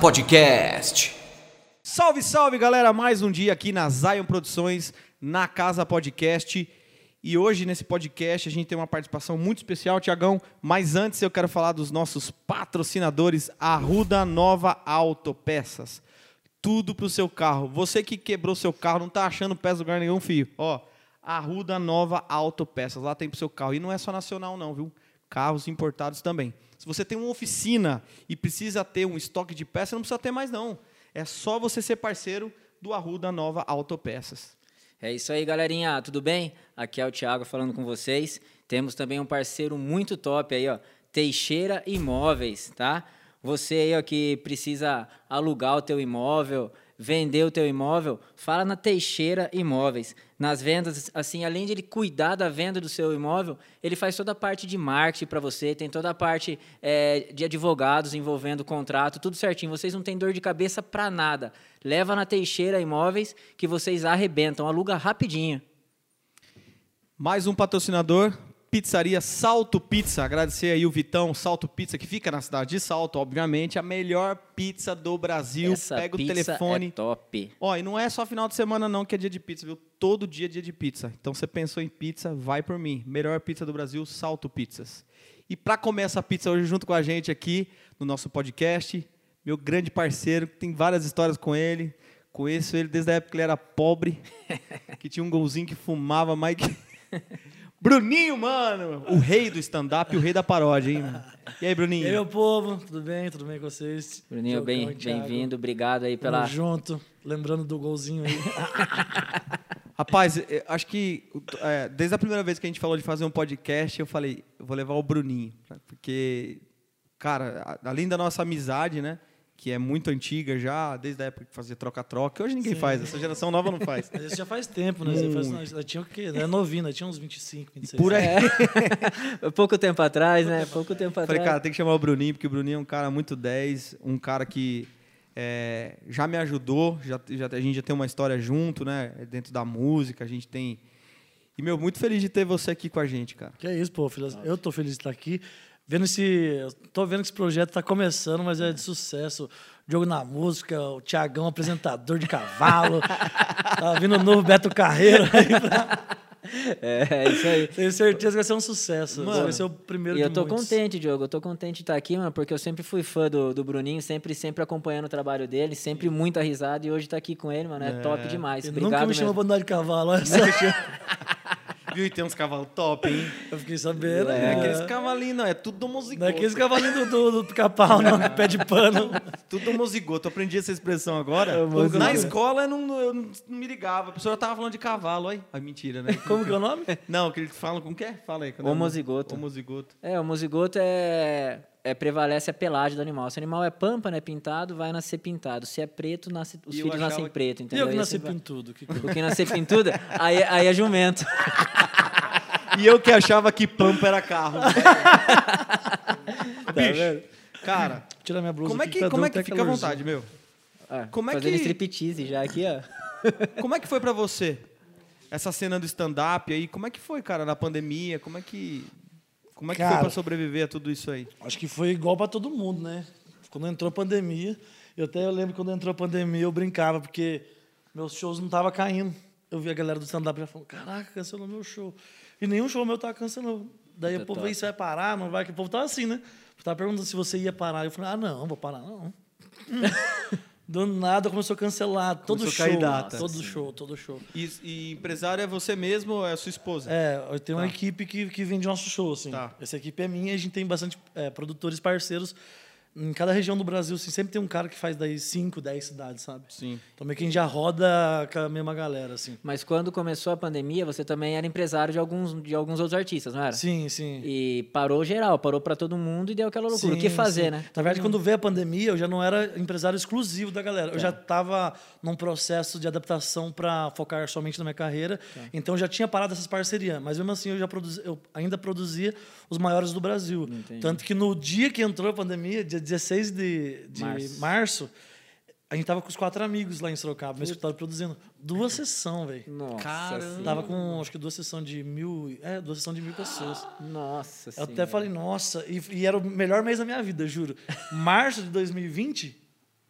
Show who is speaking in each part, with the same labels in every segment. Speaker 1: Podcast.
Speaker 2: Salve, salve, galera! Mais um dia aqui na Zion Produções, na Casa Podcast. E hoje, nesse podcast, a gente tem uma participação muito especial, Tiagão. Mas antes, eu quero falar dos nossos patrocinadores, Arruda Nova Autopeças. Tudo pro seu carro. Você que quebrou seu carro, não tá achando peça em lugar nenhum, fio. Ó, Arruda Nova Autopeças. Lá tem pro seu carro. E não é só nacional, não, viu? Carros importados também. Se você tem uma oficina e precisa ter um estoque de peça, não precisa ter mais, não. É só você ser parceiro do Arruda Nova Autopeças.
Speaker 3: É isso aí, galerinha. Tudo bem? Aqui é o Thiago falando com vocês. Temos também um parceiro muito top aí, ó, Teixeira Imóveis, tá? Você aí ó, que precisa alugar o teu imóvel, vender o teu imóvel, fala na Teixeira Imóveis. Nas vendas, assim, além de ele cuidar da venda do seu imóvel, ele faz toda a parte de marketing para você, tem toda a parte eh, de advogados envolvendo o contrato, tudo certinho. Vocês não têm dor de cabeça para nada. Leva na Teixeira Imóveis que vocês arrebentam, aluga rapidinho.
Speaker 2: Mais um patrocinador, Pizzaria Salto Pizza. Agradecer aí o Vitão Salto Pizza, que fica na cidade de Salto, obviamente. A melhor pizza do Brasil.
Speaker 3: Essa
Speaker 2: Pega
Speaker 3: pizza
Speaker 2: o telefone.
Speaker 3: é top.
Speaker 2: Ó, e não é só final de semana não que é dia de pizza, viu? Todo dia é dia de pizza. Então você pensou em pizza, vai por mim. Melhor pizza do Brasil, Salto Pizzas. E para comer essa pizza hoje junto com a gente aqui no nosso podcast, meu grande parceiro, que tem várias histórias com ele. Conheço ele desde a época que ele era pobre, que tinha um golzinho que fumava mais que... Bruninho, mano! O rei do stand-up e o rei da paródia, hein? mano? E aí,
Speaker 4: E aí,
Speaker 2: Bruninho?
Speaker 4: meu povo, tudo bem? Tudo bem com vocês?
Speaker 3: Bruninho,
Speaker 4: Diogão
Speaker 3: bem-
Speaker 4: e Thiago.
Speaker 3: bem-vindo. Obrigado aí
Speaker 4: Tamo
Speaker 3: pela,
Speaker 4: junto. Lembrando do golzinho aí.
Speaker 2: Rapaz, eh, acho que eh, desde a primeira vez que a gente falou de fazer um podcast, eu falei, eu vou levar o Bruninho. pra- Porque, cara, a- além da nossa amizade, né? Que é muito antiga já, desde a época que fazia troca-troca. que Hoje ninguém faz, essa geração nova não faz.
Speaker 4: Mas isso já faz tempo, né? Já faz,
Speaker 2: Muito.
Speaker 4: já tinha o quê? Era novinho, né? tinha uns 25, 26.
Speaker 2: Por aí.
Speaker 3: Pouco tempo atrás, né? Pouco tempo
Speaker 2: Falei,
Speaker 3: atrás.
Speaker 2: cara, tem que chamar o Bruninho, porque o Bruninho é um cara muito 10, um cara que é, já me ajudou, já, já- a gente já tem uma história junto, né? Dentro da música, a gente tem. E, meu, muito feliz de ter você aqui com a gente, cara.
Speaker 4: Que é isso, pô. filhas. Eu tô feliz de estar aqui. Vendo esse. eu Tô vendo que esse projeto tá começando, mas é de sucesso. Diogo na música, o Tiagão, apresentador de cavalo. tá vindo o novo Beto Carreiro aí pra...
Speaker 3: É, é isso aí.
Speaker 4: Tenho certeza que vai ser um sucesso. Esse vai ser o primeiro
Speaker 3: E
Speaker 4: de
Speaker 3: eu tô
Speaker 4: muitos.
Speaker 3: contente, Diogo. Eu tô contente de estar aqui, mano, porque eu sempre fui fã do, do Bruninho, sempre, sempre acompanhando o trabalho dele, sempre muita risada. E hoje tá aqui com ele, mano. É, top demais.
Speaker 4: Ele
Speaker 3: Obrigado.
Speaker 4: nunca me chamou
Speaker 3: mesmo.
Speaker 4: pra andar de cavalo. olha só.
Speaker 2: Viu? E tem uns cavalos top, hein?
Speaker 4: Eu fiquei sabendo.
Speaker 2: Não é
Speaker 4: né?
Speaker 2: aqueles cavalinhos, não. É tudo
Speaker 4: Não é
Speaker 2: mozigoto.
Speaker 4: aqueles cavalinhos do, do, do pica-pau, não, que pé de pano.
Speaker 2: Tudo mozigoto. Eu aprendi essa expressão agora.
Speaker 4: mozigoto.
Speaker 2: Na escola eu não, eu não me ligava. A pessoa tava falando de cavalo, aí. Ai, mentira, né?
Speaker 4: Como que é o nome?
Speaker 2: Não, que eles falam como que é? Fala aí.
Speaker 3: Homozigoto.
Speaker 2: Homozigoto.
Speaker 3: É, o mozigoto é, é. Prevalece a pelagem do animal. Se o animal é pampa, né? Pintado, vai nascer pintado. Se é preto, nasce, os
Speaker 2: E eu
Speaker 3: filhos
Speaker 2: achava
Speaker 3: nascem
Speaker 2: que-
Speaker 3: preto,
Speaker 4: E
Speaker 3: entendeu?
Speaker 4: eu que
Speaker 3: E
Speaker 4: nasci
Speaker 3: assim vai.
Speaker 4: pintudo. Que...
Speaker 3: O que nascer pintudo, aí, aí é jumento.
Speaker 2: E eu que achava que pampa era carro. Bicho,
Speaker 4: vendo?
Speaker 2: cara,
Speaker 4: Tira minha blusa.
Speaker 2: como é
Speaker 4: aqui,
Speaker 2: que,
Speaker 4: tá
Speaker 2: como
Speaker 4: dando
Speaker 2: é que
Speaker 4: até
Speaker 2: fica à
Speaker 4: calorzinho.
Speaker 2: vontade, meu?
Speaker 3: Ah,
Speaker 2: Como é
Speaker 3: fazendo
Speaker 2: que-
Speaker 3: striptease já aqui, ó.
Speaker 2: Como é que foi pra você essa cena do stand-up aí? Como é que foi, cara, na pandemia? Como é que... Como é que foi
Speaker 4: Cara.
Speaker 2: pra sobreviver a tudo isso aí?
Speaker 4: Acho que foi igual pra todo mundo, né? Quando entrou a pandemia, eu até lembro quando entrou a pandemia, eu brincava, porque meus shows não estavam caindo. Eu vi a galera do stand-up já falando, caraca, cancelou meu show. E nenhum show meu tava cancelando. Daí
Speaker 2: Tá,
Speaker 4: o povo,
Speaker 3: top.
Speaker 4: "E você vai parar, não vai? Que o povo tava assim, né? O povo Tava perguntando se você ia parar. Eu falei, ah, não, vou parar, não. do nada começou a cancelar todo
Speaker 2: Começou a cair
Speaker 4: show.
Speaker 2: data.
Speaker 4: todo show, todo show.
Speaker 2: E, e empresário é você mesmo ou é a sua esposa?
Speaker 4: É, eu tenho uma equipe que, que vende nosso show, assim.
Speaker 2: Tá.
Speaker 4: Essa equipe é minha, a gente tem bastante é, produtores parceiros. Em cada região do Brasil, assim, sempre tem um cara que faz daí 5, 10 cidades, sabe?
Speaker 2: Sim.
Speaker 4: Então meio que a gente já roda com a mesma galera, assim.
Speaker 3: Mas quando começou a pandemia, você também era empresário de alguns, de alguns outros artistas,
Speaker 2: É.
Speaker 3: não era?
Speaker 4: Sim, sim.
Speaker 3: E parou geral, parou pra todo mundo e deu aquela loucura. o que
Speaker 4: Sim,
Speaker 3: fazer,
Speaker 4: sim.
Speaker 3: né?
Speaker 4: Na verdade, quando veio a pandemia, eu já não era empresário exclusivo da galera.
Speaker 3: Tá.
Speaker 4: Eu já estava num processo de adaptação para focar somente na minha carreira.
Speaker 3: Tá.
Speaker 4: Então, eu já tinha parado essas parcerias. Mas, mesmo assim, eu, já produzi, eu ainda produzia os maiores do Brasil. Tanto que no dia que entrou a pandemia, dia 16 de, de
Speaker 3: Março.
Speaker 4: março. a gente tava com os quatro amigos lá em Sorocaba, meu escritório produzindo. Duas sessões, velho.
Speaker 3: Nossa. senhora.
Speaker 4: Tava com, acho que duas sessões de mil... É, duas sessões de mil pessoas.
Speaker 3: Nossa
Speaker 4: Eu
Speaker 3: senhora.
Speaker 4: até falei, nossa, e, e era o melhor mês da minha vida, juro. Março de 2020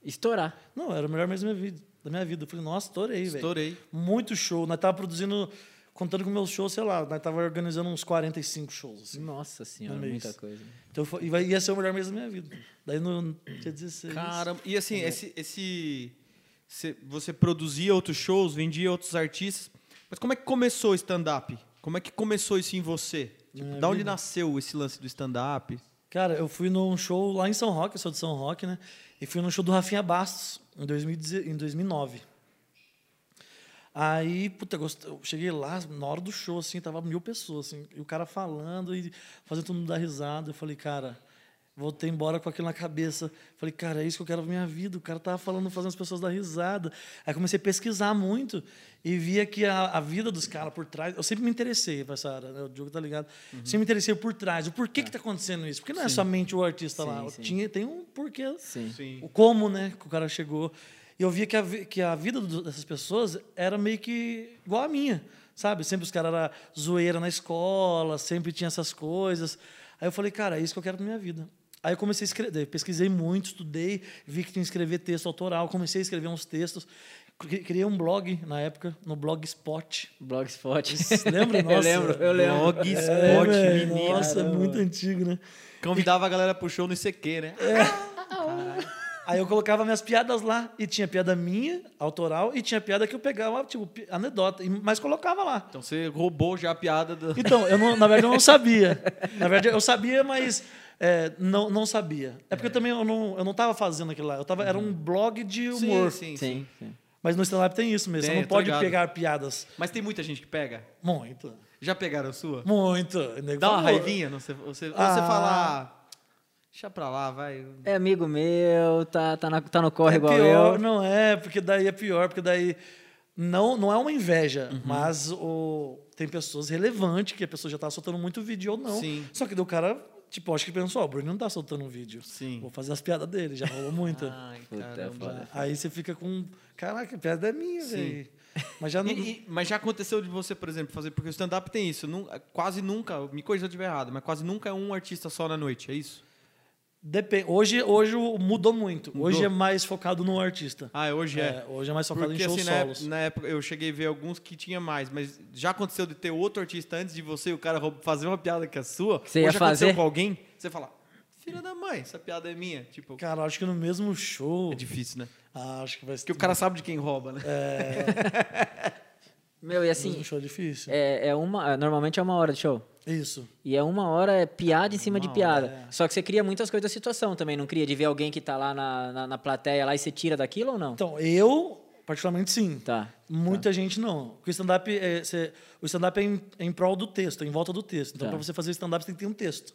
Speaker 3: Estourar.
Speaker 4: Não, era o melhor mês da minha vida. Da minha vida. Eu falei, nossa, estourei, velho.
Speaker 2: Estourei.
Speaker 4: Muito show. Nós tava produzindo, contando com meus shows, sei lá, nós tava organizando uns 45 shows, assim.
Speaker 3: Nossa senhora,
Speaker 4: No mês.
Speaker 3: muita coisa.
Speaker 4: Então foi- e vai- ia ser o melhor mês da minha vida. Daí no dia 16.
Speaker 2: Caramba. E assim, esse, esse cê- você produzia outros shows, vendia outros artistas, mas como é que começou o stand-up? Como é que começou isso em você? Tipo,
Speaker 4: Minha
Speaker 2: da onde
Speaker 4: vida.
Speaker 2: nasceu esse lance do stand-up?
Speaker 4: Cara, eu fui num show lá em São Roque, eu sou de São Roque, né? E fui num show do Rafinha Bastos, em, 2010 em 2009. Aí, puta, gost- eu cheguei lá, na hora do show, assim, tava mil pessoas, assim, e o cara falando e fazendo todo mundo dar risada. Eu falei, cara, voltei embora com aquilo na cabeça. Falei, cara, é isso que eu quero pra minha vida. O cara tava falando, fazendo as pessoas dar risada. Aí comecei a pesquisar muito e via que a, a vida dos caras por trás. Eu sempre me interessei pra essa área, né? O Diogo tá ligado.
Speaker 3: Uhum.
Speaker 4: Sempre me interessei por trás. O porquê que tá acontecendo isso? Porque não é somente o artista lá.
Speaker 3: Sim, sim.
Speaker 4: Tinha, tem um porquê
Speaker 3: Sim.
Speaker 2: Sim.
Speaker 4: o como, né, que o cara chegou. E eu via que a, vi- que a vida do- dessas pessoas era meio que igual a minha, sabe? Sempre os caras eram zoeira na escola, sempre tinha essas coisas. Aí eu falei, cara, é isso que eu quero pra minha vida. Aí eu comecei a escrever, pesquisei muito, estudei, vi que tinha que escrever texto autoral, comecei a escrever uns textos. Cri- Criei um blog na época, no Blogspot.
Speaker 3: Blogspot.
Speaker 4: Vocês lembram?
Speaker 3: eu
Speaker 4: Nossa.
Speaker 3: lembro, eu lembro. É,
Speaker 2: Blogspot,
Speaker 3: né,
Speaker 4: velho,
Speaker 2: menino.
Speaker 4: Nossa, é muito antigo, né?
Speaker 2: Convidava a galera pro show no ICQ, né?
Speaker 4: Aí eu colocava minhas piadas lá. E tinha piada minha, autoral, e tinha piada que eu pegava, tipo, pi- anedota. e- Mas colocava lá.
Speaker 2: Então você roubou já a piada da.
Speaker 4: Então, eu não- na verdade, eu não sabia. Na verdade, eu sabia, mas é, não, não sabia. É porque eu também eu não, eu não tava fazendo aquilo lá. Eu tava, Era um blog de humor.
Speaker 2: sim,
Speaker 3: Sim, sim.
Speaker 4: Mas no stand-up tem isso mesmo.
Speaker 2: Tem,
Speaker 4: você
Speaker 2: eu
Speaker 4: não
Speaker 2: tô
Speaker 4: pode
Speaker 2: ligado.
Speaker 4: pegar piadas.
Speaker 2: Mas tem muita gente que pega.
Speaker 4: Muito.
Speaker 2: Já pegaram sua?
Speaker 4: Muito. O nego
Speaker 2: Dá uma
Speaker 4: falou.
Speaker 2: raivinha? Não, você, você, ou você
Speaker 4: Ah.
Speaker 2: fala. "Ah, Deixa pra lá, vai.
Speaker 3: É amigo meu, tá, tá, na- tá no corre
Speaker 4: É
Speaker 3: igual
Speaker 4: pior,
Speaker 3: eu.
Speaker 4: não é, porque daí é pior, porque daí não, não é uma inveja,
Speaker 2: Uhum.
Speaker 4: mas o, tem pessoas relevantes que a pessoa já tá soltando muito vídeo ou não.
Speaker 2: Sim.
Speaker 4: Só que daí o cara, tipo, acho que pensou, ó, o Bruno não tá soltando um vídeo.
Speaker 2: Sim.
Speaker 4: Vou fazer as piadas dele, já rolou muita.
Speaker 2: Ai,
Speaker 3: Puta, é
Speaker 2: caramba.
Speaker 3: foda.
Speaker 4: Aí você fica com, caraca, a piada é minha, velho. Mas já não
Speaker 2: E- e- mas já aconteceu de você, por exemplo, fazer. Porque o stand-up tem isso. nu- quase nunca. Me corrija se eu estiver errado, mas quase nunca é um artista só na noite, é isso?
Speaker 4: depende. Hoje, hoje mudou muito. Hoje
Speaker 2: Mudou?
Speaker 4: é mais focado no artista.
Speaker 2: Ah, é, hoje é.
Speaker 4: hoje é mais focado
Speaker 2: Porque
Speaker 4: em shows
Speaker 2: assim, na,
Speaker 4: solos.
Speaker 2: ép- na época eu cheguei a ver alguns que tinha mais, mas já aconteceu de ter outro artista antes de você e o cara rou- fazer uma piada que é sua?
Speaker 3: Você
Speaker 2: Ou
Speaker 3: ia
Speaker 2: já aconteceu
Speaker 3: fazer?
Speaker 2: com alguém? Você fala, filha da mãe, essa piada é minha. Tipo,
Speaker 4: Cara, acho que no mesmo show.
Speaker 2: é difícil, né?
Speaker 4: Ah, acho que vai ser.
Speaker 2: Porque o cara sabe de quem rouba, né?
Speaker 3: Meu, e
Speaker 4: no mesmo
Speaker 3: assim,
Speaker 4: show é difícil.
Speaker 3: é, é uma, normalmente é uma hora de show.
Speaker 4: Isso.
Speaker 3: E é uma hora, é piada em cima de
Speaker 2: hora,
Speaker 3: piada.
Speaker 4: é.
Speaker 3: Só que você cria muitas coisas da situação também, não cria? De ver alguém que tá lá na, na, na plateia lá e você tira daquilo ou não?
Speaker 4: Então, eu, particularmente, sim.
Speaker 3: Tá.
Speaker 4: Muita gente não. Porque o stand-up é, cê- o stand-up é, em, é em prol do texto, é em volta do texto. Então,
Speaker 3: Tá.
Speaker 4: para você fazer stand-up, você tem que ter um texto.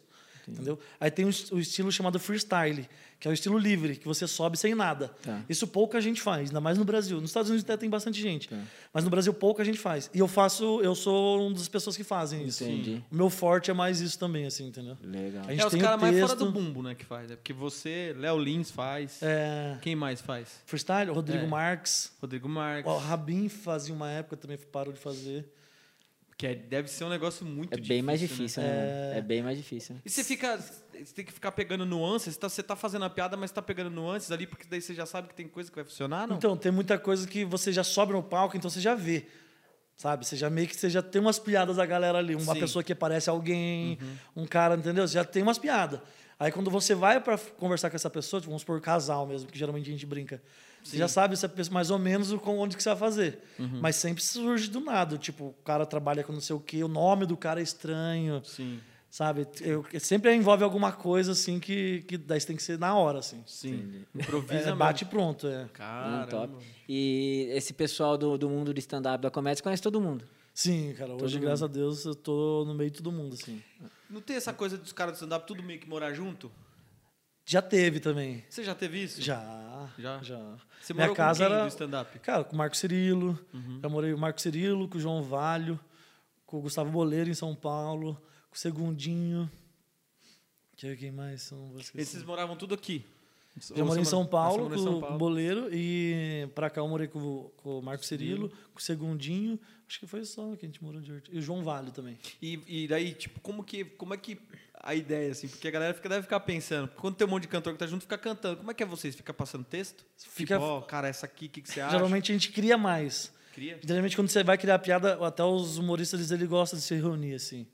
Speaker 4: Entendeu? Aí tem o, es- o estilo chamado freestyle, que é o estilo livre, que você sobe sem nada.
Speaker 3: Tá.
Speaker 4: Isso pouca gente faz, ainda mais no Brasil. Nos Estados Unidos até tem bastante gente.
Speaker 3: Tá.
Speaker 4: Mas no Brasil pouca gente faz. E eu faço, eu sou uma das pessoas que fazem isso.
Speaker 3: Entendi.
Speaker 4: O meu forte é mais isso também, assim, entendeu?
Speaker 3: Legal.
Speaker 4: A gente
Speaker 2: É os
Speaker 4: tem o
Speaker 2: caras mais fora
Speaker 4: texto.
Speaker 2: do bumbo, né, que faz. É porque você, Léo Lins faz.
Speaker 4: É,
Speaker 2: Quem mais faz?
Speaker 4: freestyle, Rodrigo
Speaker 2: É.
Speaker 4: Marques.
Speaker 2: Rodrigo Marques.
Speaker 4: Ó, O Rabin fazia uma época também, parou de fazer.
Speaker 2: Que é- deve ser um negócio muito
Speaker 3: É
Speaker 2: difícil.
Speaker 3: bem mais
Speaker 2: né?
Speaker 3: difícil, né? mano? É... bem mais difícil.
Speaker 2: E você fica. Você tem que ficar pegando nuances. Tá, você tá fazendo a piada, mas tá pegando nuances ali, porque daí você já sabe que tem coisa que vai funcionar, não?
Speaker 4: Então, tem muita coisa que você já sobe no palco, então você já vê. Sabe? Você já meio que você já tem umas piadas da galera ali. Uma
Speaker 2: Sim.
Speaker 4: pessoa que parece alguém, um cara, entendeu? Você já tem umas piadas. Aí quando você vai pra f- conversar com essa pessoa, tipo, vamos supor casal mesmo, que geralmente a gente brinca. Você já sabe essa pessoa, mais ou menos o com- onde que você vai fazer. Mas sempre surge do nada. Tipo, o cara trabalha com não sei o quê, o nome do cara é estranho.
Speaker 2: Sim,
Speaker 4: Sabe? Eu, sempre envolve alguma coisa assim que, que daí você tem que ser na hora, assim.
Speaker 2: sim. Improvisa
Speaker 4: É, bate e pronto, é.
Speaker 3: Né? Um
Speaker 2: Cara,
Speaker 3: top. E esse pessoal do, do mundo do stand-up da comédia conhece todo mundo.
Speaker 4: Sim, cara, hoje, graças a Deus, eu tô no meio de todo mundo, assim.
Speaker 2: não tem essa coisa dos caras do stand-up tudo meio que morar junto?
Speaker 4: Já teve também.
Speaker 2: Você já teve isso?
Speaker 4: Já.
Speaker 2: Já?
Speaker 4: Já.
Speaker 2: Você
Speaker 4: Minha
Speaker 2: morou
Speaker 4: casa
Speaker 2: com quem
Speaker 4: era-
Speaker 2: do stand-up? Uhum.
Speaker 4: Cara, com o Marco Cirilo. Já morei com o Marco Cirilo, com o João Valho, com o Gustavo Boleiro em São Paulo, com o Segundinho. Que- Quem mais? Eu Não vou esquecer.
Speaker 2: Esses moravam tudo aqui.
Speaker 4: Já morei em São
Speaker 2: Você
Speaker 4: Paulo,
Speaker 2: morou
Speaker 4: com
Speaker 2: em São
Speaker 4: o
Speaker 2: Paulo.
Speaker 4: Boleiro, e pra cá eu morei com, o- com o Marco Cirilo, com o Segundinho, acho que foi só que a gente morou de arte. E o João Vale também.
Speaker 2: E, e daí, tipo, como que, como é que a ideia, assim? Porque a galera fica, deve ficar pensando. Quando tem um monte de cantor que tá junto, fica cantando. Como é que é vocês? Fica passando texto?
Speaker 4: Fica-
Speaker 2: Tipo, ó, cara, essa aqui, o que, que você acha?
Speaker 4: Geralmente a gente cria mais.
Speaker 2: Cria?
Speaker 4: Geralmente quando você vai criar piada, até os humoristas eles, eles gostam de se reunir assim.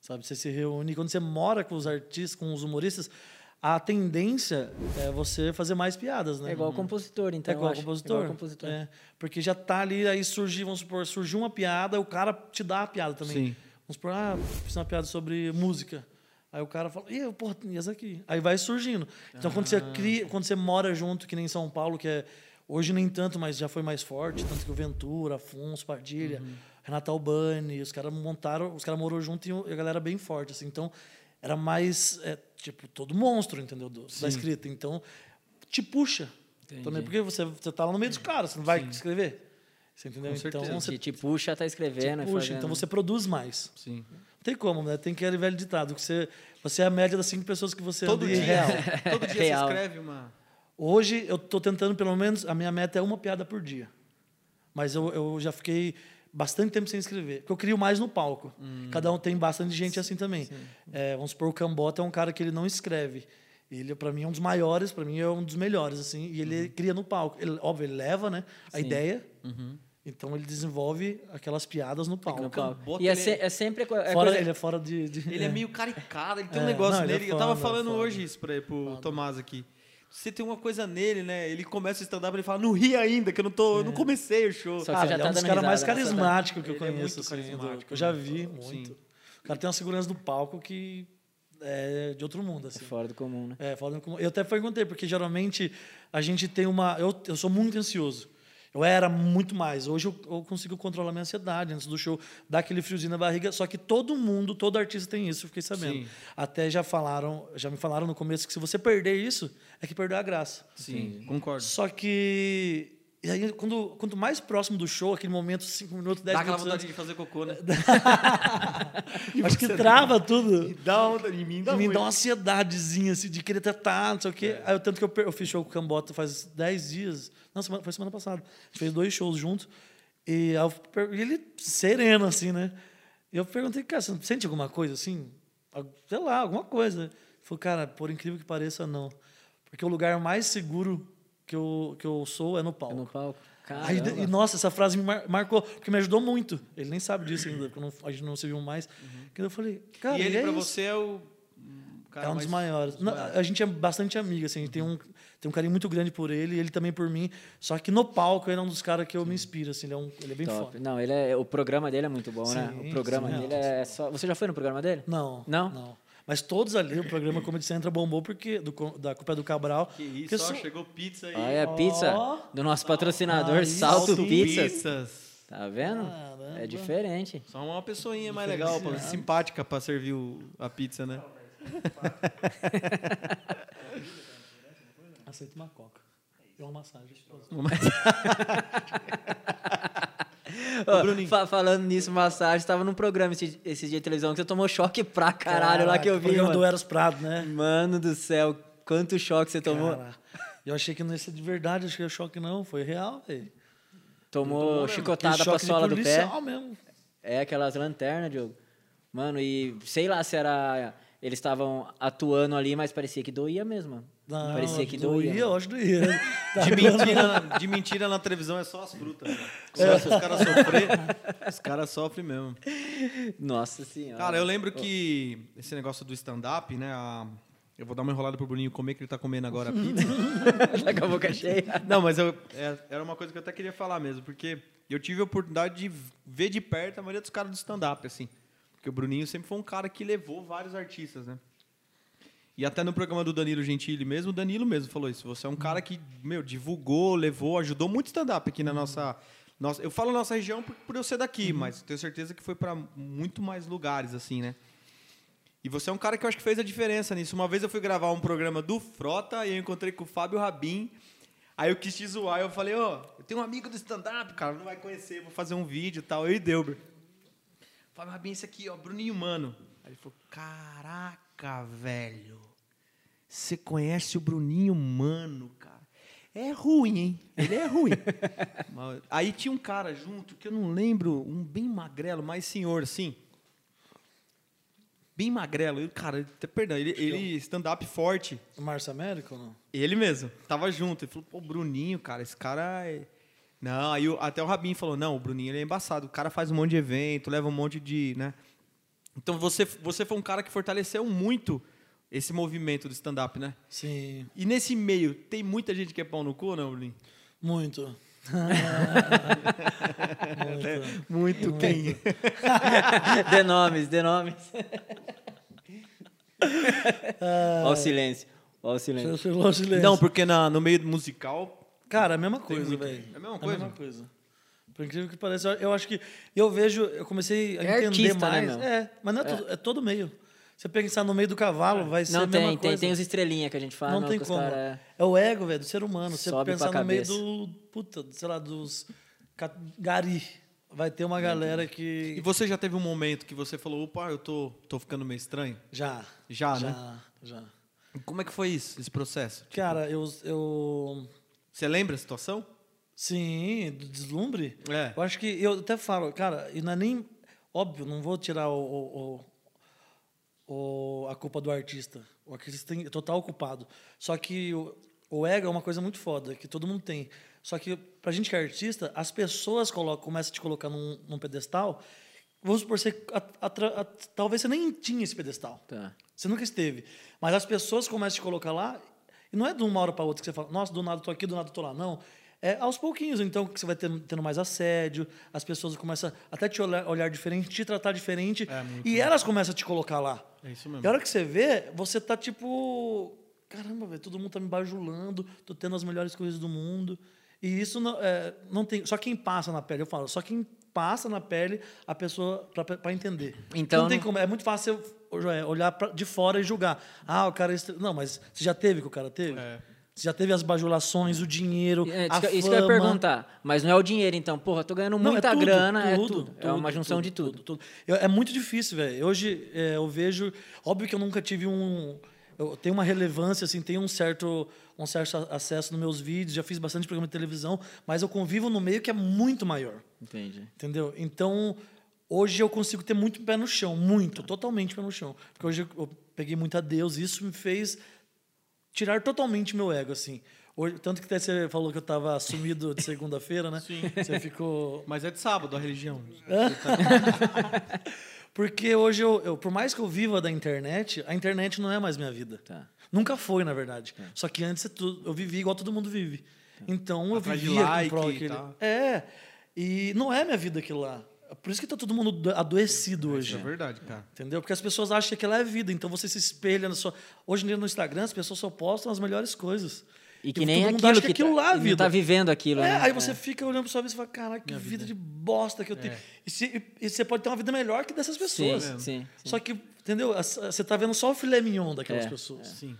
Speaker 4: Sabe, você se reúne. Quando você mora com os artistas, com os humoristas, a tendência é você fazer mais piadas, né?
Speaker 3: É
Speaker 2: Hum.
Speaker 3: igual compositor, então.
Speaker 4: É igual
Speaker 3: eu
Speaker 4: ao
Speaker 3: acho.
Speaker 4: compositor.
Speaker 3: Igual compositor.
Speaker 4: É, porque já tá ali, aí surgiu, vamos supor, surgiu uma piada, o cara te dá a piada também.
Speaker 2: Sim.
Speaker 4: Vamos supor, ah, fiz uma piada sobre música. Aí o cara fala, e eu, porra, e essa aqui? Aí vai surgindo. Então quando você cria, quando você mora junto, que nem em São Paulo, que é. Hoje nem tanto, mas já foi mais forte, tanto que o Ventura, Afonso, Padilha, Renata Albani, os caras montaram, os caras morou junto e a galera bem forte, assim. Então, era mais, é, tipo, todo monstro, entendeu? Do, da escrita. Então, te puxa. Também, porque você, você tá lá no meio dos caras, você não vai escrever. Você entendeu?
Speaker 2: Com certeza.
Speaker 4: então, você
Speaker 3: Te, te puxa, tá escrevendo. e
Speaker 4: puxa,
Speaker 3: fazendo.
Speaker 4: então você produz mais.
Speaker 2: Sim.
Speaker 4: Não tem como, né? Tem que aquele velho ditado, que você, você é a média das cinco pessoas que você
Speaker 2: Todo
Speaker 4: anda
Speaker 2: dia,
Speaker 4: em Então, é real.
Speaker 2: todo dia
Speaker 3: Real.
Speaker 2: você escreve uma...
Speaker 4: Hoje eu tô tentando, pelo menos, a minha meta é uma piada por dia. Mas eu, eu já fiquei bastante tempo sem escrever. Porque eu crio mais no palco. Cada um tem bastante gente assim também. É, vamos supor, o Cambota é um cara que ele não escreve. Ele, para mim, é um dos maiores, para mim, é um dos melhores, assim. E ele cria no palco. Ele, óbvio, ele leva, né? A ideia. Então ele desenvolve aquelas piadas no palco.
Speaker 3: No palco.
Speaker 2: Cambota,
Speaker 3: E é,
Speaker 2: ele-
Speaker 3: se- é sempre. É
Speaker 4: Fora,
Speaker 3: coisa-
Speaker 4: ele é fora de. de-
Speaker 2: Ele é
Speaker 4: é.
Speaker 2: meio caricado, ele tem um
Speaker 4: É,
Speaker 2: negócio
Speaker 4: não, ele é
Speaker 2: nele. eu tava
Speaker 4: foda,
Speaker 2: falando
Speaker 4: foda.
Speaker 2: hoje isso pra, ele- pro Tomás aqui. Você tem uma coisa nele, né? Ele começa o stand-up e ele fala, não ri ainda, que eu não tô. Eu
Speaker 4: É.
Speaker 2: não comecei o show.
Speaker 3: Só que
Speaker 4: Ah,
Speaker 3: você já
Speaker 4: ele
Speaker 3: tá
Speaker 4: é um dos
Speaker 3: dando
Speaker 4: caras mais
Speaker 3: risada, né? Você tá-
Speaker 4: carismáticos que eu
Speaker 2: Ele é muito
Speaker 4: conheço. assim,
Speaker 2: carismático,
Speaker 4: do- que eu já
Speaker 2: né?
Speaker 4: vi
Speaker 2: Sim.
Speaker 4: muito. O cara tem uma segurança do palco que é de outro mundo, assim.
Speaker 3: Fora do comum, né?
Speaker 4: É, falando como. Eu até perguntei, porque geralmente a gente tem uma. Eu, eu sou muito ansioso. Eu era muito mais. Hoje eu, eu consigo controlar minha ansiedade antes do show, dar aquele friozinho na barriga. Só que todo mundo, todo artista tem isso, eu fiquei sabendo.
Speaker 2: Sim.
Speaker 4: Até já falaram, já me falaram no começo que se você perder isso, é que perdeu a graça.
Speaker 2: Sim, concordo.
Speaker 4: Só que. E aí, quando, quanto mais próximo do show, aquele momento, 5 minutos, 10
Speaker 2: Dá aquela
Speaker 4: minutos.
Speaker 2: vontade
Speaker 4: antes,
Speaker 2: de fazer cocô, né?
Speaker 4: Acho que
Speaker 2: você-
Speaker 4: trava tudo.
Speaker 2: Dá uma vontade um em mim, dá
Speaker 4: E me
Speaker 2: muito.
Speaker 4: dá uma ansiedadezinha, assim, de querer tratar, não sei o quê.
Speaker 2: É.
Speaker 4: Aí eu tanto que eu, per- eu fiz show com o Cambota faz 10 dias. Não, semana, foi semana passada. A gente fez dois shows juntos. E, aí eu per- e ele sereno, assim, né? E eu perguntei, cara, você sente alguma coisa, assim? Al- Sei lá, alguma coisa. Ele falou, cara, por incrível que pareça, não. Porque o lugar mais seguro que eu, que eu sou é no palco.
Speaker 3: No palco. Caramba.
Speaker 4: Aí, e, nossa, essa frase me mar- marcou, porque me ajudou muito. Ele nem sabe disso ainda, porque eu não- a gente não se viu mais. Que eu falei, cara,
Speaker 2: E ele
Speaker 4: é
Speaker 2: pra
Speaker 4: isso.
Speaker 2: você é o. um cara
Speaker 4: é um
Speaker 2: mais-
Speaker 4: dos maiores. Não, a gente é bastante amigo, assim. Tem, um, tem um carinho muito grande por ele, e ele também por mim. Só que no palco ele é um dos caras que eu me inspiro, assim. Ele é, um, ele é bem
Speaker 3: Top.
Speaker 4: foda.
Speaker 3: Não, ele é, o programa dele é muito bom, né?
Speaker 4: Sim,
Speaker 3: O programa
Speaker 4: sim.
Speaker 3: dele é só. Você já foi no programa dele?
Speaker 4: Não,
Speaker 3: Não?
Speaker 4: Mas todos ali, o programa Comedy Central bombou porque, do, co- da culpa é do Cabral.
Speaker 2: Que isso,
Speaker 4: porque
Speaker 2: ó,
Speaker 4: são-
Speaker 2: chegou pizza aí.
Speaker 3: Olha a pizza
Speaker 4: Ó.
Speaker 3: do nosso patrocinador,
Speaker 4: Aí,
Speaker 3: Ah, é? Salto
Speaker 4: Salto
Speaker 3: Pizzas.
Speaker 2: pizzas.
Speaker 3: Tá vendo?
Speaker 4: Caramba.
Speaker 3: É diferente.
Speaker 2: Só uma pessoinha mais legal, pô, simpática pra servir o- a pizza, né?
Speaker 4: Aceito uma coca. E uma massagem.
Speaker 3: Ô, fa- falando nisso, massagem, tava num programa esse, esse dia de televisão que você tomou choque pra caralho lá que eu
Speaker 4: O
Speaker 3: vi.
Speaker 4: programa
Speaker 3: Mano.
Speaker 4: do Eros Prado, né?
Speaker 3: Mano do céu, quanto choque você tomou.
Speaker 4: Cara, eu achei que não ia ser de verdade, achei que era choque não. Foi real, velho.
Speaker 3: tomou chicotada
Speaker 4: Aquele
Speaker 3: pra
Speaker 4: choque
Speaker 3: sola
Speaker 4: de
Speaker 3: do pé.
Speaker 4: policial mesmo.
Speaker 3: É, aquelas lanternas, Diogo. Mano, e sei lá se era. Eles estavam atuando ali, mas parecia que doía mesmo. mano.
Speaker 4: Não,
Speaker 3: parecia que doía.
Speaker 4: doía. Eu acho que doía.
Speaker 2: De mentira, na- de mentira na televisão é só as frutas. né? Só se os caras sofrerem, os caras sofrem mesmo.
Speaker 3: Nossa senhora.
Speaker 2: Cara, eu lembro que esse negócio do stand-up, né? a- Eu vou dar uma enrolada pro Bruninho comer, que ele tá comendo agora a pizza.
Speaker 3: Tá com a boca cheia.
Speaker 2: Não, mas eu, é- era uma coisa que eu até queria falar mesmo, porque eu tive a oportunidade de ver de perto a maioria dos caras do stand-up, assim. Porque o Bruninho sempre foi um cara que levou vários artistas, né? E até no programa do Danilo Gentili mesmo, o Danilo mesmo falou isso. Você é um cara que, meu, divulgou, levou, ajudou muito stand-up aqui na nossa, nossa. Eu falo nossa região por, por eu ser daqui, mas tenho certeza que foi para muito mais lugares, assim, né? E você é um cara que eu acho que fez a diferença nisso. Uma vez eu fui gravar um programa do Frota e eu encontrei com o Fábio Rabin. Aí eu quis te zoar, eu falei, ó, eu tenho um amigo do stand-up, cara, não vai conhecer, vou fazer um vídeo e tal. Eu e Delber. Fábio Rabin, esse aqui, ó, Bruninho Mano. Aí ele falou, caraca, velho, você conhece o Bruninho Mano, cara. É ruim, hein? Ele é ruim. Mas- Aí tinha um cara junto, que eu não lembro, um bem magrelo, mais senhor, assim bem magrelo. Ele, cara, ele- tá- perdão, ele, ele stand-up forte.
Speaker 4: O Márcio Américo ou não?
Speaker 2: Ele mesmo, tava junto. Ele falou, pô, Bruninho, cara, esse cara é. Não, aí o- até o Rabinho falou, não, o Bruninho ele é embaçado. O cara faz um monte de evento, leva um monte de. né? Então você, você foi um cara que fortaleceu muito esse movimento do stand-up, né?
Speaker 4: Sim,
Speaker 2: E nesse meio, tem muita gente que é pau no cu, não, Bruninho?
Speaker 4: muito. muito.
Speaker 2: Muito tem.
Speaker 3: dê nomes, dê nomes. Olha o silêncio. Olha o silêncio.
Speaker 4: Seu celular silêncio.
Speaker 2: Não, porque na, no meio musical.
Speaker 4: Cara, é a mesma coisa,
Speaker 2: muito.
Speaker 4: velho.
Speaker 2: É a mesma coisa?
Speaker 4: coisa. Por incrível que pareça, eu- eu acho que eu vejo, eu comecei a
Speaker 3: É
Speaker 4: entender
Speaker 3: artista, né,
Speaker 4: mais.
Speaker 3: meu?
Speaker 4: é, mas não é, Todo, é todo meio. Você pensar no meio do cavalo, vai ser
Speaker 3: É.
Speaker 4: a
Speaker 3: Não
Speaker 4: mesma
Speaker 3: tem, tem,
Speaker 4: coisa.
Speaker 3: tem os estrelinhas que a gente fala.
Speaker 4: não, tem
Speaker 3: que os
Speaker 4: como.
Speaker 3: cara-
Speaker 4: É o ego, velho, do ser humano. Você
Speaker 3: Sobe pra
Speaker 4: pensar no meio
Speaker 3: cabeça.
Speaker 4: do, puta, sei lá, dos ca- gari. Vai ter uma galera
Speaker 2: E
Speaker 4: que
Speaker 2: você já teve um momento que você falou, opa, eu tô, tô ficando meio estranho?
Speaker 4: já,
Speaker 2: Já,
Speaker 4: já,
Speaker 2: né?
Speaker 4: já.
Speaker 2: Como é que foi isso, esse processo?
Speaker 4: Cara, eu, eu
Speaker 2: Você lembra a situação?
Speaker 4: Sim, do deslumbre.
Speaker 2: É.
Speaker 4: Eu acho que eu até falo, cara, e não é nem. Óbvio, não vou tirar o, o- o- o- a culpa do artista. O artista tem é total culpado. Só que o, o ego é uma coisa muito foda, que todo mundo tem. Só que pra gente que é artista, as pessoas colocam, começam a te colocar num, num pedestal. Vamos supor, você, a- a- a- talvez você nem tinha esse pedestal.
Speaker 3: Tá.
Speaker 4: Você nunca esteve. Mas as pessoas começam a te colocar lá, e não é de uma hora para outra que você fala, nossa, do nada eu tô aqui, do nada eu tô lá. Não. É aos pouquinhos, então, que você vai tendo, tendo mais assédio, as pessoas começam até te olhar, olhar diferente, te tratar diferente, e elas começam a te colocar lá.
Speaker 2: É isso mesmo.
Speaker 4: E a hora que você vê, você tá tipo, caramba, velho, todo mundo tá me bajulando, tô tendo as melhores coisas do mundo. E isso não, é, não tem. Só quem passa na pele, eu falo, só quem passa na pele a pessoa para entender.
Speaker 3: Então,
Speaker 4: não tem
Speaker 3: não-
Speaker 4: como, é muito fácil ô, Joé, olhar pra- de fora e julgar. Ah, o cara. é estre- Não, mas você já teve o que o cara teve?
Speaker 2: É.
Speaker 4: Você já teve as bajulações, o dinheiro.
Speaker 3: É,
Speaker 4: a
Speaker 3: isso, que, isso que
Speaker 4: fama.
Speaker 3: eu ia perguntar. Mas não é o dinheiro, então. Porra, tô ganhando
Speaker 4: Não,
Speaker 3: muita
Speaker 4: é tudo,
Speaker 3: grana, é tudo. é
Speaker 4: tudo,
Speaker 3: uma junção de tudo.
Speaker 4: Eu- é muito difícil, velho. Hoje é, eu vejo. Óbvio que eu nunca tive um. Eu tenho uma relevância, assim, tenho um certo, um certo a- acesso nos meus vídeos, já fiz bastante programa de televisão, mas eu convivo no meio que é muito maior.
Speaker 3: Entendi.
Speaker 4: Entendeu? Então, hoje eu consigo ter muito pé no chão, muito, totalmente pé no chão. Porque hoje eu peguei muito a Deus e isso me fez tirar totalmente meu ego, assim. Hoje, tanto que até você falou que eu tava sumido de segunda-feira, né? Sim. Você ficou
Speaker 2: Mas é de sábado a religião.
Speaker 4: É. Porque hoje eu, eu- por mais que eu viva da internet, a internet não é mais minha vida.
Speaker 3: Tá.
Speaker 4: Nunca foi, na verdade. Só que antes é tu- eu vivia igual todo mundo vive. Então eu
Speaker 2: É. Atrás de
Speaker 4: vivia
Speaker 2: like
Speaker 4: com pro
Speaker 2: e
Speaker 4: aquele-
Speaker 2: tal.
Speaker 4: É. E não é minha vida aquilo lá. Por isso que tá todo mundo do- adoecido
Speaker 2: Isso
Speaker 4: hoje.
Speaker 2: é verdade, cara.
Speaker 4: Entendeu? Porque as pessoas acham que aquilo é vida, então você se espelha na sua. Hoje em dia no Instagram as pessoas só postam as melhores coisas.
Speaker 3: E que nem
Speaker 4: todo
Speaker 3: aquilo
Speaker 4: mundo acha
Speaker 3: que,
Speaker 4: que aquilo
Speaker 3: tá,
Speaker 4: lá é
Speaker 3: não
Speaker 4: vida.
Speaker 3: tá vivendo aquilo,
Speaker 4: É,
Speaker 3: né?
Speaker 4: aí você fica olhando pra sua vida e fala, caraca, que vida, de bosta que eu tenho. E, se- e você pode ter uma vida melhor que dessas pessoas.
Speaker 3: sim, sim.
Speaker 4: Só que, entendeu? As- Você tá vendo só o filé mignon daquelas
Speaker 3: É,
Speaker 4: pessoas.
Speaker 2: Sim.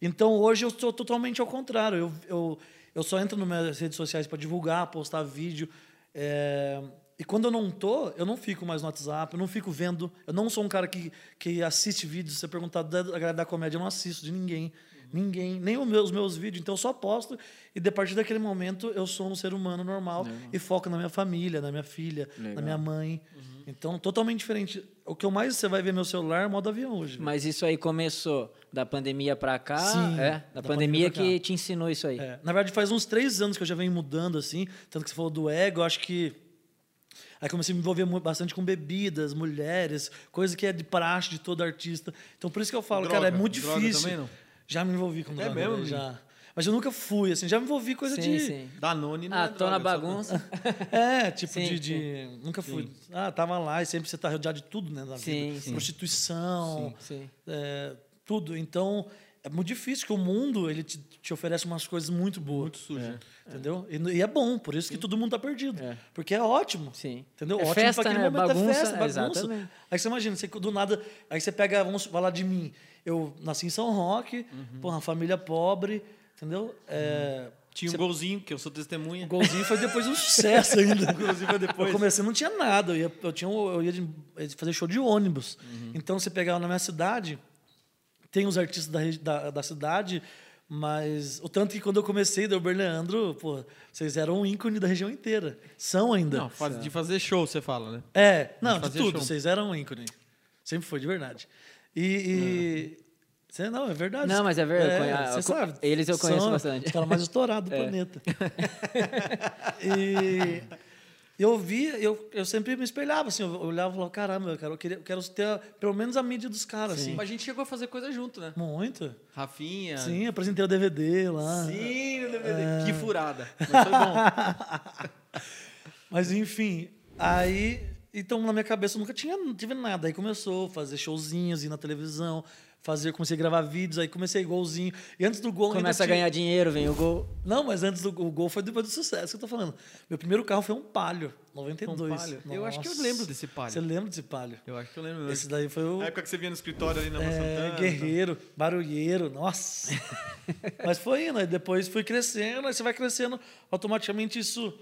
Speaker 4: Então hoje eu sou totalmente ao contrário. Eu, eu, eu só entro nas minhas redes sociais para divulgar, postar vídeo. é, E quando eu não tô, eu não fico mais no WhatsApp, eu não fico vendo. Eu não sou um cara que, que assiste vídeos. Se você perguntar da da galera da comédia, eu não assisto de ninguém. Ninguém, nem os meus, os meus vídeos. Então eu só posto e de- a partir daquele momento eu sou um ser humano normal e foco na minha família, na minha filha, na
Speaker 3: Legal.
Speaker 4: minha mãe. Então, totalmente diferente. O que eu mais você vai ver meu celular é modo avião hoje.
Speaker 3: Mas isso aí começou da pandemia pra cá.
Speaker 4: Sim,
Speaker 3: é, da, pandemia,
Speaker 4: da pandemia pra
Speaker 3: que
Speaker 4: cá.
Speaker 3: te ensinou isso aí.
Speaker 4: É, na verdade, faz uns três anos que eu já venho mudando, assim. Tanto que você falou do ego, eu acho que. Aí comecei a me envolver mu- bastante com bebidas, mulheres, coisa que é de praxe de todo artista. Então, por isso que eu falo,
Speaker 2: Droga,
Speaker 4: cara, é muito
Speaker 2: droga
Speaker 4: difícil.
Speaker 2: também, não?
Speaker 4: Já me envolvi com
Speaker 2: É
Speaker 4: droga,
Speaker 2: mesmo,
Speaker 4: né? já. Mas eu nunca fui, assim, já me envolvi coisa
Speaker 3: sim,
Speaker 4: de.
Speaker 3: sim.
Speaker 2: Danone não é
Speaker 3: Ah, tô na
Speaker 2: droga, só-
Speaker 3: bagunça.
Speaker 4: É, tipo
Speaker 3: Sim,
Speaker 4: de, de- Nunca fui. Ah, tava lá e sempre você tá rodeado de tudo, né? Da
Speaker 3: Sim,
Speaker 4: vida.
Speaker 3: sim.
Speaker 4: Prostituição,
Speaker 3: Sim, sim.
Speaker 4: é, tudo. Então, é muito difícil que o mundo ele te, te oferece umas coisas muito boas.
Speaker 2: Muito sujo.
Speaker 4: Entendeu? E, n- e é bom, por isso que todo mundo tá perdido.
Speaker 3: É.
Speaker 4: Porque é ótimo.
Speaker 3: Sim.
Speaker 4: Entendeu?
Speaker 3: É
Speaker 4: ótimo
Speaker 3: festa,
Speaker 4: pra aquele
Speaker 3: né?
Speaker 4: momento
Speaker 3: Bagunça,
Speaker 4: é festa, bagunça.
Speaker 3: exatamente.
Speaker 4: Aí você imagina, você, do nada, aí você pega, vamos falar de mim. Eu nasci em São Roque,
Speaker 2: Uhum.
Speaker 4: porra, uma família pobre, entendeu? É,
Speaker 2: Tinha um golzinho, que eu sou testemunha.
Speaker 4: o golzinho foi depois um sucesso ainda.
Speaker 2: Golzinho foi depois.
Speaker 4: Eu comecei, não tinha nada. Eu ia, eu tinha, um- eu ia de- fazer show de ônibus.
Speaker 2: Uhum.
Speaker 4: Então, você pegava na minha cidade, tem os artistas da, regi- da, da cidade, mas o tanto que quando eu comecei, deu Berleandro, pô, vocês eram um ícone da região inteira. São ainda.
Speaker 2: Não, faz- de fazer show, você fala, né?
Speaker 4: É, não, de
Speaker 2: fazer
Speaker 4: tudo.
Speaker 2: show.
Speaker 4: Vocês eram um ícone. Sempre foi, de verdade. E. e- Cê- não, é verdade.
Speaker 3: Hum. Não, mas é verdade. Eu conhe-
Speaker 4: cê
Speaker 3: eu- eles eu conheço
Speaker 4: são
Speaker 3: bastante.
Speaker 4: Os caras mais estourados do
Speaker 3: É.
Speaker 4: planeta. e eu via, eu, eu sempre me espelhava, assim, eu olhava e falava, caramba, eu quero, eu queria- eu quero ter a- pelo menos a mídia dos caras, assim.
Speaker 2: Mas a gente chegou a fazer coisa junto, né?
Speaker 4: Muito.
Speaker 2: Rafinha.
Speaker 4: Sim, É. apresentei o DVD lá.
Speaker 2: Sim, no DVD. Que furada. Mas foi bom.
Speaker 4: Mas enfim, aí. Então, na minha cabeça, eu nunca tinha, não tive nada. Aí começou a fazer showzinhos, ir na televisão, fazer, comecei a gravar vídeos, aí comecei golzinho. E antes do gol. ainda
Speaker 3: Começa a
Speaker 4: tinha-
Speaker 3: ganhar dinheiro, vem o gol.
Speaker 4: Não, mas antes do o gol foi depois do sucesso que eu tô falando. Meu primeiro carro foi um Palio, 92.
Speaker 2: Foi um Palio? Eu acho que eu
Speaker 4: Nossa.
Speaker 2: lembro desse Palio.
Speaker 4: Você lembra desse Palio?
Speaker 2: Eu acho que eu lembro.
Speaker 4: Esse daí foi o
Speaker 2: A época que você vinha no escritório ali na Rua
Speaker 4: é,
Speaker 2: Santana. né?
Speaker 4: guerreiro, barulheiro, nossa. mas foi indo, aí depois fui crescendo, aí você vai crescendo, automaticamente isso...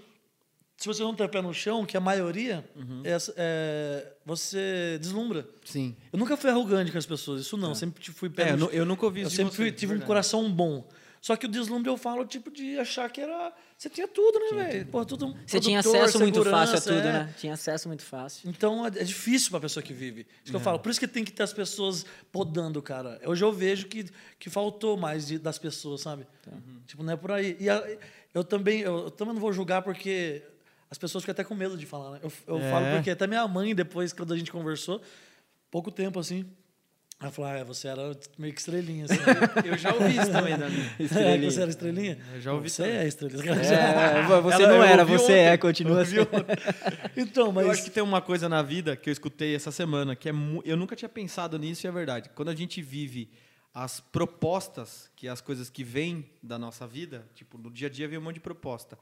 Speaker 4: Se você não tem pé no chão, que a maioria, é- é, você deslumbra.
Speaker 2: Uhum. Sim.
Speaker 4: Eu nunca fui arrogante com as pessoas, isso não. Sempre te- fui pé
Speaker 2: É,
Speaker 4: no
Speaker 2: eu nu-
Speaker 4: chão.
Speaker 2: eu nunca ouvi isso
Speaker 4: Eu
Speaker 2: de
Speaker 4: sempre
Speaker 2: você,
Speaker 4: fui-
Speaker 2: de
Speaker 4: tive um
Speaker 2: verdade.
Speaker 4: coração bom. Só que o deslumbre eu falo, tipo, de achar que era. Você tinha tudo, né, velho? Pô, tudo.
Speaker 3: Você tinha
Speaker 4: produtor,
Speaker 3: acesso muito fácil a
Speaker 4: segurança,
Speaker 3: tudo,
Speaker 4: é.
Speaker 3: né? Tinha acesso muito fácil.
Speaker 4: Então é é difícil pra pessoa que vive. Isso que
Speaker 2: É.
Speaker 4: eu falo. Por isso que tem que ter as pessoas podando, cara. Hoje eu vejo que, que faltou mais de- das pessoas, sabe?
Speaker 2: Tá.
Speaker 4: Tipo, não é por aí. E a- eu também, eu, eu também não vou julgar porque as pessoas ficam até com medo de falar, né? Eu, eu
Speaker 2: É.
Speaker 4: falo porque até minha mãe, depois, quando a gente conversou, pouco tempo assim, ela falou: ah, é, você era meio que estrelinha. Assim.
Speaker 2: Eu já ouvi isso também, Dani.
Speaker 4: É, que você era estrelinha?
Speaker 2: Eu já ouvi
Speaker 4: Você
Speaker 2: também.
Speaker 4: é estrelinha.
Speaker 3: É, vo- você
Speaker 2: Ela-
Speaker 3: não
Speaker 2: eu
Speaker 3: era,
Speaker 2: ouvi
Speaker 3: você
Speaker 2: ontem.
Speaker 3: é,
Speaker 4: um
Speaker 3: continua
Speaker 2: Eu
Speaker 3: assim.
Speaker 2: ouvi ontem.
Speaker 4: Então, mas.
Speaker 2: Eu acho que tem uma coisa na vida que eu escutei essa semana, que é mu- eu nunca tinha pensado nisso e é verdade. Quando a gente vive as propostas, que é as coisas que vêm da nossa vida, tipo, no dia a dia vem um monte de proposta.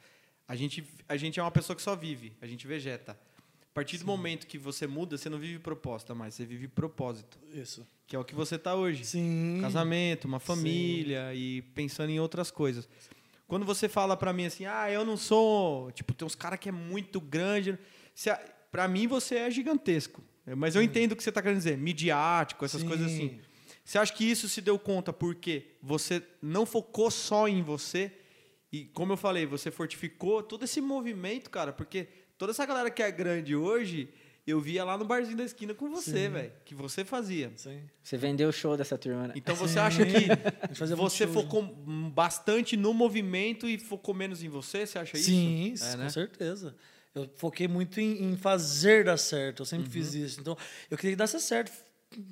Speaker 2: A gente, a gente é uma pessoa que só vive, a gente vegeta. A partir do momento que você muda, você não vive proposta mais, você vive propósito,
Speaker 4: Isso.
Speaker 2: que é o que você está hoje
Speaker 4: Sim.
Speaker 2: casamento, uma família e pensando em outras coisas. Quando você fala pra mim assim, ah, eu não sou, tipo, tem uns caras que é muito grande, se a- Pra mim você é gigantesco, É, mas eu entendo o que você tá querendo dizer, midiático, essas
Speaker 4: Sim.
Speaker 2: coisas assim. Você acha que isso se deu conta porque você não focou só em você e como eu falei, você fortificou todo esse movimento, cara, porque toda essa galera que é grande hoje, eu via lá no barzinho da esquina com você, velho, que você fazia.
Speaker 4: Sim.
Speaker 3: Você vendeu o show dessa turma, né?
Speaker 2: Então você acha que
Speaker 4: É. A gente fazia muito
Speaker 2: você
Speaker 4: show,
Speaker 2: focou m- bastante no movimento e focou menos em você? Você acha
Speaker 4: Sim,
Speaker 2: isso?
Speaker 4: sim,
Speaker 2: É,
Speaker 4: com
Speaker 2: né?
Speaker 4: certeza. Eu foquei muito em, em fazer dar certo. Eu sempre fiz
Speaker 2: Uhum.
Speaker 4: isso. Então, eu queria que desse certo.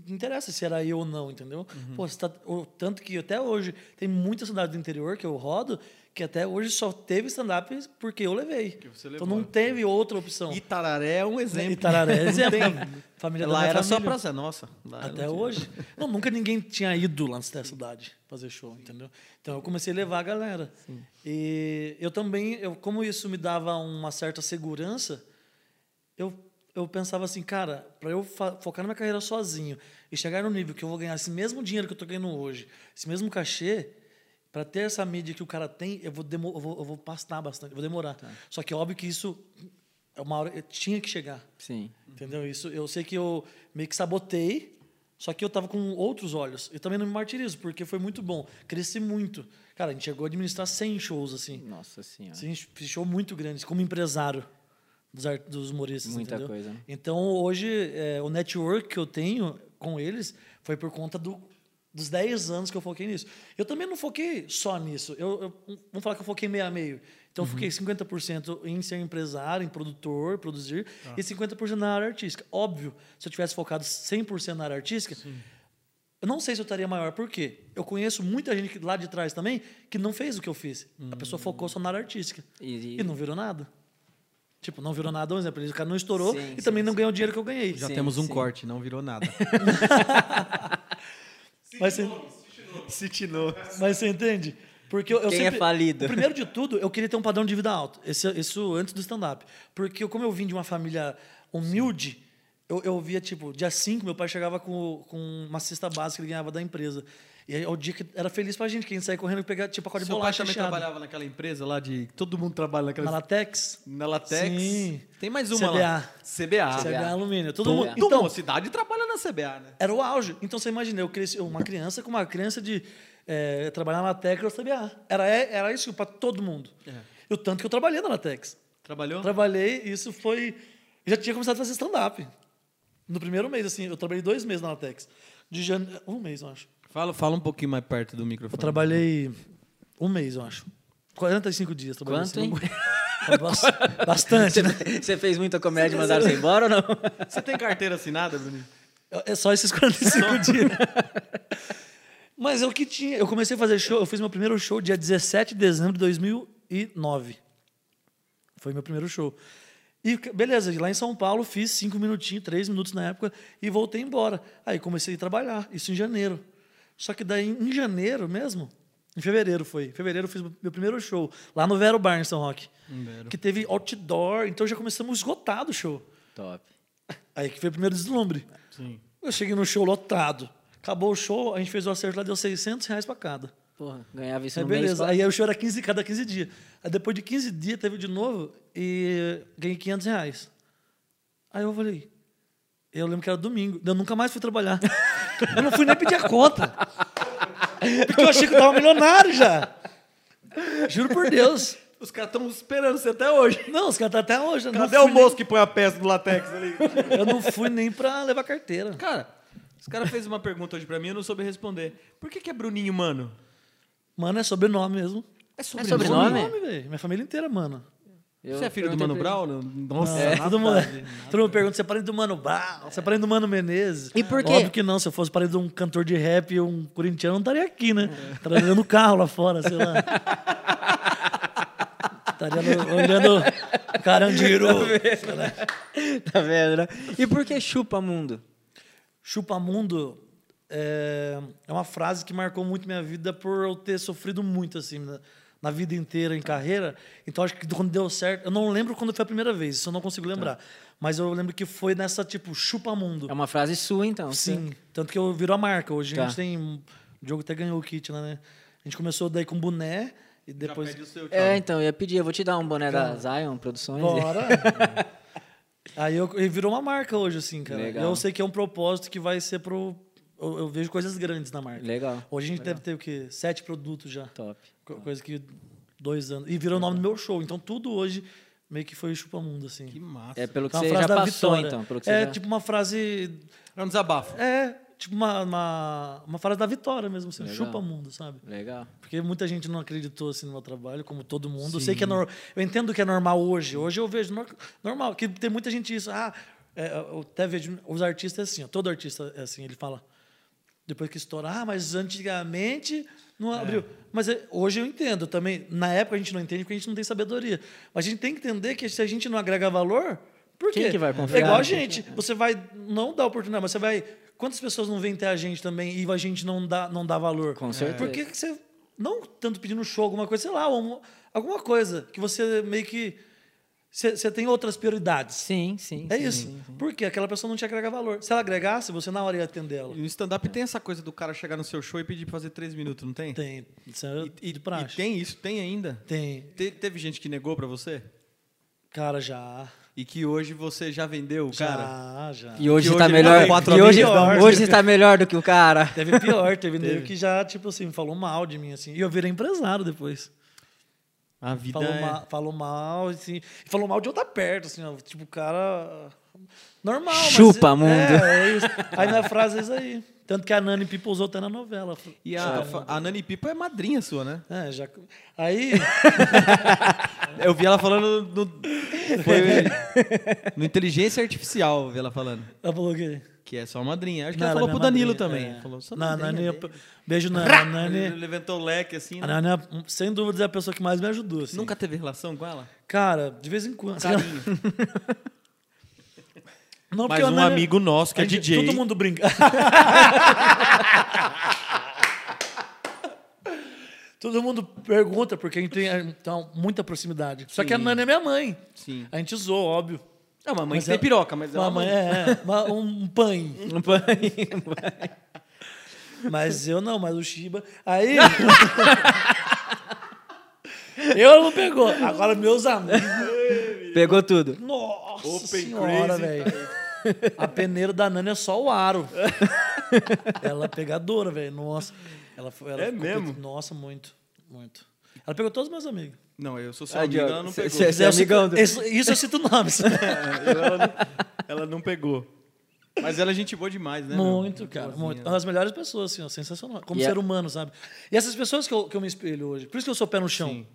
Speaker 4: Não interessa se era eu ou não, entendeu?
Speaker 2: Uhum.
Speaker 4: Pô, você tá- o- tanto que até hoje tem muita cidade do interior que eu rodo que até hoje só teve stand-up porque eu levei.
Speaker 2: você
Speaker 4: então
Speaker 2: levou,
Speaker 4: não
Speaker 2: né?
Speaker 4: teve outra opção. Né?
Speaker 2: Itararé é um exemplo.
Speaker 4: Itararé,
Speaker 2: Não
Speaker 4: exemplo.
Speaker 2: tem.
Speaker 4: Família da
Speaker 2: lá
Speaker 4: minha
Speaker 2: era só
Speaker 4: família.
Speaker 2: pra Zé, nossa. lá não
Speaker 4: Até
Speaker 2: tinha.
Speaker 4: hoje. Não, nunca ninguém tinha ido lá na cidade fazer show, entendeu? Então eu comecei a levar a galera. E eu também, eu, como isso me dava uma certa segurança, eu, eu pensava assim, cara, para eu fa- focar na minha carreira sozinho e chegar no nível que eu vou ganhar esse mesmo dinheiro que eu tô ganhando hoje, esse mesmo cachê, para ter essa mídia que o cara tem, eu vou, demo, eu vou, eu vou pastar bastante, eu vou demorar.
Speaker 2: Tá.
Speaker 4: Só que óbvio que isso, é uma hora, eu tinha que chegar.
Speaker 3: Sim.
Speaker 4: Entendeu? Isso eu sei que eu meio que sabotei, só que eu tava com outros olhos. Eu também não me martirizo, porque foi muito bom. Cresci muito. Cara, a gente chegou a administrar 100 shows, assim.
Speaker 3: Nossa senhora.
Speaker 4: Sim, fiz show muito grande, como empresário dos, art- dos humoristas.
Speaker 3: Muita
Speaker 4: entendeu?
Speaker 3: coisa, né?
Speaker 4: Então, hoje, é, o network que eu tenho com eles foi por conta do- dos 10 anos que eu foquei nisso. Eu também não foquei só nisso. Eu, eu- vamos falar que eu foquei meio a meio. Então, eu
Speaker 3: Uhum.
Speaker 4: foquei 50% em ser empresário, em produtor, produzir,
Speaker 3: Tá.
Speaker 4: e 50% na área artística. Óbvio, se eu tivesse focado 100% na área artística, eu não sei se eu estaria maior, por quê? Eu conheço muita gente que- lá de trás também que não fez o que eu fiz. A pessoa focou só na área artística.
Speaker 3: Hum. E-
Speaker 4: E, não virou nada. Tipo, não virou nada, um exemplo. O cara não estourou
Speaker 3: Sim,
Speaker 4: e
Speaker 3: sim,
Speaker 4: também não ganhou o dinheiro que eu ganhei.
Speaker 2: Já
Speaker 3: Sim,
Speaker 2: temos um
Speaker 3: sim.
Speaker 2: corte, não virou nada.
Speaker 3: um
Speaker 4: Mas você,
Speaker 2: Citinou.
Speaker 4: mas você entende? Porque eu, eu
Speaker 3: Quem é
Speaker 4: sempre,
Speaker 3: falido?
Speaker 4: o Primeiro de tudo, eu queria ter um padrão de vida alto. Esse, isso antes do stand-up. Porque eu- como eu vim de uma família humilde, eu, eu via, tipo, dia 5, meu pai chegava com, com uma cesta básica que ele ganhava da empresa. E aí, é o dia que era feliz pra gente, que a gente saía correndo e pegava, tipo, pacote de
Speaker 2: Seu pai
Speaker 4: bolacha
Speaker 2: também
Speaker 4: recheada.
Speaker 2: trabalhava naquela empresa lá de... Todo mundo trabalha naquela...
Speaker 4: Na Latex?
Speaker 2: na Latex.
Speaker 4: Sim.
Speaker 2: Tem mais uma
Speaker 4: CBA.
Speaker 2: lá. CBA.
Speaker 4: CBA alumínio. Todo
Speaker 2: Ah, Todo
Speaker 4: mundo.
Speaker 2: mundo- assim.
Speaker 4: Então,
Speaker 2: a cidade trabalha na CBA, né?
Speaker 4: era o auge. Então você imagina, eu cresci, eu- uma criança com uma criança de é, trabalhar na Latex ou CBA. Era, é, era isso para todo mundo. E o tanto que eu trabalhei na Latex.
Speaker 2: Trabalhou?
Speaker 4: Trabalhei, isso foi. Eu já tinha começado a fazer stand-up. No primeiro mês, assim, eu trabalhei dois meses na Latex. de janeiro. Um mês, eu acho.
Speaker 2: Fala, fala um pouquinho mais perto do
Speaker 4: Eu
Speaker 2: microfone.
Speaker 4: trabalhei um mês, eu acho. 45 dias trabalhei assim,
Speaker 3: Quanto, hein?
Speaker 4: hein? Bastante, né?
Speaker 3: Você fez muita comédia e mandaram você embora ou não?
Speaker 2: Você tem carteira assinada, Bruninho?
Speaker 4: É só esses 45 dias. Mas é o que tinha. Eu comecei a fazer show, eu fiz meu primeiro show dia 17 de dezembro de 2009. Foi meu primeiro show. E beleza, lá em São Paulo fiz cinco minutinhos, três minutos na época e voltei embora. Aí comecei a trabalhar, isso em janeiro. Só que daí em janeiro mesmo, em fevereiro foi. Em fevereiro eu fiz meu primeiro show, lá no Vero Bar em São Roque. Que teve outdoor, então já começamos esgotado o show.
Speaker 3: Top.
Speaker 4: Aí que foi o primeiro deslumbre.
Speaker 2: Sim.
Speaker 4: Eu cheguei no show lotado. Acabou o show, a gente fez o acerto lá, deu 600 reais pra cada.
Speaker 3: Porra, ganhava isso
Speaker 4: Aí
Speaker 3: no mês.
Speaker 4: É beleza. Aí o show era 15, cada 15 dias. Aí depois de 15 dias teve de novo e ganhei 500 reais. Aí eu falei. Eu lembro que era domingo. Eu nunca mais fui trabalhar. eu não fui nem pedir a conta. Porque eu achei que eu tava milionário já. Juro por Deus.
Speaker 2: Os caras estão esperando você até hoje.
Speaker 4: Não, os caras tá até hoje. eu não
Speaker 2: Cadê o
Speaker 4: fui nem-
Speaker 2: moço que põe a peça do latex ali?
Speaker 4: Eu não fui nem pra levar carteira.
Speaker 2: cara, os caras fez uma pergunta hoje pra mim e eu não soube responder. Por que, que é Bruninho, mano?
Speaker 4: Mano, é sobrenome mesmo.
Speaker 2: É
Speaker 3: sobrenome?
Speaker 4: Sobrenome, velho. Minha família inteira, mano.
Speaker 3: Eu
Speaker 2: Você é filho do
Speaker 3: perguntei
Speaker 2: Mano
Speaker 3: pra ele.
Speaker 2: Brown? Nossa,
Speaker 4: É,
Speaker 2: nada
Speaker 4: todo mundo,
Speaker 2: a ver.
Speaker 4: todo mundo pergunta se é parente do Mano Brown, se é parente do Mano Menezes.
Speaker 3: E por quê?
Speaker 4: Óbvio que não, se eu fosse parente de um cantor de rap e um corintiano, eu não estaria aqui, né? Estaria olhando o carro lá fora, sei lá. Estaria no- olhando o Carandiru.
Speaker 3: tá vendo, né? E por que chupa mundo?
Speaker 4: Chupa Mundo é, é uma frase que marcou muito minha vida por eu ter sofrido muito, assim, na, na vida inteira, em carreira. Então, acho que quando deu certo... Eu não lembro quando foi a primeira vez, isso eu não consigo lembrar. Mas eu lembro que foi nessa, tipo, Chupa Mundo.
Speaker 3: Tá. É uma frase sua, então.
Speaker 4: Sim. Tanto que eu virou a marca. Hoje
Speaker 3: Tá.
Speaker 4: a gente tem. O Diogo até ganhou o kit, lá, né? A gente começou daí com boné e depois.
Speaker 2: pede o seu, tchau.
Speaker 3: É, então, eu ia pedir. Eu vou te dar um boné da Zion Produções.
Speaker 4: Bora! Aí eu, e virou uma marca hoje, assim, cara.
Speaker 3: Legal.
Speaker 4: Eu sei que é um propósito que vai ser pro. Eu, eu vejo coisas grandes na marca.
Speaker 3: Legal.
Speaker 4: Hoje a gente deve ter o quê? Sete produtos já.
Speaker 3: Top.
Speaker 4: Co- Coisa que. Dois anos. E virou o nome do meu show. Então tudo hoje meio que foi chupa-mundo, assim.
Speaker 2: Que massa.
Speaker 3: É pelo que
Speaker 4: Então,
Speaker 3: você
Speaker 4: uma
Speaker 3: já
Speaker 4: frase da
Speaker 3: passou,
Speaker 4: vitória.
Speaker 3: então. Pelo que
Speaker 4: é
Speaker 3: você já...
Speaker 4: tipo uma frase.
Speaker 2: É um desabafo.
Speaker 4: É, tipo uma, uma, uma frase da vitória mesmo, assim,
Speaker 3: Legal.
Speaker 4: chupa-mundo, sabe?
Speaker 3: Legal.
Speaker 4: Porque muita gente não acreditou assim no meu trabalho, como todo mundo. Eu sei que é nor... eu entendo que é normal hoje. Hoje eu vejo nor- normal, que tem muita gente isso, ah, é, eu até vejo os artistas assim, ó, todo artista é assim, ele fala depois que estoura, ah, mas antigamente não abriu. Mas é, hoje eu entendo também. Na época a gente não entende porque a gente não tem sabedoria. Mas a gente tem que entender que se a gente não agrega valor, por
Speaker 3: Quem
Speaker 4: quê?
Speaker 3: que vai confiar?
Speaker 4: É igual a gente. Você vai não dar oportunidade, mas você vai. Quantas pessoas não vêm até a gente também e a gente não dá, não dá valor? É.
Speaker 3: Com certeza.
Speaker 4: Por que que você. Não tanto pedindo show, alguma coisa, sei lá, um- alguma coisa que você meio que. Você você tem outras prioridades.
Speaker 3: Sim, sim.
Speaker 4: é
Speaker 3: sim.
Speaker 4: isso. Porque aquela pessoa não te agrega valor. Se ela agregasse, você na hora ia atender ela.
Speaker 2: E o stand-up tem essa coisa do cara chegar no seu show e pedir pra fazer três minutos, não tem?
Speaker 4: Tem. Isso é
Speaker 2: E,
Speaker 4: de praxe.
Speaker 2: e tem isso? Tem ainda?
Speaker 4: Tem.
Speaker 2: Te- teve gente que negou pra você?
Speaker 4: Cara, já.
Speaker 2: E que hoje você já vendeu, cara?
Speaker 4: Já, já.
Speaker 3: E hoje
Speaker 2: Que
Speaker 3: você tá
Speaker 4: é
Speaker 2: hoje ele
Speaker 3: melhor.
Speaker 2: paga quatro
Speaker 3: E hoje,
Speaker 4: né?
Speaker 2: milhões.
Speaker 3: hoje você tá melhor do que o cara.
Speaker 4: Teve pior, teve nego que já, tipo assim, falou mal de mim, assim. E eu virei empresário depois.
Speaker 2: A vida
Speaker 4: Falou,
Speaker 2: é...
Speaker 4: ma- falou mal, assim. e Falou mal de eu estar perto, assim, ó, tipo, o cara. Normal, mas-
Speaker 3: Chupa,
Speaker 4: é,
Speaker 3: mundo.
Speaker 4: É, isso. Aí na frase é isso aí. Tanto que a Nani Pipa usou até na novela.
Speaker 2: E a, a Nani Pipa é madrinha sua, né?
Speaker 4: É, já. Aí.
Speaker 2: Eu vi ela falando no. Foi no Inteligência Artificial, eu vi ela falando.
Speaker 4: Ela falou o quê?
Speaker 2: Que é só madrinha. Acho que
Speaker 4: Não,
Speaker 2: ela
Speaker 4: ela
Speaker 2: falou
Speaker 4: é minha
Speaker 2: pro Danilo
Speaker 4: madrinha,
Speaker 2: também.
Speaker 4: é.
Speaker 2: Falou, só
Speaker 4: Na
Speaker 2: madrinha
Speaker 4: Nani.
Speaker 2: dele.
Speaker 4: Beijo na na Nani.
Speaker 2: Ele levantou o leque assim.
Speaker 4: A
Speaker 2: né?
Speaker 4: Nani, é, sem dúvida, é a pessoa que mais me ajudou. assim.
Speaker 2: Nunca teve relação com ela?
Speaker 4: Cara, de vez em quando.
Speaker 2: Carinho.
Speaker 4: Não,
Speaker 2: Mas
Speaker 4: porque a
Speaker 2: um
Speaker 4: Nani-
Speaker 2: amigo nosso que é
Speaker 4: a gente-
Speaker 2: DJ.
Speaker 4: Todo mundo brinca. todo mundo pergunta, porque a gente tem então, muita proximidade. Só que a
Speaker 2: Sim.
Speaker 4: Nani é minha mãe.
Speaker 2: Sim.
Speaker 4: A gente usou, óbvio.
Speaker 2: É uma mãe que
Speaker 4: Mas
Speaker 2: tem
Speaker 4: ela-
Speaker 2: piroca, mas ela
Speaker 4: Uma mãe, é, é, uma- um pãe.
Speaker 3: Não
Speaker 2: um
Speaker 3: pode-
Speaker 4: Mas eu não, mas o Shiba. Aí. eu não pegou. Agora, meus amigos.
Speaker 3: Pegou tudo.
Speaker 4: Nossa
Speaker 2: Open
Speaker 4: senhora,
Speaker 2: crazy,
Speaker 4: velho. A peneira da Nani é só o aro. ela é pegadora, velho. Nossa. Ela, foi- ela
Speaker 2: É
Speaker 4: ficou
Speaker 2: mesmo?
Speaker 4: pet- Nossa, muito. Muito. Ela pegou todos os meus amigos.
Speaker 2: Não, eu sou seu
Speaker 3: Ah,
Speaker 2: amigo,
Speaker 3: Diogo,
Speaker 2: ela não
Speaker 3: cê-
Speaker 2: pegou.
Speaker 3: cê- Esse é
Speaker 4: Eu cito-
Speaker 3: amigão do-
Speaker 4: Isso, isso eu cito nomes.
Speaker 2: É, eu- ela, não- ela não pegou. Mas ela é gente boa demais, né? meu?
Speaker 4: Muito, cara. Muito. Uma das melhores pessoas, assim, ó, sensacional. Como
Speaker 3: E é-
Speaker 4: ser humano, sabe? E essas pessoas que eu, que eu me espelho hoje, por isso que eu sou pé no chão.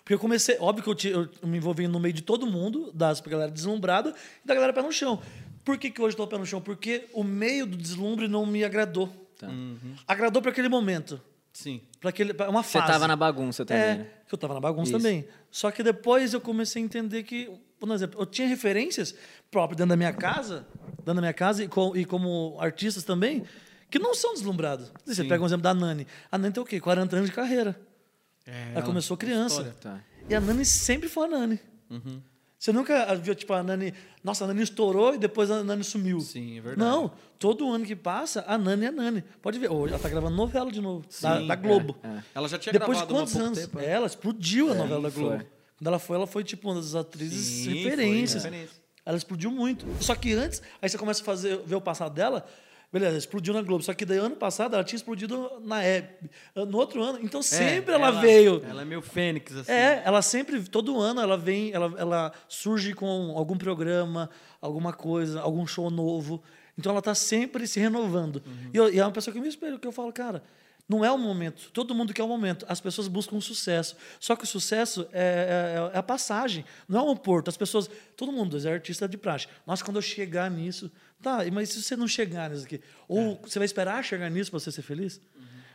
Speaker 4: Porque eu comecei, óbvio que eu, ti- eu me envolvi no meio de todo mundo, das galera deslumbrada e da galera pé no chão. Por que, que hoje eu tô pé no chão? Porque o meio do deslumbre não me agradou.
Speaker 3: Tá.
Speaker 4: Uhum. Agradou para aquele momento.
Speaker 2: Sim.
Speaker 4: Pra aquele, pra uma
Speaker 3: Você
Speaker 4: fase.
Speaker 3: tava na bagunça também.
Speaker 4: É,
Speaker 3: né?
Speaker 4: que eu tava na bagunça
Speaker 3: Isso.
Speaker 4: também. Só que depois eu comecei a entender que, por exemplo, eu tinha referências próprias dentro da minha casa, dentro da minha casa e, co- e como artistas também, que não são deslumbrados. Você pega um exemplo da Nani. A Nani tem o quê? 40 anos de carreira. ela começou criança.
Speaker 3: Tá.
Speaker 4: E a Nani sempre foi a Nani.
Speaker 2: Uhum.
Speaker 4: Você nunca viu, tipo, a Nani. Nossa, a Nani estourou e depois a Nani sumiu.
Speaker 2: Sim, é verdade.
Speaker 4: Não, todo ano que passa, a Nani é a Nani. Pode ver, hoje ela tá gravando novela de novo, da,
Speaker 2: Sim,
Speaker 4: da Globo.
Speaker 3: é.
Speaker 2: Ela já tinha
Speaker 4: Depois de
Speaker 2: gravado uma há
Speaker 4: quantos
Speaker 2: pouco
Speaker 4: anos?
Speaker 2: tempo, É,
Speaker 4: ela explodiu a novela da
Speaker 3: foi.
Speaker 4: Globo. Quando ela foi, ela foi tipo uma das atrizes
Speaker 2: Sim, foi né?
Speaker 4: referências.
Speaker 2: referência.
Speaker 4: Ela explodiu muito. Só que antes, aí você começa a fazer, ver o passado dela. Beleza, explodiu na Globo. Só que daí ano passado ela tinha explodido na Hebe. No outro ano. Então sempre ela, veio.
Speaker 2: É, Ela é meio fênix, assim.
Speaker 4: É, ela sempre, todo ano, ela vem, ela, ela surge com algum programa, alguma coisa, algum show novo. Então ela tá sempre se renovando. E, eu- e é uma pessoa que eu me espelho, que eu falo, cara, não é o momento. Todo mundo quer o momento. As pessoas buscam o sucesso. Só que o sucesso é, é- é a passagem, não é um porto. As pessoas, todo mundo, é artista de praxe. Nossa, quando eu chegar nisso. Tá, mas se você não chegar nisso aqui? Ou você vai esperar chegar nisso para você ser feliz?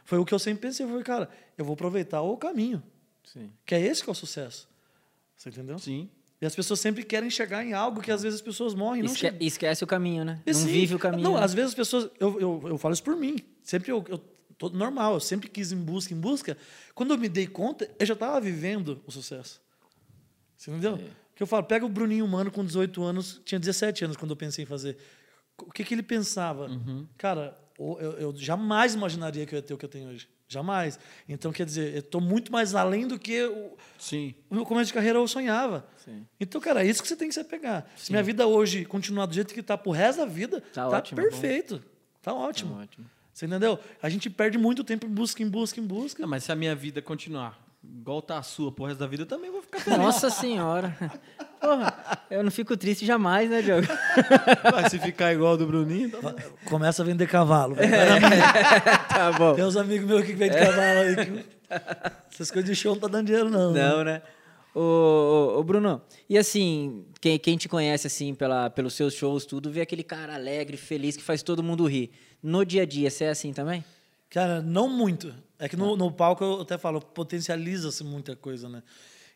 Speaker 4: Foi o que eu sempre pensei. Eu falei, cara, eu vou aproveitar o caminho.
Speaker 3: Sim.
Speaker 4: Que é esse que é o sucesso. Você entendeu?
Speaker 2: Sim.
Speaker 4: E as pessoas sempre querem chegar em algo que às vezes as pessoas morrem e não
Speaker 3: Esque-
Speaker 4: chegam.
Speaker 3: Esquece o caminho, né?
Speaker 4: E
Speaker 3: é não
Speaker 4: sim,
Speaker 3: vive o caminho.
Speaker 4: Não,
Speaker 3: né?
Speaker 4: às vezes as pessoas. Eu, eu, eu falo isso por mim. Sempre eu, eu tô normal, eu sempre quis em busca, em busca. Quando eu me dei conta, eu já estava vivendo o sucesso. Você entendeu?
Speaker 3: É.
Speaker 4: Porque eu falo, pega o Bruninho Humano com 18 anos, tinha 17 anos quando eu pensei em fazer. O que, que ele pensava?
Speaker 3: Uhum.
Speaker 4: Cara, o- eu, eu jamais imaginaria que eu ia ter o que eu tenho hoje. Jamais. Então, quer dizer, eu estou muito mais além do que o-
Speaker 2: Sim.
Speaker 4: no meu começo de carreira eu sonhava.
Speaker 3: Sim.
Speaker 4: Então, cara, é isso que você tem que se apegar. Se minha vida hoje continuar do jeito que tá pro resto da vida, tá,
Speaker 3: ótimo, é
Speaker 4: perfeito. Tá ótimo.
Speaker 3: Tá ótimo.
Speaker 4: Você entendeu? A gente perde muito tempo em busca, em busca, em busca.
Speaker 2: Não, mas se a minha vida continuar igual tá a sua pro resto da vida, eu também vou ficar feliz.
Speaker 3: Nossa senhora. Porra, eu não fico triste jamais, né, Diogo?
Speaker 2: Mas se ficar igual do Bruninho, tá bom.
Speaker 4: Começa a vender cavalo. velho.
Speaker 3: É. tá bom.
Speaker 4: Tem uns amigos meus que
Speaker 3: É.
Speaker 4: vendem cavalo aí. que- Essas coisas de show não tá dando dinheiro, não.
Speaker 3: Não, né? Ô, ô, ô, Bruno, e assim, quem, quem te conhece assim pela, pelos seus shows, tudo, vê aquele cara alegre, feliz, que faz todo mundo rir. No dia a dia, você é assim também?
Speaker 4: Cara, não muito. É que no, no palco eu até falo, potencializa-se muita coisa, né?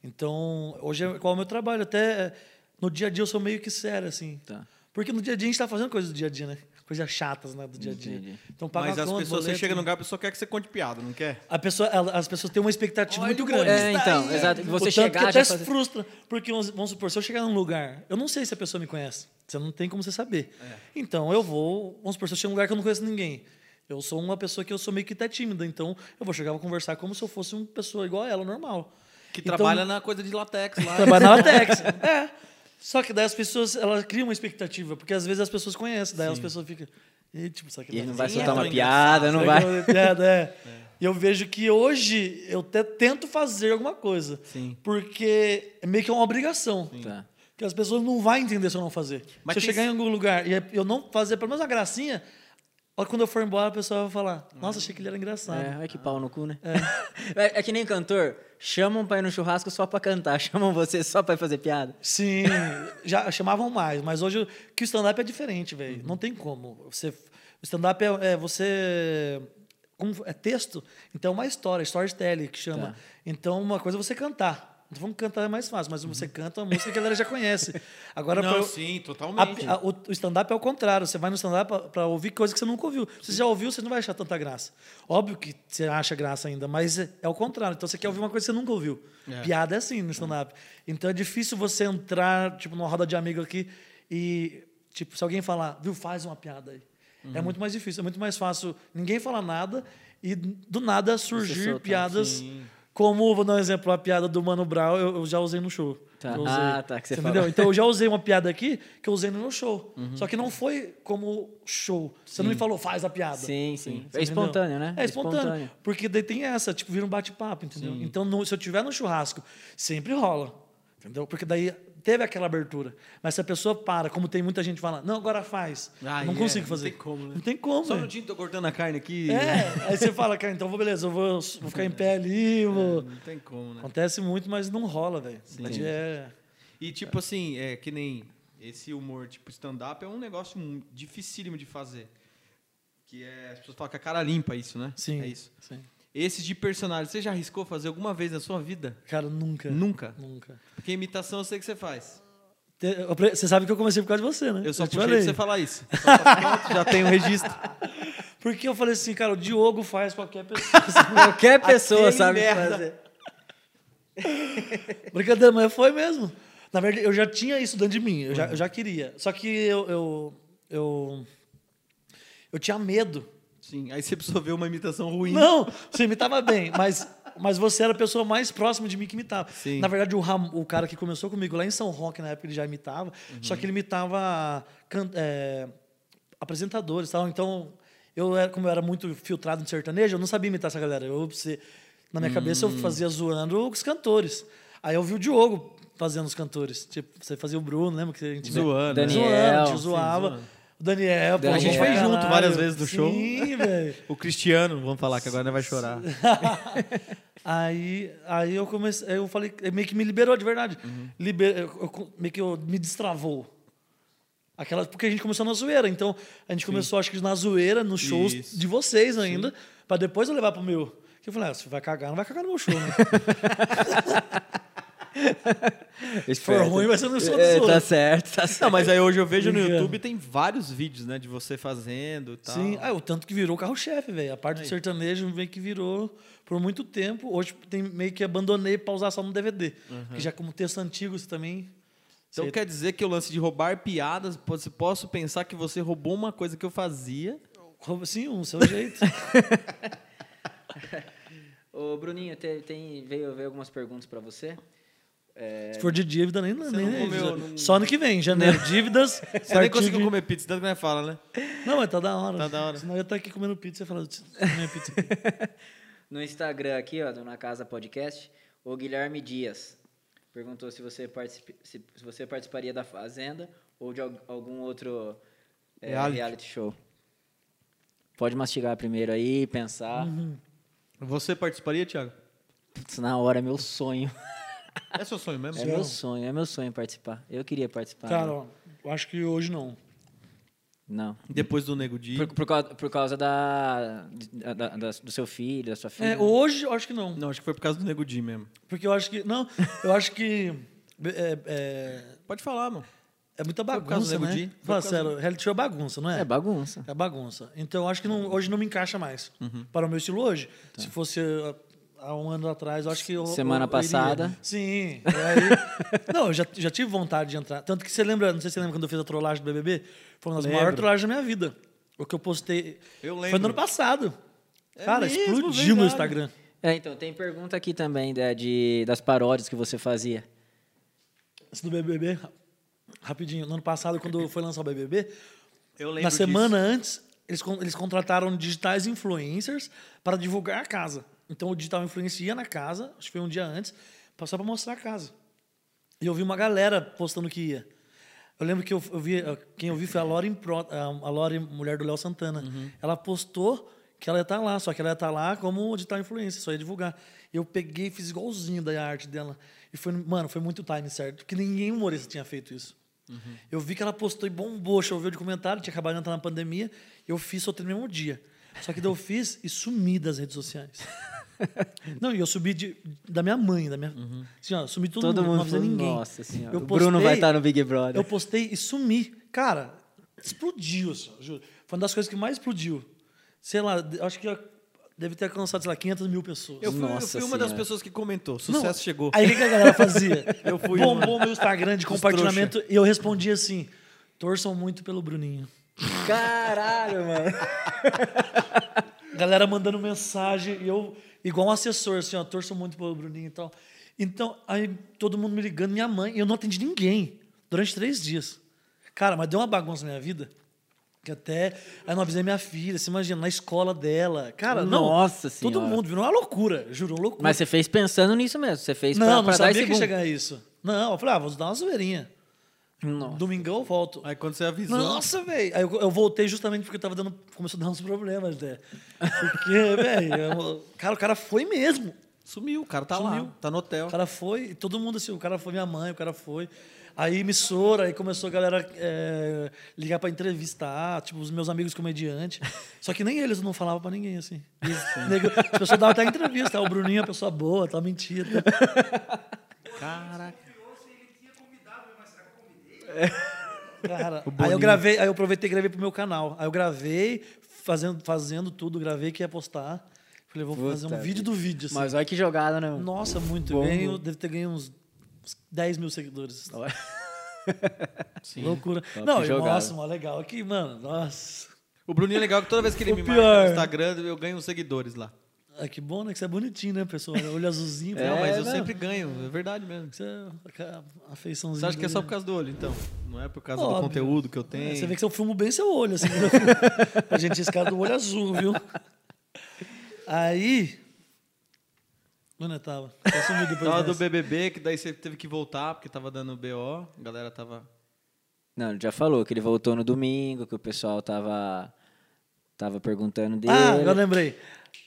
Speaker 4: Então, hoje é qual é o meu trabalho. Até eh, no dia a dia eu sou meio que sério, assim.
Speaker 3: Tá.
Speaker 4: Porque no dia a dia a gente tá fazendo coisas do dia a dia, né? Coisas chatas, né? Do dia a dia.
Speaker 3: Entendi.
Speaker 4: Então, paga
Speaker 2: Mas
Speaker 4: a
Speaker 2: as
Speaker 4: conta,
Speaker 2: pessoas, você
Speaker 4: boleto,
Speaker 2: chega num
Speaker 4: né?
Speaker 2: lugar, a pessoa quer que você conte piada, não quer?
Speaker 4: a pessoa, ela- As pessoas têm uma expectativa muito grande.
Speaker 3: É, então, exato. Você
Speaker 4: O tanto que
Speaker 3: chegar
Speaker 4: até
Speaker 3: já
Speaker 4: se
Speaker 3: fazer...
Speaker 4: frustra. Porque, vamos vamos supor, se eu chegar num lugar, eu não sei se a pessoa me conhece. Você não tem como você saber.
Speaker 2: É.
Speaker 4: Então, eu vou... Vamos supor, se eu chego num lugar que eu não conheço ninguém. Eu sou uma pessoa que eu sou meio que até tímida. Então, eu vou chegar e vou conversar como se eu fosse uma pessoa igual a ela, normal.
Speaker 2: Que
Speaker 4: Então,
Speaker 2: trabalha na coisa de latex lá.
Speaker 4: Trabalha na Latex. é. Só que daí as pessoas, elas criam uma expectativa. Porque, às vezes, as pessoas conhecem. Daí as pessoas ficam... "Ih, Tipo, será que
Speaker 3: Ele
Speaker 4: dá
Speaker 3: não vai
Speaker 4: certo?"
Speaker 2: Sim, é
Speaker 3: soltar uma
Speaker 2: tão
Speaker 3: piada, não
Speaker 4: Será
Speaker 3: vai.
Speaker 4: que eu- piada, é. E eu vejo que hoje eu até tento fazer alguma coisa.
Speaker 2: Sim.
Speaker 4: Porque é meio que é uma obrigação.
Speaker 3: Tá.
Speaker 4: Que as pessoas não vão entender se eu não fazer.
Speaker 2: Mas
Speaker 4: se eu
Speaker 2: tem-
Speaker 4: chegar em algum lugar e é, eu não fazer pelo menos uma gracinha, ó, quando eu for embora, a pessoa vai falar: Nossa, achei que ele era engraçado.
Speaker 3: É, olha que pau no cu, né? É. é que nem cantor, chamam pra ir no churrasco só pra cantar, chamam você só pra fazer piada.
Speaker 4: Sim, já chamavam mais, mas hoje eu- que o stand-up é diferente, velho. Não tem como. Você, o stand-up é, é você. Como é texto, então é uma história, storytelling que chama.
Speaker 3: Tá.
Speaker 4: Então, uma coisa é você cantar. Não tô falando que cantar é mais fácil, mas você canta uma música que a galera já conhece. Agora,
Speaker 2: Não,
Speaker 4: pra-
Speaker 2: sim,
Speaker 4: a-
Speaker 2: totalmente.
Speaker 4: a- o, o stand-up é o contrário. Você vai no stand-up pra- pra ouvir coisa que você nunca ouviu. Se você já ouviu, você não vai achar tanta graça. Óbvio que você acha graça ainda, mas é, é o contrário. Então você quer ouvir uma coisa que você nunca ouviu.
Speaker 2: É.
Speaker 4: Piada é assim no stand-up. Então é difícil você entrar, tipo, numa roda de amigo aqui e, tipo, se alguém falar, viu, faz uma piada aí. É muito mais difícil, é muito mais fácil ninguém falar nada e do nada surgir
Speaker 2: um
Speaker 3: soltar,
Speaker 4: piadas.
Speaker 2: sim.
Speaker 4: Como, vou dar um exemplo, a piada do Mano Brown, eu, eu já usei no show.
Speaker 3: Tá.
Speaker 4: Eu usei.
Speaker 3: Ah, tá, que você
Speaker 4: entendeu?
Speaker 3: falou.
Speaker 4: Então eu já usei uma piada aqui que eu usei no meu show. Só que não foi como show. Você não me falou, faz a piada.
Speaker 3: Sim, sim.
Speaker 4: Você
Speaker 3: É
Speaker 4: entendeu?
Speaker 3: espontâneo, né?
Speaker 4: É espontâneo, Porque daí tem essa, tipo, vira um bate-papo, entendeu? Então, no- se eu tiver no churrasco, sempre rola. Entendeu? Porque daí teve aquela abertura. Mas se a pessoa para, como tem muita gente falando, não, agora faz.
Speaker 2: Ah,
Speaker 4: não
Speaker 2: é,
Speaker 4: consigo
Speaker 2: não
Speaker 4: fazer.
Speaker 2: tem como, né?
Speaker 4: Não tem como.
Speaker 2: Só um
Speaker 4: é.
Speaker 2: minutinho, tô cortando a carne aqui. né?
Speaker 4: É, aí você fala, cara, então vou, beleza, eu vou, vou ficar em pé ali. Vou...
Speaker 2: Não tem como, né?
Speaker 4: Acontece muito, mas não rola, velho. É,
Speaker 2: E tipo assim, é que nem esse humor, tipo stand-up, é um negócio mu- dificílimo de fazer. Que é, as pessoas falam com a cara limpa isso, né?
Speaker 4: sim.
Speaker 2: É isso.
Speaker 4: sim.
Speaker 2: Esse de personagem, você já arriscou fazer alguma vez na sua vida?
Speaker 4: Cara, nunca.
Speaker 2: Nunca.
Speaker 4: Nunca.
Speaker 2: Porque imitação eu sei que você faz.
Speaker 4: Te- eu apre- Você sabe que eu comecei por causa de você, né?
Speaker 2: Eu só
Speaker 4: te
Speaker 2: puxei pra
Speaker 4: falei.
Speaker 2: você falar isso. Só pra- pronto, já tem o registro.
Speaker 4: Porque eu falei assim, cara, o Diogo faz qualquer pessoa.
Speaker 3: Qualquer pessoa
Speaker 2: Aquele
Speaker 3: sabe
Speaker 2: merda.
Speaker 3: fazer.
Speaker 4: Brincadeira, mas foi mesmo. Na verdade, eu já tinha isso dentro de mim, eu
Speaker 2: Uhum.
Speaker 4: já, eu já queria. Só que eu, eu, eu, eu tinha medo.
Speaker 2: Sim, aí você precisou ver uma imitação ruim.
Speaker 4: Não, você imitava bem, mas, mas você era a pessoa mais próxima de mim que imitava.
Speaker 2: Sim.
Speaker 4: Na verdade, o, Ram- o cara que começou comigo lá em São Roque, na época, ele já imitava, só
Speaker 2: Uhum.
Speaker 4: que ele imitava can- é, apresentadores e tal. Então, eu era, como eu era muito filtrado no sertanejo, eu não sabia imitar essa galera. Eu, se- na minha cabeça,
Speaker 2: Hum.
Speaker 4: eu fazia zoando os cantores. Aí eu vi o Diogo fazendo os cantores. Tipo, você fazia o Bruno, lembra? Que a gente
Speaker 2: Zoando, né?
Speaker 4: zoando, a
Speaker 3: Daniel.
Speaker 4: gente zoava.
Speaker 2: Sim, zoando.
Speaker 4: O Daniel, pô,
Speaker 3: A gente foi
Speaker 2: junto
Speaker 4: caralho.
Speaker 2: várias vezes no show.
Speaker 4: Sim, velho.
Speaker 2: O Cristiano, vamos falar que agora não vai chorar.
Speaker 4: aí, aí eu comecei, aí eu falei, é meio que me liberou de verdade. Liber- eu- eu- meio que eu, me destravou. Aquela, porque a gente começou na zoeira, então a gente começou, acho que na zoeira, nos shows
Speaker 2: Isso.
Speaker 4: de vocês ainda, pra depois eu levar pro meu. Que eu falei, ah, se vai cagar, não vai cagar no meu show, né? Se for ruim, vai
Speaker 2: um
Speaker 4: ser no show dos
Speaker 3: É, Tá
Speaker 4: outros.
Speaker 3: certo, tá certo.
Speaker 2: Não, mas aí hoje eu vejo no
Speaker 4: Brincando.
Speaker 2: YouTube tem vários vídeos, né, de você fazendo e tal.
Speaker 4: Sim, ah, o tanto que virou carro-chefe, velho. A parte do sertanejo meio que virou por muito tempo. Hoje tem, meio que abandonei pra usar só no DVD. Porque já como texto antigo, você também.
Speaker 2: Então
Speaker 4: você-
Speaker 2: quer dizer que o lance de roubar piadas, posso, posso pensar que você roubou uma coisa que eu fazia.
Speaker 4: Rouba- Sim, um seu jeito.
Speaker 3: Ô, Bruninho, te- tem, veio, veio algumas perguntas pra você. É,
Speaker 4: Se for de dívida, nem, nem,
Speaker 2: não
Speaker 4: nem-
Speaker 2: comeu, não-
Speaker 4: Só ano que vem, janeiro, dívidas.
Speaker 2: Você nem conseguiu comer pizza, tanto que nós fala, né?
Speaker 4: Não, mas tá da hora.
Speaker 2: Tá da hora.
Speaker 4: Senão eu ia estar aqui comendo pizza e falando, comer pizza. aqui."
Speaker 3: no Instagram aqui, ó, do Na Casa Podcast, o Guilherme Dias perguntou se você, participe- se, se você participaria da Fazenda ou de al- algum outro é,
Speaker 2: Reality.
Speaker 3: reality. show. Pode mastigar primeiro aí, pensar.
Speaker 2: Você participaria, Thiago?
Speaker 3: Putz, na hora é meu sonho.
Speaker 2: É seu sonho mesmo?
Speaker 3: É meu sonho, é meu sonho participar. Eu queria
Speaker 2: Tá.
Speaker 3: participar.
Speaker 4: Cara,
Speaker 3: né?
Speaker 4: ó, eu acho que hoje não.
Speaker 3: Não.
Speaker 2: Depois do Nego Di.
Speaker 3: Por, por causa, por causa da, da- da- do seu filho, da sua filha.
Speaker 4: É, hoje eu acho que não.
Speaker 2: Não, acho que foi por causa do Nego Di mesmo.
Speaker 4: Porque eu acho que. Não, eu acho que. É, é,
Speaker 2: Pode falar, mano.
Speaker 4: é muita
Speaker 2: Foi por causa
Speaker 4: bagunça,
Speaker 2: do Nego
Speaker 4: né?
Speaker 2: Di? Foi
Speaker 4: Fala
Speaker 2: por causa
Speaker 4: sério, reality show é bagunça, não é?
Speaker 3: É bagunça.
Speaker 4: É bagunça. Então eu acho que não- hoje não me encaixa mais
Speaker 3: Uhum.
Speaker 4: para o meu estilo hoje. Se fosse ah, há um ano atrás, eu acho que eu.
Speaker 3: Tá. Semana
Speaker 4: eu- eu
Speaker 3: passada.
Speaker 4: iria. Sim. E aí- não, eu já, já tive vontade de entrar. Tanto que você lembra, não sei se você lembra quando eu fiz a trollagem do BBB? Foi uma das
Speaker 2: Lembro.
Speaker 4: maiores trollagens da minha vida. O que eu postei.
Speaker 2: Eu
Speaker 4: Foi
Speaker 2: lembro.
Speaker 4: no ano passado.
Speaker 2: É
Speaker 4: Cara,
Speaker 2: mesmo,
Speaker 4: explodiu meu
Speaker 2: verdade.
Speaker 4: Instagram.
Speaker 3: É, então, tem pergunta aqui também da- de, das paródias que você fazia.
Speaker 4: Esse do BBB, ra- rapidinho. No ano passado, quando foi lançar o BBB,
Speaker 2: Eu
Speaker 4: Na semana antes, eles, con- eles contrataram digitais influencers para divulgar a casa. Então o digital influencer ia na casa, acho que foi um dia antes, pra- só para mostrar a casa. E eu vi uma galera postando que ia. Eu lembro que eu, eu vi, eh, quem eu vi foi a Lore, Pro, a a Lore mulher do Léo Santana. Ela postou que ela ia estar lá, só que ela ia estar lá como digital influencer, só ia divulgar. Eu peguei e fiz igualzinho da arte dela. E foi, mano, foi muito time certo, porque ninguém humorista tinha feito isso. Uhum. Eu vi que ela postou e bombou, choveu de comentário, tinha acabado de entrar na pandemia. Eu fiz só no mesmo dia. Só que daí eu fiz e sumi das redes sociais. Não, e eu subi de- da minha mãe, da minha. Assim, ó, sumi de todo,
Speaker 3: Uhum. Todo
Speaker 4: mundo,
Speaker 3: mundo
Speaker 4: não avisei
Speaker 3: falou,
Speaker 4: ninguém.
Speaker 3: nossa senhora.
Speaker 4: Eu
Speaker 3: o Bruno vai
Speaker 4: postei-
Speaker 3: estar no Big Brother.
Speaker 4: eu postei e sumi. Cara, explodiu, assim, ó, juro. Foi uma das coisas que mais explodiu. Sei lá, de- acho que ó, deve ter alcançado, sei lá, 500 mil pessoas.
Speaker 2: Eu fui, eu
Speaker 3: Nossa
Speaker 2: fui uma das
Speaker 3: Senhora.
Speaker 2: pessoas que comentou. Sucesso
Speaker 4: Não,
Speaker 2: chegou.
Speaker 4: Aí o que que a galera fazia?
Speaker 2: Eu fui
Speaker 4: Bombou meu Instagram
Speaker 2: Dos
Speaker 4: de compartilhamento e eu respondi assim: torçam muito pelo Bruninho.
Speaker 3: Caralho, mano.
Speaker 4: Galera mandando mensagem e eu, igual um assessor, assim, ó, torço muito pelo Bruninho e tal. Então, aí todo mundo me ligando, minha mãe, e eu não atendi ninguém durante três dias. Cara, mas deu uma bagunça na minha vida. Que até. Aí eu não avisei minha filha, você imagina, na escola dela. Cara, não.
Speaker 3: Nossa
Speaker 4: Todo
Speaker 3: Senhora.
Speaker 4: mundo virou uma loucura, juro, uma loucura.
Speaker 3: Mas você fez pensando nisso mesmo. Você fez
Speaker 4: não,
Speaker 3: pra,
Speaker 4: não
Speaker 3: pra dar
Speaker 4: sabia
Speaker 3: esse
Speaker 4: que
Speaker 3: boom.
Speaker 4: ia chegar a isso. Não, eu falei, ah, vou dar uma zoeirinha.
Speaker 3: Nossa.
Speaker 4: Domingão eu volto.
Speaker 2: Aí quando você avisou.
Speaker 4: Nossa, velho. Aí eu, eu voltei justamente porque tava dando. Começou a dar uns problemas, né? Porque, velho. Cara, o cara foi mesmo.
Speaker 2: Sumiu, o cara tá lá,
Speaker 4: Sumiu.
Speaker 2: tá no hotel.
Speaker 4: O cara foi, e todo mundo assim, o cara foi minha mãe, o cara foi. Aí emissora, aí começou a galera é, ligar pra entrevistar, tipo, os meus amigos comediantes. Só que nem eles não falavam pra ninguém, assim. Nego, as pessoas davam até entrevista, ah, o Bruninho é uma pessoa boa, tá mentira. tá.
Speaker 2: Caraca.
Speaker 4: É. Cara, aí eu gravei, aí eu aproveitei e gravei pro meu canal. Aí eu gravei, fazendo, fazendo tudo, gravei que ia postar. Falei, vou fazer um
Speaker 3: Puta
Speaker 4: vídeo do vídeo, assim.
Speaker 3: Mas olha que jogada, né? mano?
Speaker 4: Nossa, muito.
Speaker 3: Bom,
Speaker 4: Ganho,
Speaker 3: bom.
Speaker 4: deve ter ganho uns uns 10 mil seguidores.
Speaker 2: é?
Speaker 3: Ó.
Speaker 4: Loucura.
Speaker 2: Tá
Speaker 3: Top
Speaker 4: não, e
Speaker 3: jogada.
Speaker 4: nossa, mó legal. Aqui, mano, nossa.
Speaker 2: O Bruninho é legal que toda vez que ele
Speaker 4: O
Speaker 2: me marca
Speaker 4: pior.
Speaker 2: no Instagram, eu ganho uns seguidores lá.
Speaker 4: Ah, que bom, né? Que você é bonitinho, né, pessoal? Olho azulzinho.
Speaker 2: É,
Speaker 4: pô,
Speaker 2: mas eu
Speaker 4: não.
Speaker 2: sempre ganho, é verdade mesmo.
Speaker 4: Você é aquela afeiçãozinha.
Speaker 2: Você acha que é
Speaker 4: dele,
Speaker 2: só
Speaker 4: né?
Speaker 2: por causa do olho, então? Não é por causa do
Speaker 4: Óbvio.
Speaker 2: conteúdo que eu tenho.
Speaker 4: É, Você vê que eu fumo bem seu olho, assim. quando eu fumo. Pra gente, esse cara do olho azul, viu? Aí. Onde eu tava? Eu sumi depois
Speaker 2: Tava do
Speaker 4: dessa.
Speaker 2: BBB, que daí você teve que voltar, porque tava dando BO, a galera tava...
Speaker 3: Não, ele já falou que ele voltou no domingo, que o pessoal tava, tava perguntando dele.
Speaker 4: Ah, agora lembrei.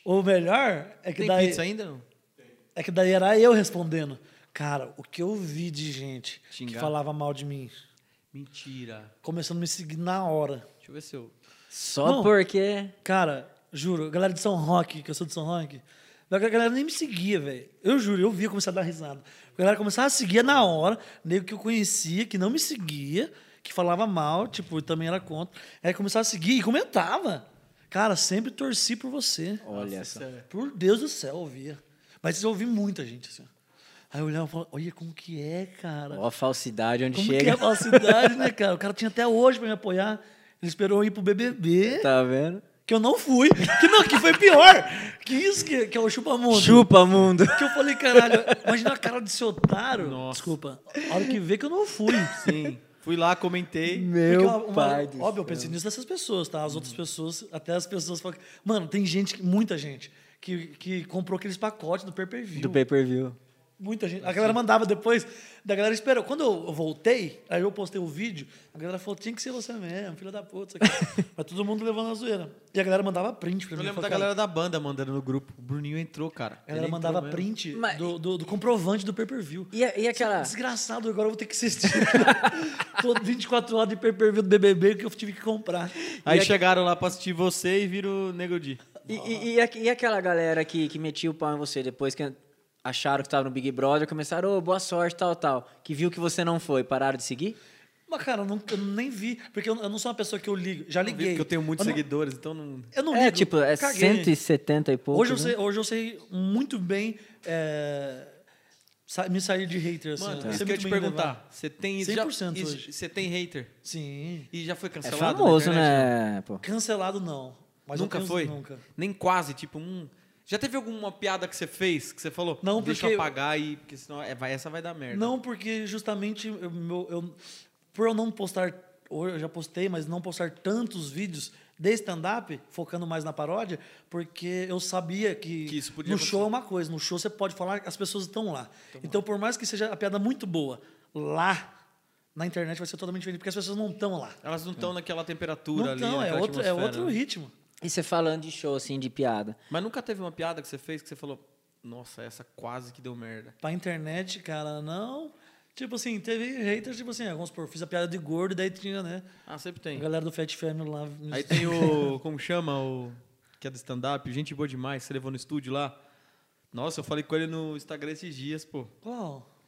Speaker 4: O melhor é que
Speaker 2: Tem
Speaker 4: daí.
Speaker 2: pizza ainda? não?
Speaker 4: É que daí era eu respondendo. Cara, o que eu vi de gente
Speaker 2: Xingar.
Speaker 4: que falava mal de mim,
Speaker 2: Mentira.
Speaker 4: começando a me seguir na hora.
Speaker 2: Deixa eu ver se eu...
Speaker 3: Só
Speaker 4: Não.
Speaker 3: porque.
Speaker 4: Cara, juro, a galera de São Roque, que eu sou de São Roque, a galera nem me seguia, velho. Eu juro, eu via começar a dar risada. A galera começava a seguir na hora, nego que eu conhecia, que não me seguia, que falava mal, tipo, e também era contra. Aí começava a seguir e comentava. Cara, sempre torci por você.
Speaker 3: Olha só.
Speaker 2: sério.
Speaker 4: Por Deus do céu, eu ouvia. Mas eu ouvi muita gente, assim. Aí eu olhava e falava, olha como que é, cara.
Speaker 3: Ó a falsidade onde
Speaker 4: como que é
Speaker 3: chega.
Speaker 4: a falsidade, né, cara? O cara tinha até hoje pra me apoiar. Ele esperou eu ir pro BBB.
Speaker 3: Tá vendo?
Speaker 4: Que eu não fui. Que não, que foi pior. Que isso que, que é o chupa-mundo.
Speaker 3: Chupa, mundo!
Speaker 4: Que eu falei, caralho, imagina a cara desse otário.
Speaker 2: Nossa.
Speaker 4: Desculpa. A hora que vê que eu não fui.
Speaker 2: Sim. Fui lá, comentei.
Speaker 4: Porque
Speaker 3: Meu
Speaker 4: uma- uma-
Speaker 3: pai do
Speaker 4: Óbvio,
Speaker 3: céu.
Speaker 4: eu pensei nisso dessas pessoas, tá? As outras pessoas, até as pessoas falam. que- Mano, tem gente, que- muita gente, que, que comprou aqueles pacotes do pay-per-view.
Speaker 3: Do pay per view.
Speaker 4: Muita gente. A galera mandava depois, da galera esperou. Quando eu eu voltei, aí eu postei o vídeo, a galera falou: tinha que ser você mesmo, filho da puta. isso aqui." Mas todo mundo levando a zoeira. E a galera mandava print pra
Speaker 2: Eu
Speaker 4: mim.
Speaker 2: lembro da
Speaker 4: falava, "Cara,
Speaker 2: galera da banda mandando no grupo. O Bruninho entrou, cara.
Speaker 4: A galera
Speaker 2: Ele
Speaker 4: mandava
Speaker 2: entrou mesmo.
Speaker 4: print
Speaker 3: Mas-
Speaker 4: do, do- do comprovante do pay-per-view.
Speaker 3: E, a- e aquela.
Speaker 4: Desgraçado, agora eu vou ter que assistir. Todo 24 horas de pay-per-view do BBB que eu tive que comprar.
Speaker 2: Aí
Speaker 3: e a-
Speaker 2: chegaram lá pra assistir você e viram o Nego Di.
Speaker 3: E, e- e a- e aquela galera que, que metia o pau em você depois que acharam que tava no Big Brother, começaram, ô, boa sorte, tal, tal. Que viu que você não foi, pararam de seguir?
Speaker 4: Mas, cara, eu, não, eu nem vi. Porque eu, eu não sou uma pessoa que eu ligo. Já liguei.
Speaker 2: Porque eu tenho muitos
Speaker 4: não-
Speaker 2: seguidores, então não...
Speaker 4: Eu não
Speaker 3: é,
Speaker 4: ligo.
Speaker 3: tipo, é
Speaker 4: Caguei.
Speaker 3: 170 e pouco. né?
Speaker 4: Hoje eu, sei, hoje eu sei muito bem é, sa- me sair de hater. Assim,
Speaker 2: Mano,
Speaker 4: eu
Speaker 2: isso
Speaker 4: sei
Speaker 2: que eu ia
Speaker 4: muito
Speaker 2: te
Speaker 4: bem
Speaker 2: perguntar.
Speaker 4: levar.
Speaker 2: Você tem...
Speaker 4: 100%
Speaker 2: já,
Speaker 4: hoje.
Speaker 2: e- Você tem hater?
Speaker 4: Sim.
Speaker 2: E já foi
Speaker 3: É
Speaker 4: tá
Speaker 2: cancelado na
Speaker 3: famoso,
Speaker 2: internet,
Speaker 3: né? Pô.
Speaker 4: Cancelado, não. Mas eu
Speaker 2: nunca
Speaker 4: tenho-
Speaker 2: foi?
Speaker 4: Nunca.
Speaker 2: Nem quase, tipo, um. Já teve alguma piada que você fez que você falou?
Speaker 4: Não,
Speaker 2: deixa
Speaker 4: porque-
Speaker 2: eu apagar aí, porque senão é, vai, essa vai dar merda.
Speaker 4: Não, porque justamente eu, meu- eu- por eu não postar, hoje eu já postei, mas não postar tantos vídeos de stand-up, focando mais na paródia, porque eu sabia que,
Speaker 2: Que isso podia
Speaker 4: no
Speaker 2: acontecer.
Speaker 4: show é uma coisa, no show você pode falar, as pessoas estão lá. então, por mais que seja a piada muito boa, lá na internet vai ser totalmente diferente, porque as pessoas não estão lá.
Speaker 2: Elas não estão naquela temperatura
Speaker 4: Não
Speaker 2: ali.
Speaker 4: estão, é
Speaker 2: naquela
Speaker 4: outro, é
Speaker 2: atmosfera,
Speaker 4: outro
Speaker 2: né?
Speaker 4: ritmo.
Speaker 3: E você falando de show, assim, de piada.
Speaker 2: Mas nunca teve uma piada que você fez que você falou, nossa, essa quase que deu merda.
Speaker 4: Pra internet, cara, não. Tipo assim, teve haters, tipo assim, vamos supor, fiz a piada de gordo, daí tinha, né?
Speaker 2: Ah, sempre
Speaker 4: A
Speaker 2: tem.
Speaker 4: galera do Fat Family lá. me
Speaker 2: Aí tem o. Como chama? O. Que é do stand-up, gente boa demais, você levou no estúdio lá. Nossa, eu falei com ele no Instagram esses dias, pô.
Speaker 4: Qual?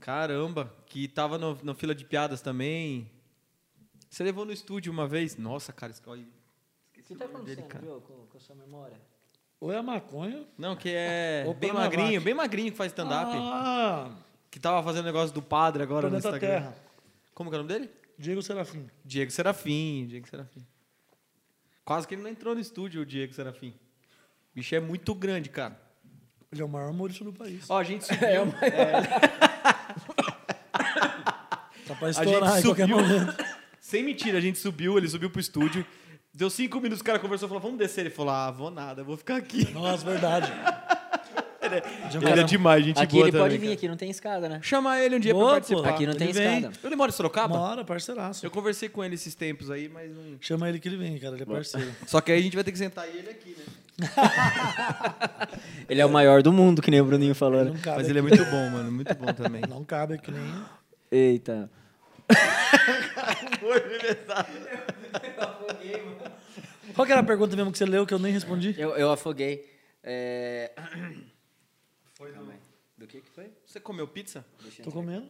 Speaker 2: Caramba, que tava no- na fila de piadas também. Você levou no estúdio uma vez? Nossa, cara, esse- olha,
Speaker 3: O que tá acontecendo, viu, com, com a sua memória?
Speaker 4: Ou é a maconha?
Speaker 2: Não, que é
Speaker 4: Opa,
Speaker 2: bem
Speaker 4: na
Speaker 2: magrinho,
Speaker 4: vaca.
Speaker 2: bem magrinho que faz stand-up.
Speaker 4: Ah,
Speaker 2: Que tava fazendo negócio do padre agora no
Speaker 4: Planeta
Speaker 2: Instagram.
Speaker 4: Terra.
Speaker 2: Como que é o nome dele?
Speaker 4: Diego Serafim.
Speaker 2: Diego Serafim, Diego Serafim. Quase que ele não entrou no estúdio, o Diego Serafim. O bicho é muito grande, cara.
Speaker 4: Ele é o maior humorista do país.
Speaker 2: Ó, a gente subiu,
Speaker 4: É Tá pra
Speaker 2: a gente
Speaker 4: estourar em qualquer
Speaker 2: subiu.
Speaker 4: momento.
Speaker 2: Sem mentira, a gente subiu, ele subiu pro estúdio. Deu cinco minutos, o cara conversou, falou, vamos descer. Ele falou, ah, vou nada, eu vou ficar aqui.
Speaker 4: Nossa, verdade.
Speaker 2: Ele é demais, gente
Speaker 3: Aqui
Speaker 2: boa
Speaker 3: ele pode
Speaker 2: também,
Speaker 3: vir,
Speaker 2: cara.
Speaker 3: aqui não tem escada, né?
Speaker 2: Chama ele um dia
Speaker 4: Boa,
Speaker 2: pra participar.
Speaker 4: pô.
Speaker 3: Aqui não
Speaker 4: ele
Speaker 3: tem
Speaker 4: vem.
Speaker 3: escada.
Speaker 2: Ele mora em Sorocaba?
Speaker 4: Mora, parceiraço.
Speaker 2: Tá Eu conversei com ele esses tempos aí, mas não...
Speaker 4: Chama ele que ele vem, cara. Ele é parceiro.
Speaker 2: Só que aí a gente vai ter que sentar ele aqui, né?
Speaker 3: Ele é o maior do mundo, que nem o Bruninho falou, né?
Speaker 4: Não cabe,
Speaker 2: Mas ele é muito bom, mano. Muito bom também.
Speaker 4: não cabe aqui nem.
Speaker 3: é um- Eita.
Speaker 4: Qual que era a pergunta mesmo que você leu que eu nem respondi?
Speaker 3: Eu, eu afoguei. É...
Speaker 2: Foi também.
Speaker 3: Do que que foi?
Speaker 2: Você comeu pizza?
Speaker 4: Tô comendo.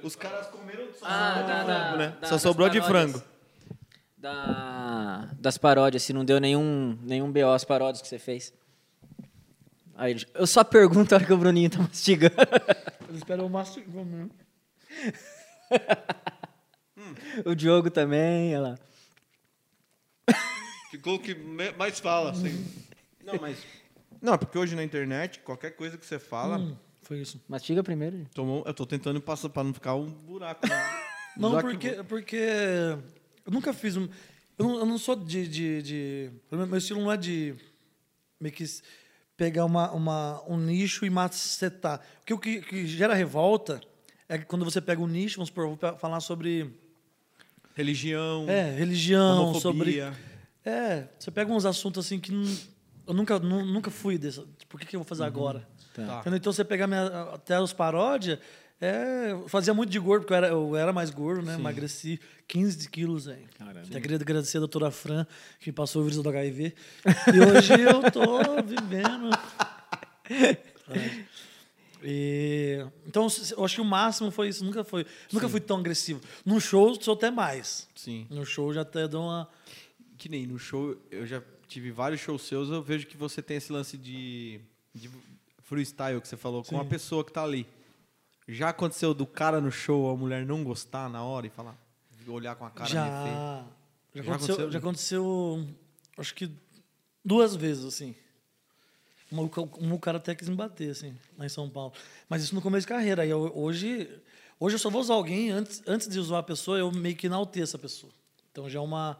Speaker 2: Os caras comeram só
Speaker 3: Ah, da, da, da-
Speaker 2: né? Só
Speaker 3: das
Speaker 2: sobrou de
Speaker 3: paródias.
Speaker 2: frango.
Speaker 3: Da, das paródias, se não deu nenhum, nenhum BO as paródias que você fez. Aí, ele- eu só pergunto a hora que o Bruninho tá mastigando.
Speaker 4: Eu espero eu mastigar mesmo.
Speaker 3: o Diogo também, olha lá.
Speaker 2: Ficou o que me- mais fala, assim. Não, mas... Não, é porque hoje na internet, qualquer coisa que você fala...
Speaker 4: Hum, foi isso.
Speaker 3: Mastiga primeiro. gente.
Speaker 2: Tomou, eu tô tentando passar pra não ficar um buraco. né?
Speaker 4: Não,
Speaker 2: Buraco
Speaker 4: porque, porque eu nunca fiz um. Eu não, eu não sou de, de, de- pelo menos Meu estilo não é de. Meio que s- pegar uma, uma, um nicho e macetar. Porque o que, que gera revolta é que quando você pega um nicho, vamos supor, eu vou pe- falar sobre
Speaker 2: Religião,
Speaker 4: é, religião,
Speaker 2: homofobia.
Speaker 4: sobre. É, você pega uns assuntos assim que não- eu nunca, nu- nunca fui desse. Por que, que eu vou fazer agora?
Speaker 2: Uhum. Tá.
Speaker 4: Entendeu? Então você pegar minha, até os paródia, é, eu fazia muito de gordo, porque eu era, eu era mais gordo, né? Emagreci 15 quilos, velho. Até queria agradecer a doutora Fran, que passou o vírus do HIV. E hoje eu tô vivendo. É. E, então, se- se- eu acho que o máximo foi isso. Nunca, foi, nunca fui tão agressivo. No show, sou até mais.
Speaker 2: Sim.
Speaker 4: No show, já até dou uma.
Speaker 2: Que nem no show, eu já tive vários shows seus, eu vejo que você tem esse lance de, de freestyle que você falou com a pessoa que tá ali. Já aconteceu do cara no show, a mulher não gostar na hora e falar, olhar com a cara meio feia?
Speaker 4: já, já,
Speaker 2: Já
Speaker 4: aconteceu,
Speaker 2: aconteceu?
Speaker 4: já aconteceu, acho que duas vezes, assim. Um, um, cara até quis me bater, assim, lá em São Paulo. Mas isso no começo de carreira. Aí eu- hoje, hoje eu só vou usar alguém, antes, antes de usar a pessoa, eu meio que enalteço a pessoa. Então já é uma.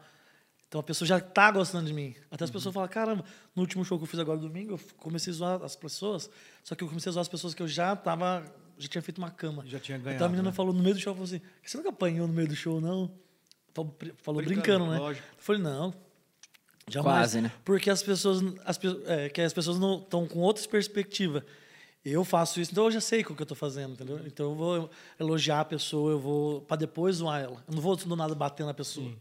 Speaker 4: Então a pessoa já tá gostando de mim. Até
Speaker 2: Uhum.
Speaker 4: as pessoas falam, caramba, no último show que eu fiz agora domingo, eu f- comecei a zoar as pessoas, só que eu comecei a zoar as pessoas que eu já tava. Já tinha feito uma cama.
Speaker 2: Já tinha
Speaker 4: Então
Speaker 2: ganhado,
Speaker 4: a menina
Speaker 2: né?
Speaker 4: falou no meio do show, falou assim: você nunca apanhou no meio do show, não? Falou, pri- falou
Speaker 2: Brincando,
Speaker 4: brincando, né?
Speaker 2: lógico.
Speaker 4: Eu falei, não. Jamais.
Speaker 3: Quase, né?
Speaker 4: Porque as pessoas, as, pe- é, que as pessoas não estão com outras perspectivas. Eu faço isso, então eu já sei o que eu estou fazendo, entendeu? Então eu vou elogiar a pessoa, eu vou para depois zoar ela. Eu não vou do nada bater na pessoa.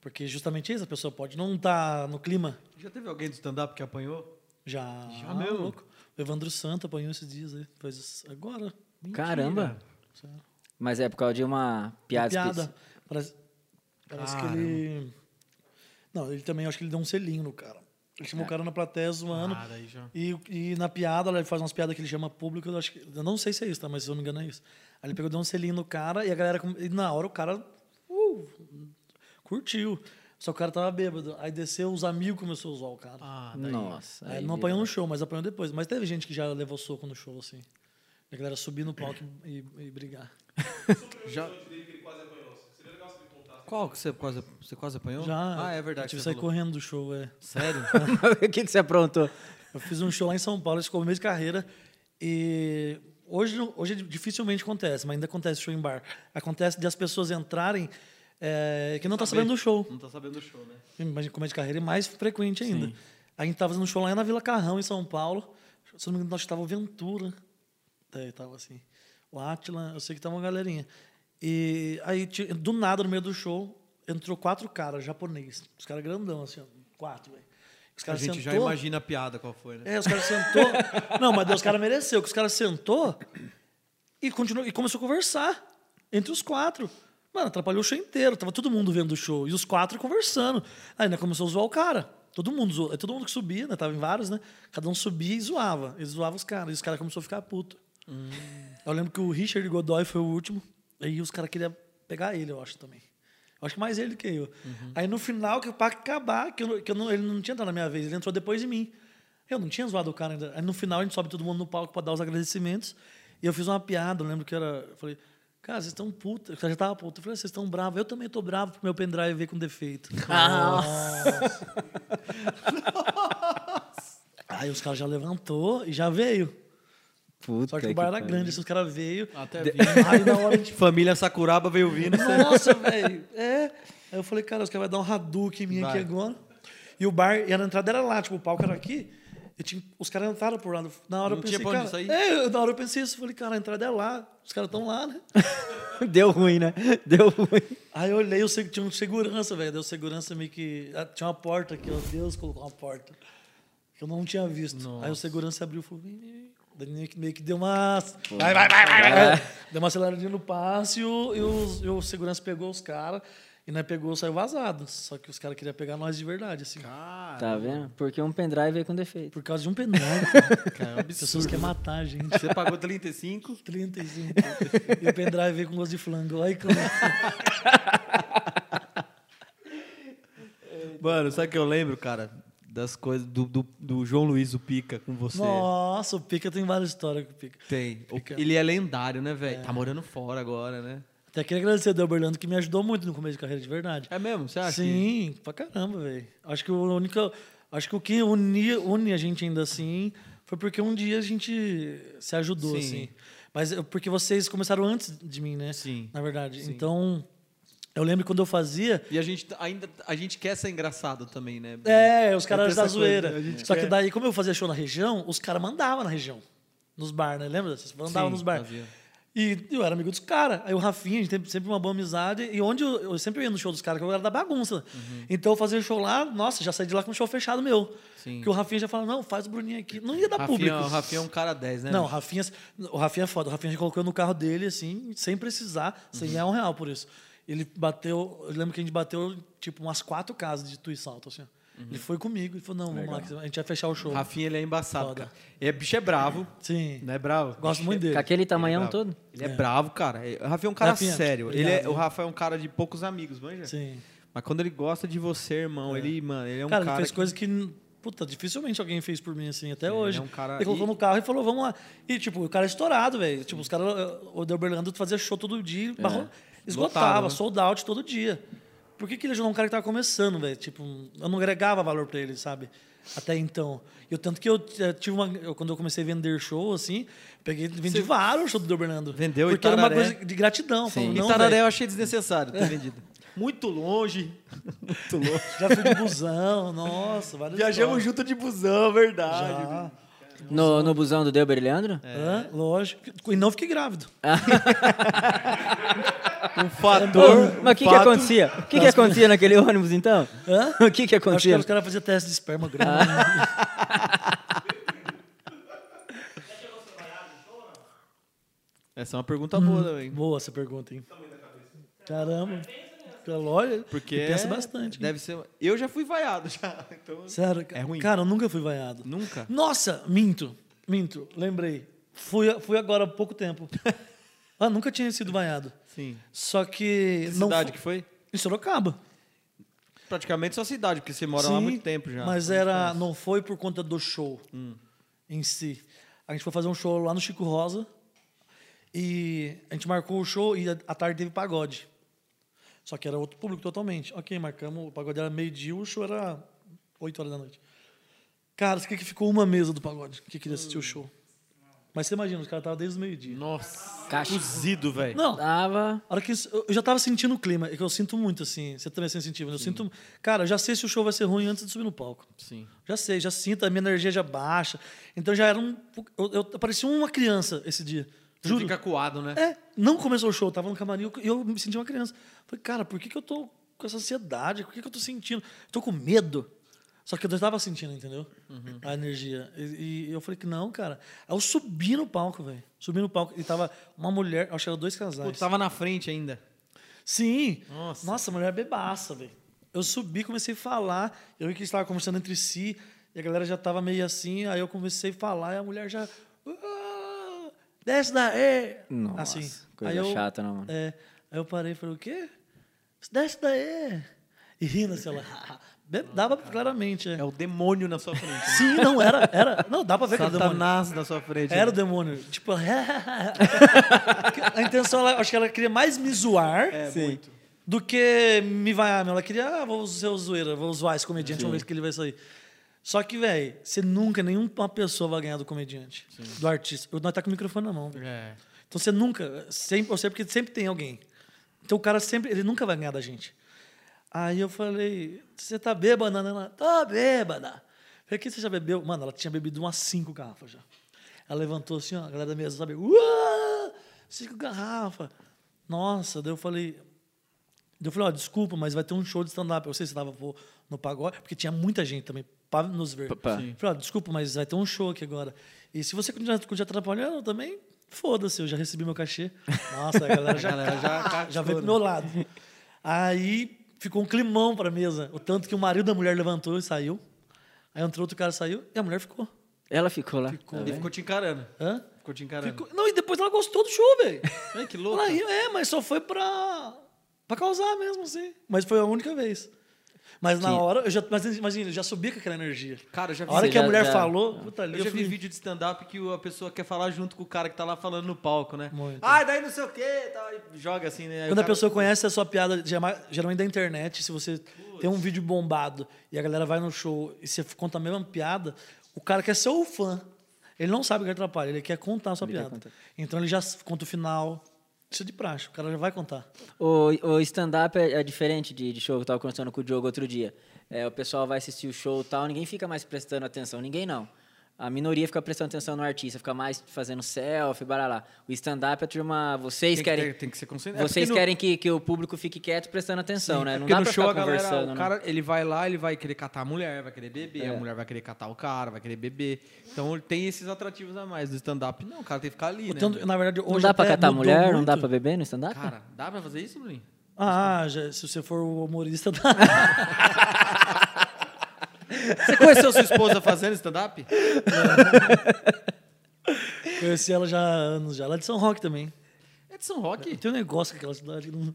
Speaker 4: porque justamente isso, a pessoa pode não estar no clima.
Speaker 2: Já teve alguém do stand-up que apanhou?
Speaker 4: Já.
Speaker 2: Já mesmo?
Speaker 4: Louco. O Evandro Santo apanhou esses dias aí. Faz isso agora.
Speaker 3: Caramba.
Speaker 4: Sério.
Speaker 3: Mas é por causa de uma piada.
Speaker 4: piada.
Speaker 3: espe-
Speaker 4: Parece, parece que
Speaker 2: Caramba.
Speaker 4: ele. Não, ele também, acho que ele deu um selinho no cara. Ele chamou o cara na plateia zoando.
Speaker 2: Cara, aí já-
Speaker 4: E, e na piada, ele faz umas piadas que ele chama público. Eu, acho que, eu não sei se é isso, tá? Mas se eu não me engano é isso. Aí ele pegou, deu um selinho no cara e a galera. come- E na hora o cara. uh, curtiu. Só que o cara tava bêbado. Aí desceu, os amigos começaram a zoar o cara.
Speaker 2: Ah, daí.
Speaker 3: Nossa. aí
Speaker 4: É, não
Speaker 3: vira-
Speaker 4: apanhou no show, mas apanhou depois. Mas teve gente que já levou soco no show, assim. A galera subir no palco e, e brigar.
Speaker 2: Já... Qual que você quase, você quase apanhou?
Speaker 4: Já,
Speaker 2: ah, é verdade.
Speaker 4: Eu tive que
Speaker 2: você
Speaker 4: sair
Speaker 2: falou.
Speaker 4: correndo do show, é.
Speaker 2: Sério?
Speaker 3: o que, que você aprontou?
Speaker 4: Eu fiz um show lá em São Paulo, esse foi o começo de carreira. E hoje, não- hoje dificilmente acontece, mas ainda acontece show em bar. Acontece de as pessoas entrarem é, que não tá sabendo do show.
Speaker 2: não tá sabendo do show, né?
Speaker 4: Mas comédia de carreira é mais frequente ainda. A gente tava fazendo um show lá na Vila Carrão, em São Paulo. Se eu não me engano, nós tava o Ventura. Daí tava assim. O Atila, eu sei que tava uma galerinha. E aí, ti- do nada, no meio do show, entrou quatro caras japonês. Os caras grandão, assim, ó, quatro, velho. Os
Speaker 2: A
Speaker 4: caras
Speaker 2: gente já
Speaker 4: sentou-
Speaker 2: imagina a piada qual foi, né?
Speaker 4: é, os caras sentou. Não, mas daí os caras mereceu, que os caras sentou e continuou e começou a conversar entre os quatro. Mano, atrapalhou o show inteiro, tava todo mundo vendo o show e os quatro conversando. Aí né, começou a zoar o cara. Todo mundo zoou, é todo mundo que subia, né? Tava em vários, né? Cada um subia e zoava. Eles zoavam os caras, e os caras começaram a ficar puto. Eu lembro que o Richard Godoy foi o último, aí os caras queriam pegar ele, eu acho também. Eu acho que mais ele do que eu. Aí no final, que pra acabar, que, eu, não- que eu não- ele não tinha entrado na minha vez, ele entrou depois de mim. Eu não tinha zoado o cara ainda. Aí no final a gente sobe todo mundo no palco pra dar os agradecimentos. E eu fiz uma piada, eu lembro que era. Eu falei, cara, vocês estão puta. Eu já tava puto. Eu falei, "Ah, vocês estão bravos. Eu também tô bravo porque meu pendrive Ah. veio com defeito.
Speaker 3: Nossa.
Speaker 4: Aí os caras já levantou e já veio.
Speaker 3: Puta
Speaker 4: Só que o bar era grande, esses caras veio.
Speaker 1: Até
Speaker 4: De-
Speaker 1: vi.
Speaker 4: Aí na hora a gente
Speaker 2: Família Sakuraba veio vindo.
Speaker 4: Nossa, velho. É. Aí eu falei, cara, os caras vão dar um Hadouken em mim aqui
Speaker 2: Vai.
Speaker 4: agora. E o bar, e a entrada era lá, tipo, o palco era aqui. Eu tinha, os caras entraram por lá. Na hora eu
Speaker 2: Não
Speaker 4: pensei,
Speaker 2: tinha pra onde
Speaker 4: cara,
Speaker 2: sair?
Speaker 4: é, eu- na hora eu pensei isso. Eu falei, cara, a entrada é lá. Os caras estão lá, né?
Speaker 3: Deu ruim, né? Deu ruim.
Speaker 4: Aí eu olhei, eu sei que tinha um segurança, velho. Deu segurança meio que. ah, Tinha uma porta aqui, ó. Deus colocou uma porta. Que eu não tinha visto. Aí o segurança abriu e falou. "Vem, vem, vem." Daí meio que- meio que deu uma. Vai, vai, vai, vai, vai. Deu uma aceleradinha no passe e o, e os- e o segurança pegou os caras. E nós pegou, saiu vazado. Só que os caras queriam pegar nós de verdade, assim.
Speaker 3: Tá vendo? Porque um pendrive veio com defeito.
Speaker 4: Por causa de um pendrive. cara. As pessoas querem matar a gente.
Speaker 2: Você pagou 35.
Speaker 4: 35. e o pendrive veio com gosto de flango. Olha como.
Speaker 2: Mano, sabe o que eu lembro, cara? Das coisas do, do, do João Luiz, o Pica, com você.
Speaker 4: Nossa, o Pica tem várias histórias com o Pica.
Speaker 2: Tem. O- Ele é lendário, né, velho? Tá morando fora agora, né?
Speaker 4: Até queria agradecer ao Del Berlando, que me ajudou muito no começo de carreira, de verdade.
Speaker 2: É mesmo? Você acha?
Speaker 4: Sim, pra caramba, velho. Acho que o único. Acho que o que unia, une a gente ainda assim foi porque um dia a gente se ajudou,
Speaker 2: Sim.
Speaker 4: assim. Mas é porque vocês começaram antes de mim, né?
Speaker 2: Sim.
Speaker 4: Na verdade.
Speaker 2: Sim.
Speaker 4: Então, eu lembro quando eu fazia.
Speaker 2: E a gente t- ainda a gente quer ser engraçado também, né?
Speaker 4: É, os
Speaker 2: tem
Speaker 4: caras da
Speaker 2: essa
Speaker 4: zoeira.
Speaker 2: coisa, né? a gente
Speaker 4: Só que
Speaker 2: quer.
Speaker 4: daí, como eu fazia show na região, os caras mandavam na região. Nos bar, né? Lembra? Vocês mandavam
Speaker 2: Sim,
Speaker 4: nos bar.
Speaker 2: fazia.
Speaker 4: E eu era amigo dos caras. Aí o Rafinha, a gente teve sempre uma boa amizade. E onde eu, eu sempre ia no show dos caras, que eu era da bagunça.
Speaker 2: Uhum.
Speaker 4: Então eu fazia show lá, nossa, já saí de lá com um show fechado meu.
Speaker 2: Sim.
Speaker 4: Que o Rafinha já falava, não, faz o Bruninho aqui. Não ia dar
Speaker 2: Rafinha,
Speaker 4: público.
Speaker 2: o Rafinha é um cara 10, né?
Speaker 4: Não, o
Speaker 2: bicho?
Speaker 4: Rafinha, o Rafinha é foda. O Rafinha colocou no carro dele, assim, sem precisar,
Speaker 2: Uhum.
Speaker 4: sem ganhar um real por isso. Ele bateu, eu lembro que a gente bateu, tipo, umas quatro casas de tu e salto, assim. ó. Ele foi comigo, ele falou, não, vamos lá, que a gente vai fechar o show.
Speaker 2: Uhum. Rafinha, ele é embaçado,
Speaker 4: Foda.
Speaker 2: cara. É, bicho é bravo,
Speaker 4: Sim,
Speaker 2: não é bravo?
Speaker 4: gosto muito dele.
Speaker 3: Com aquele tamanhão
Speaker 2: bravo.
Speaker 3: todo?
Speaker 2: Ele é, bravo, cara. É- O Rafinha é um cara
Speaker 4: Rafinha,
Speaker 2: sério.
Speaker 4: obrigado,
Speaker 2: ele é, o
Speaker 4: viu?
Speaker 2: Rafa é um cara de poucos amigos, manja?
Speaker 4: Sim.
Speaker 2: Mas quando ele gosta de você, irmão, ele, mano, ele é um
Speaker 4: cara,
Speaker 2: cara.
Speaker 4: ele fez
Speaker 2: que-
Speaker 4: coisa que, puta, dificilmente alguém fez por mim, assim, até
Speaker 2: ele
Speaker 4: hoje.
Speaker 2: é um cara-
Speaker 4: Ele colocou
Speaker 2: e-
Speaker 4: no carro e falou, vamos lá. E, tipo, o cara é estourado, velho. Tipo, os caras, o Del Berlando fazia show todo dia, barro- esgotava,
Speaker 2: Lotado, É, né?
Speaker 4: sold out todo dia. Por que, que ele ajudou um cara que tava começando, velho? Tipo, eu não agregava valor pra ele, sabe? Até então. E o tanto que eu eh, tive uma. eu- quando eu comecei a vender show, assim, peguei, vendi vários shows do Del Bernardo.
Speaker 2: Vendeu
Speaker 4: Porque era uma
Speaker 2: Itararé.
Speaker 4: coisa de gratidão. Falando,
Speaker 2: E
Speaker 4: não,
Speaker 2: Tararé
Speaker 4: velho,
Speaker 2: eu achei desnecessário ter vendido. Muito longe. Muito longe.
Speaker 4: Já fui de busão, nossa, várias
Speaker 2: Viajamos
Speaker 4: histórias.
Speaker 2: junto de busão, verdade.
Speaker 4: Já.
Speaker 3: No, no busão do Delber e Leandro?
Speaker 2: É.
Speaker 4: Hã? Lógico. E não fiquei grávido.
Speaker 2: Um fator.
Speaker 3: Mas o que, que
Speaker 2: fato-
Speaker 3: acontecia? O que, que acontecia naquele ônibus, então?
Speaker 4: Hã?
Speaker 3: O que, que
Speaker 4: Acho que
Speaker 3: acontecia?
Speaker 4: os caras faziam teste de esperma grande. né?
Speaker 2: Essa é uma pergunta boa também.
Speaker 4: Boa essa pergunta, hein? Caramba. Pela loja,
Speaker 2: Porque
Speaker 4: ele pensa bastante.
Speaker 2: Deve ser. Eu já fui vaiado já. Então,
Speaker 4: Sério,
Speaker 2: É ruim.
Speaker 4: Cara, eu nunca fui vaiado.
Speaker 2: Nunca?
Speaker 4: Nossa, minto. Minto, lembrei. Fui, fui agora há pouco tempo. ah, nunca tinha sido vaiado.
Speaker 2: sim.
Speaker 4: Só que.
Speaker 2: Que
Speaker 4: não
Speaker 2: cidade
Speaker 4: fo-
Speaker 2: que foi?
Speaker 4: Em Sorocaba.
Speaker 2: Praticamente sua cidade, porque você mora lá há
Speaker 4: Sim,
Speaker 2: muito tempo já. Hum.
Speaker 4: Mas era, não foi por conta do show em si. A gente foi fazer um show lá no Chico Rosa e a gente marcou o show e a- à tarde teve pagode. Só que era outro público totalmente. Ok, marcamos, o pagode era meio-dia, o show era 8 horas da noite. Cara, você que ficou uma mesa do pagode que queria assistir o show. Mas você imagina, os caras estavam desde o meio-dia.
Speaker 2: Nossa.
Speaker 3: Caixa.
Speaker 2: Cozido, velho.
Speaker 4: Não,
Speaker 3: Tava.
Speaker 4: a hora que isso- eu já tava sentindo o clima, é que eu sinto muito assim. Você também sentiu, eu sinto, cara, eu já sei se o show vai ser ruim antes de subir no palco.
Speaker 2: Sim.
Speaker 4: Já sei, já sinto, a minha energia já baixa. Então já era um. Eu, eu parecia uma criança esse dia.
Speaker 2: Você
Speaker 4: Juro.
Speaker 2: fica coado, né?
Speaker 4: É, não começou o show, eu tava no camarim e eu- eu me senti uma criança. Falei, cara, por que, que eu tô com essa ansiedade? Por que, que eu tô sentindo? Tô com medo. Só que eu tava sentindo, entendeu?
Speaker 2: Uhum.
Speaker 4: A energia. E, e eu falei que não, cara. Aí eu subi no palco, velho. Subi no palco e tava uma mulher, acho que eram dois casais.
Speaker 2: Pô, tava na frente ainda.
Speaker 4: Sim.
Speaker 2: Nossa.
Speaker 4: Nossa, a mulher é bebaça, velho. Eu subi, comecei a falar. Eu vi que eles estavam conversando entre si. E a galera já tava meio assim. Aí eu comecei a falar e a mulher já. "Ah, Desce daí! Assim,
Speaker 3: Nossa, coisa
Speaker 4: Aí eu-
Speaker 3: chata, né, mano?
Speaker 4: É. Aí eu parei e falei, o quê? Desce daí! E rindo, assim, sei lá. Be- Dava claramente. é.
Speaker 2: É o demônio na sua frente.
Speaker 4: Sim, não, era. era não, dá pra ver que era demônio.
Speaker 2: Satanás na sua frente. né?
Speaker 4: Era o demônio. Tipo, a intenção, ela, acho que ela queria mais me zoar
Speaker 2: É,
Speaker 3: É,
Speaker 4: do que me vaiar. meu. Ela queria, ah, vou ser o zoeira, vou zoar esse comediante, vamos ver que ele vai sair. Só que, velho, você nunca, nenhuma pessoa vai ganhar do comediante, do artista. Eu, nós tá com o microfone na mão, velho.
Speaker 2: É.
Speaker 4: Então você nunca, sempre, eu sei porque sempre tem alguém. Então o cara sempre, ele nunca vai ganhar da gente. Aí eu falei, você tá bêbada? né?" Ela, tá bêbada. Falei, o que você já bebeu? Mano, ela tinha bebido umas cinco garrafas já. Ela levantou assim, ó, a galera da mesa, sabe? Uá! Cinco garrafas. Nossa, daí eu falei, Daí Eu falei, ó, desculpa, mas vai ter um show de stand-up. Eu sei se tava pô, no pagode, porque tinha muita gente também pra nos ver.
Speaker 3: Pá.
Speaker 4: Falei, ó, desculpa, mas vai ter um show aqui agora. E se você continuar continuar atrapalhando, também foda-se, eu já recebi meu cachê. Nossa, a galera já,
Speaker 2: galera já
Speaker 4: já,
Speaker 2: cascou,
Speaker 4: veio pro
Speaker 2: né?
Speaker 4: meu lado. Aí ficou um climão pra mesa. O tanto que o marido da mulher levantou e saiu. Aí entrou outro cara e saiu, e a mulher ficou.
Speaker 3: Ela ficou lá. Tá
Speaker 2: Ele ficou né? te encarando.
Speaker 4: Hã?
Speaker 2: Ficou te encarando.
Speaker 4: Ficou- Não, e depois ela gostou do show, velho.
Speaker 2: Ai, que louco.
Speaker 4: Ela riu, é, mas só foi pra, pra causar mesmo, assim. Mas foi a única vez. Mas na
Speaker 3: Que-
Speaker 4: hora, eu já, mas imagina, eu já subia com aquela energia.
Speaker 2: Cara, eu já
Speaker 4: A
Speaker 2: vi,
Speaker 4: hora
Speaker 3: Você
Speaker 4: que a
Speaker 3: já-
Speaker 4: mulher
Speaker 3: já-
Speaker 4: falou, puta ali,
Speaker 2: eu
Speaker 4: eu
Speaker 2: já vi
Speaker 4: falei,
Speaker 2: vídeo de stand-up que o- a pessoa quer falar junto com o cara que tá lá falando no palco, né?
Speaker 4: Muito.
Speaker 2: Ai, daí não sei o quê. Tá, e joga assim, né? Aí o
Speaker 4: Quando a
Speaker 2: cara-
Speaker 4: pessoa conhece a sua piada, gema- geralmente da internet, se você tem um vídeo bombado e a galera vai no show e você conta a mesma piada, o cara quer ser o fã. Ele não sabe o que atrapalha, ele quer contar a sua piada. Então ele já conta o final. Isso é de praxe, o cara já vai contar.
Speaker 3: O, o stand-up é, é diferente de, de show que eu tava conversando com o Diogo outro dia. É, o pessoal vai assistir o show e tal, ninguém fica mais prestando atenção, ninguém não. A minoria fica prestando atenção no artista, fica mais fazendo selfie, baralá. O stand-up é turma, vocês
Speaker 2: tem que,
Speaker 3: querem.
Speaker 2: ter- tem que ser concentrado. É
Speaker 3: Vocês
Speaker 2: porque no-
Speaker 3: querem que, que o público fique quieto prestando atenção, né?
Speaker 2: É
Speaker 3: Não
Speaker 2: Porque
Speaker 3: dá
Speaker 2: no
Speaker 3: pra
Speaker 2: show a
Speaker 3: ficar
Speaker 2: galera,
Speaker 3: conversando,
Speaker 2: o
Speaker 3: né?
Speaker 2: cara, ele vai lá, ele vai querer catar a mulher, vai querer beber,
Speaker 3: É.
Speaker 2: a mulher vai querer catar o cara, vai querer beber. Então ele tem esses atrativos a mais do stand-up. Não, o cara tem que ficar ali, né?
Speaker 4: Então, na verdade, hoje
Speaker 3: Não dá pra
Speaker 4: até
Speaker 3: catar
Speaker 4: mudou
Speaker 3: mulher, não
Speaker 4: muito.
Speaker 3: dá pra beber no stand-up?
Speaker 2: Cara, dá pra fazer isso, Bruninho?
Speaker 4: Ah, já- se você for o humorista da
Speaker 2: Você conheceu sua esposa fazendo stand-up?
Speaker 4: Conheci ela já há anos já. Ela é de São Roque também.
Speaker 2: É de São Roque?
Speaker 4: Tem um negócio com aquela cidade. que não-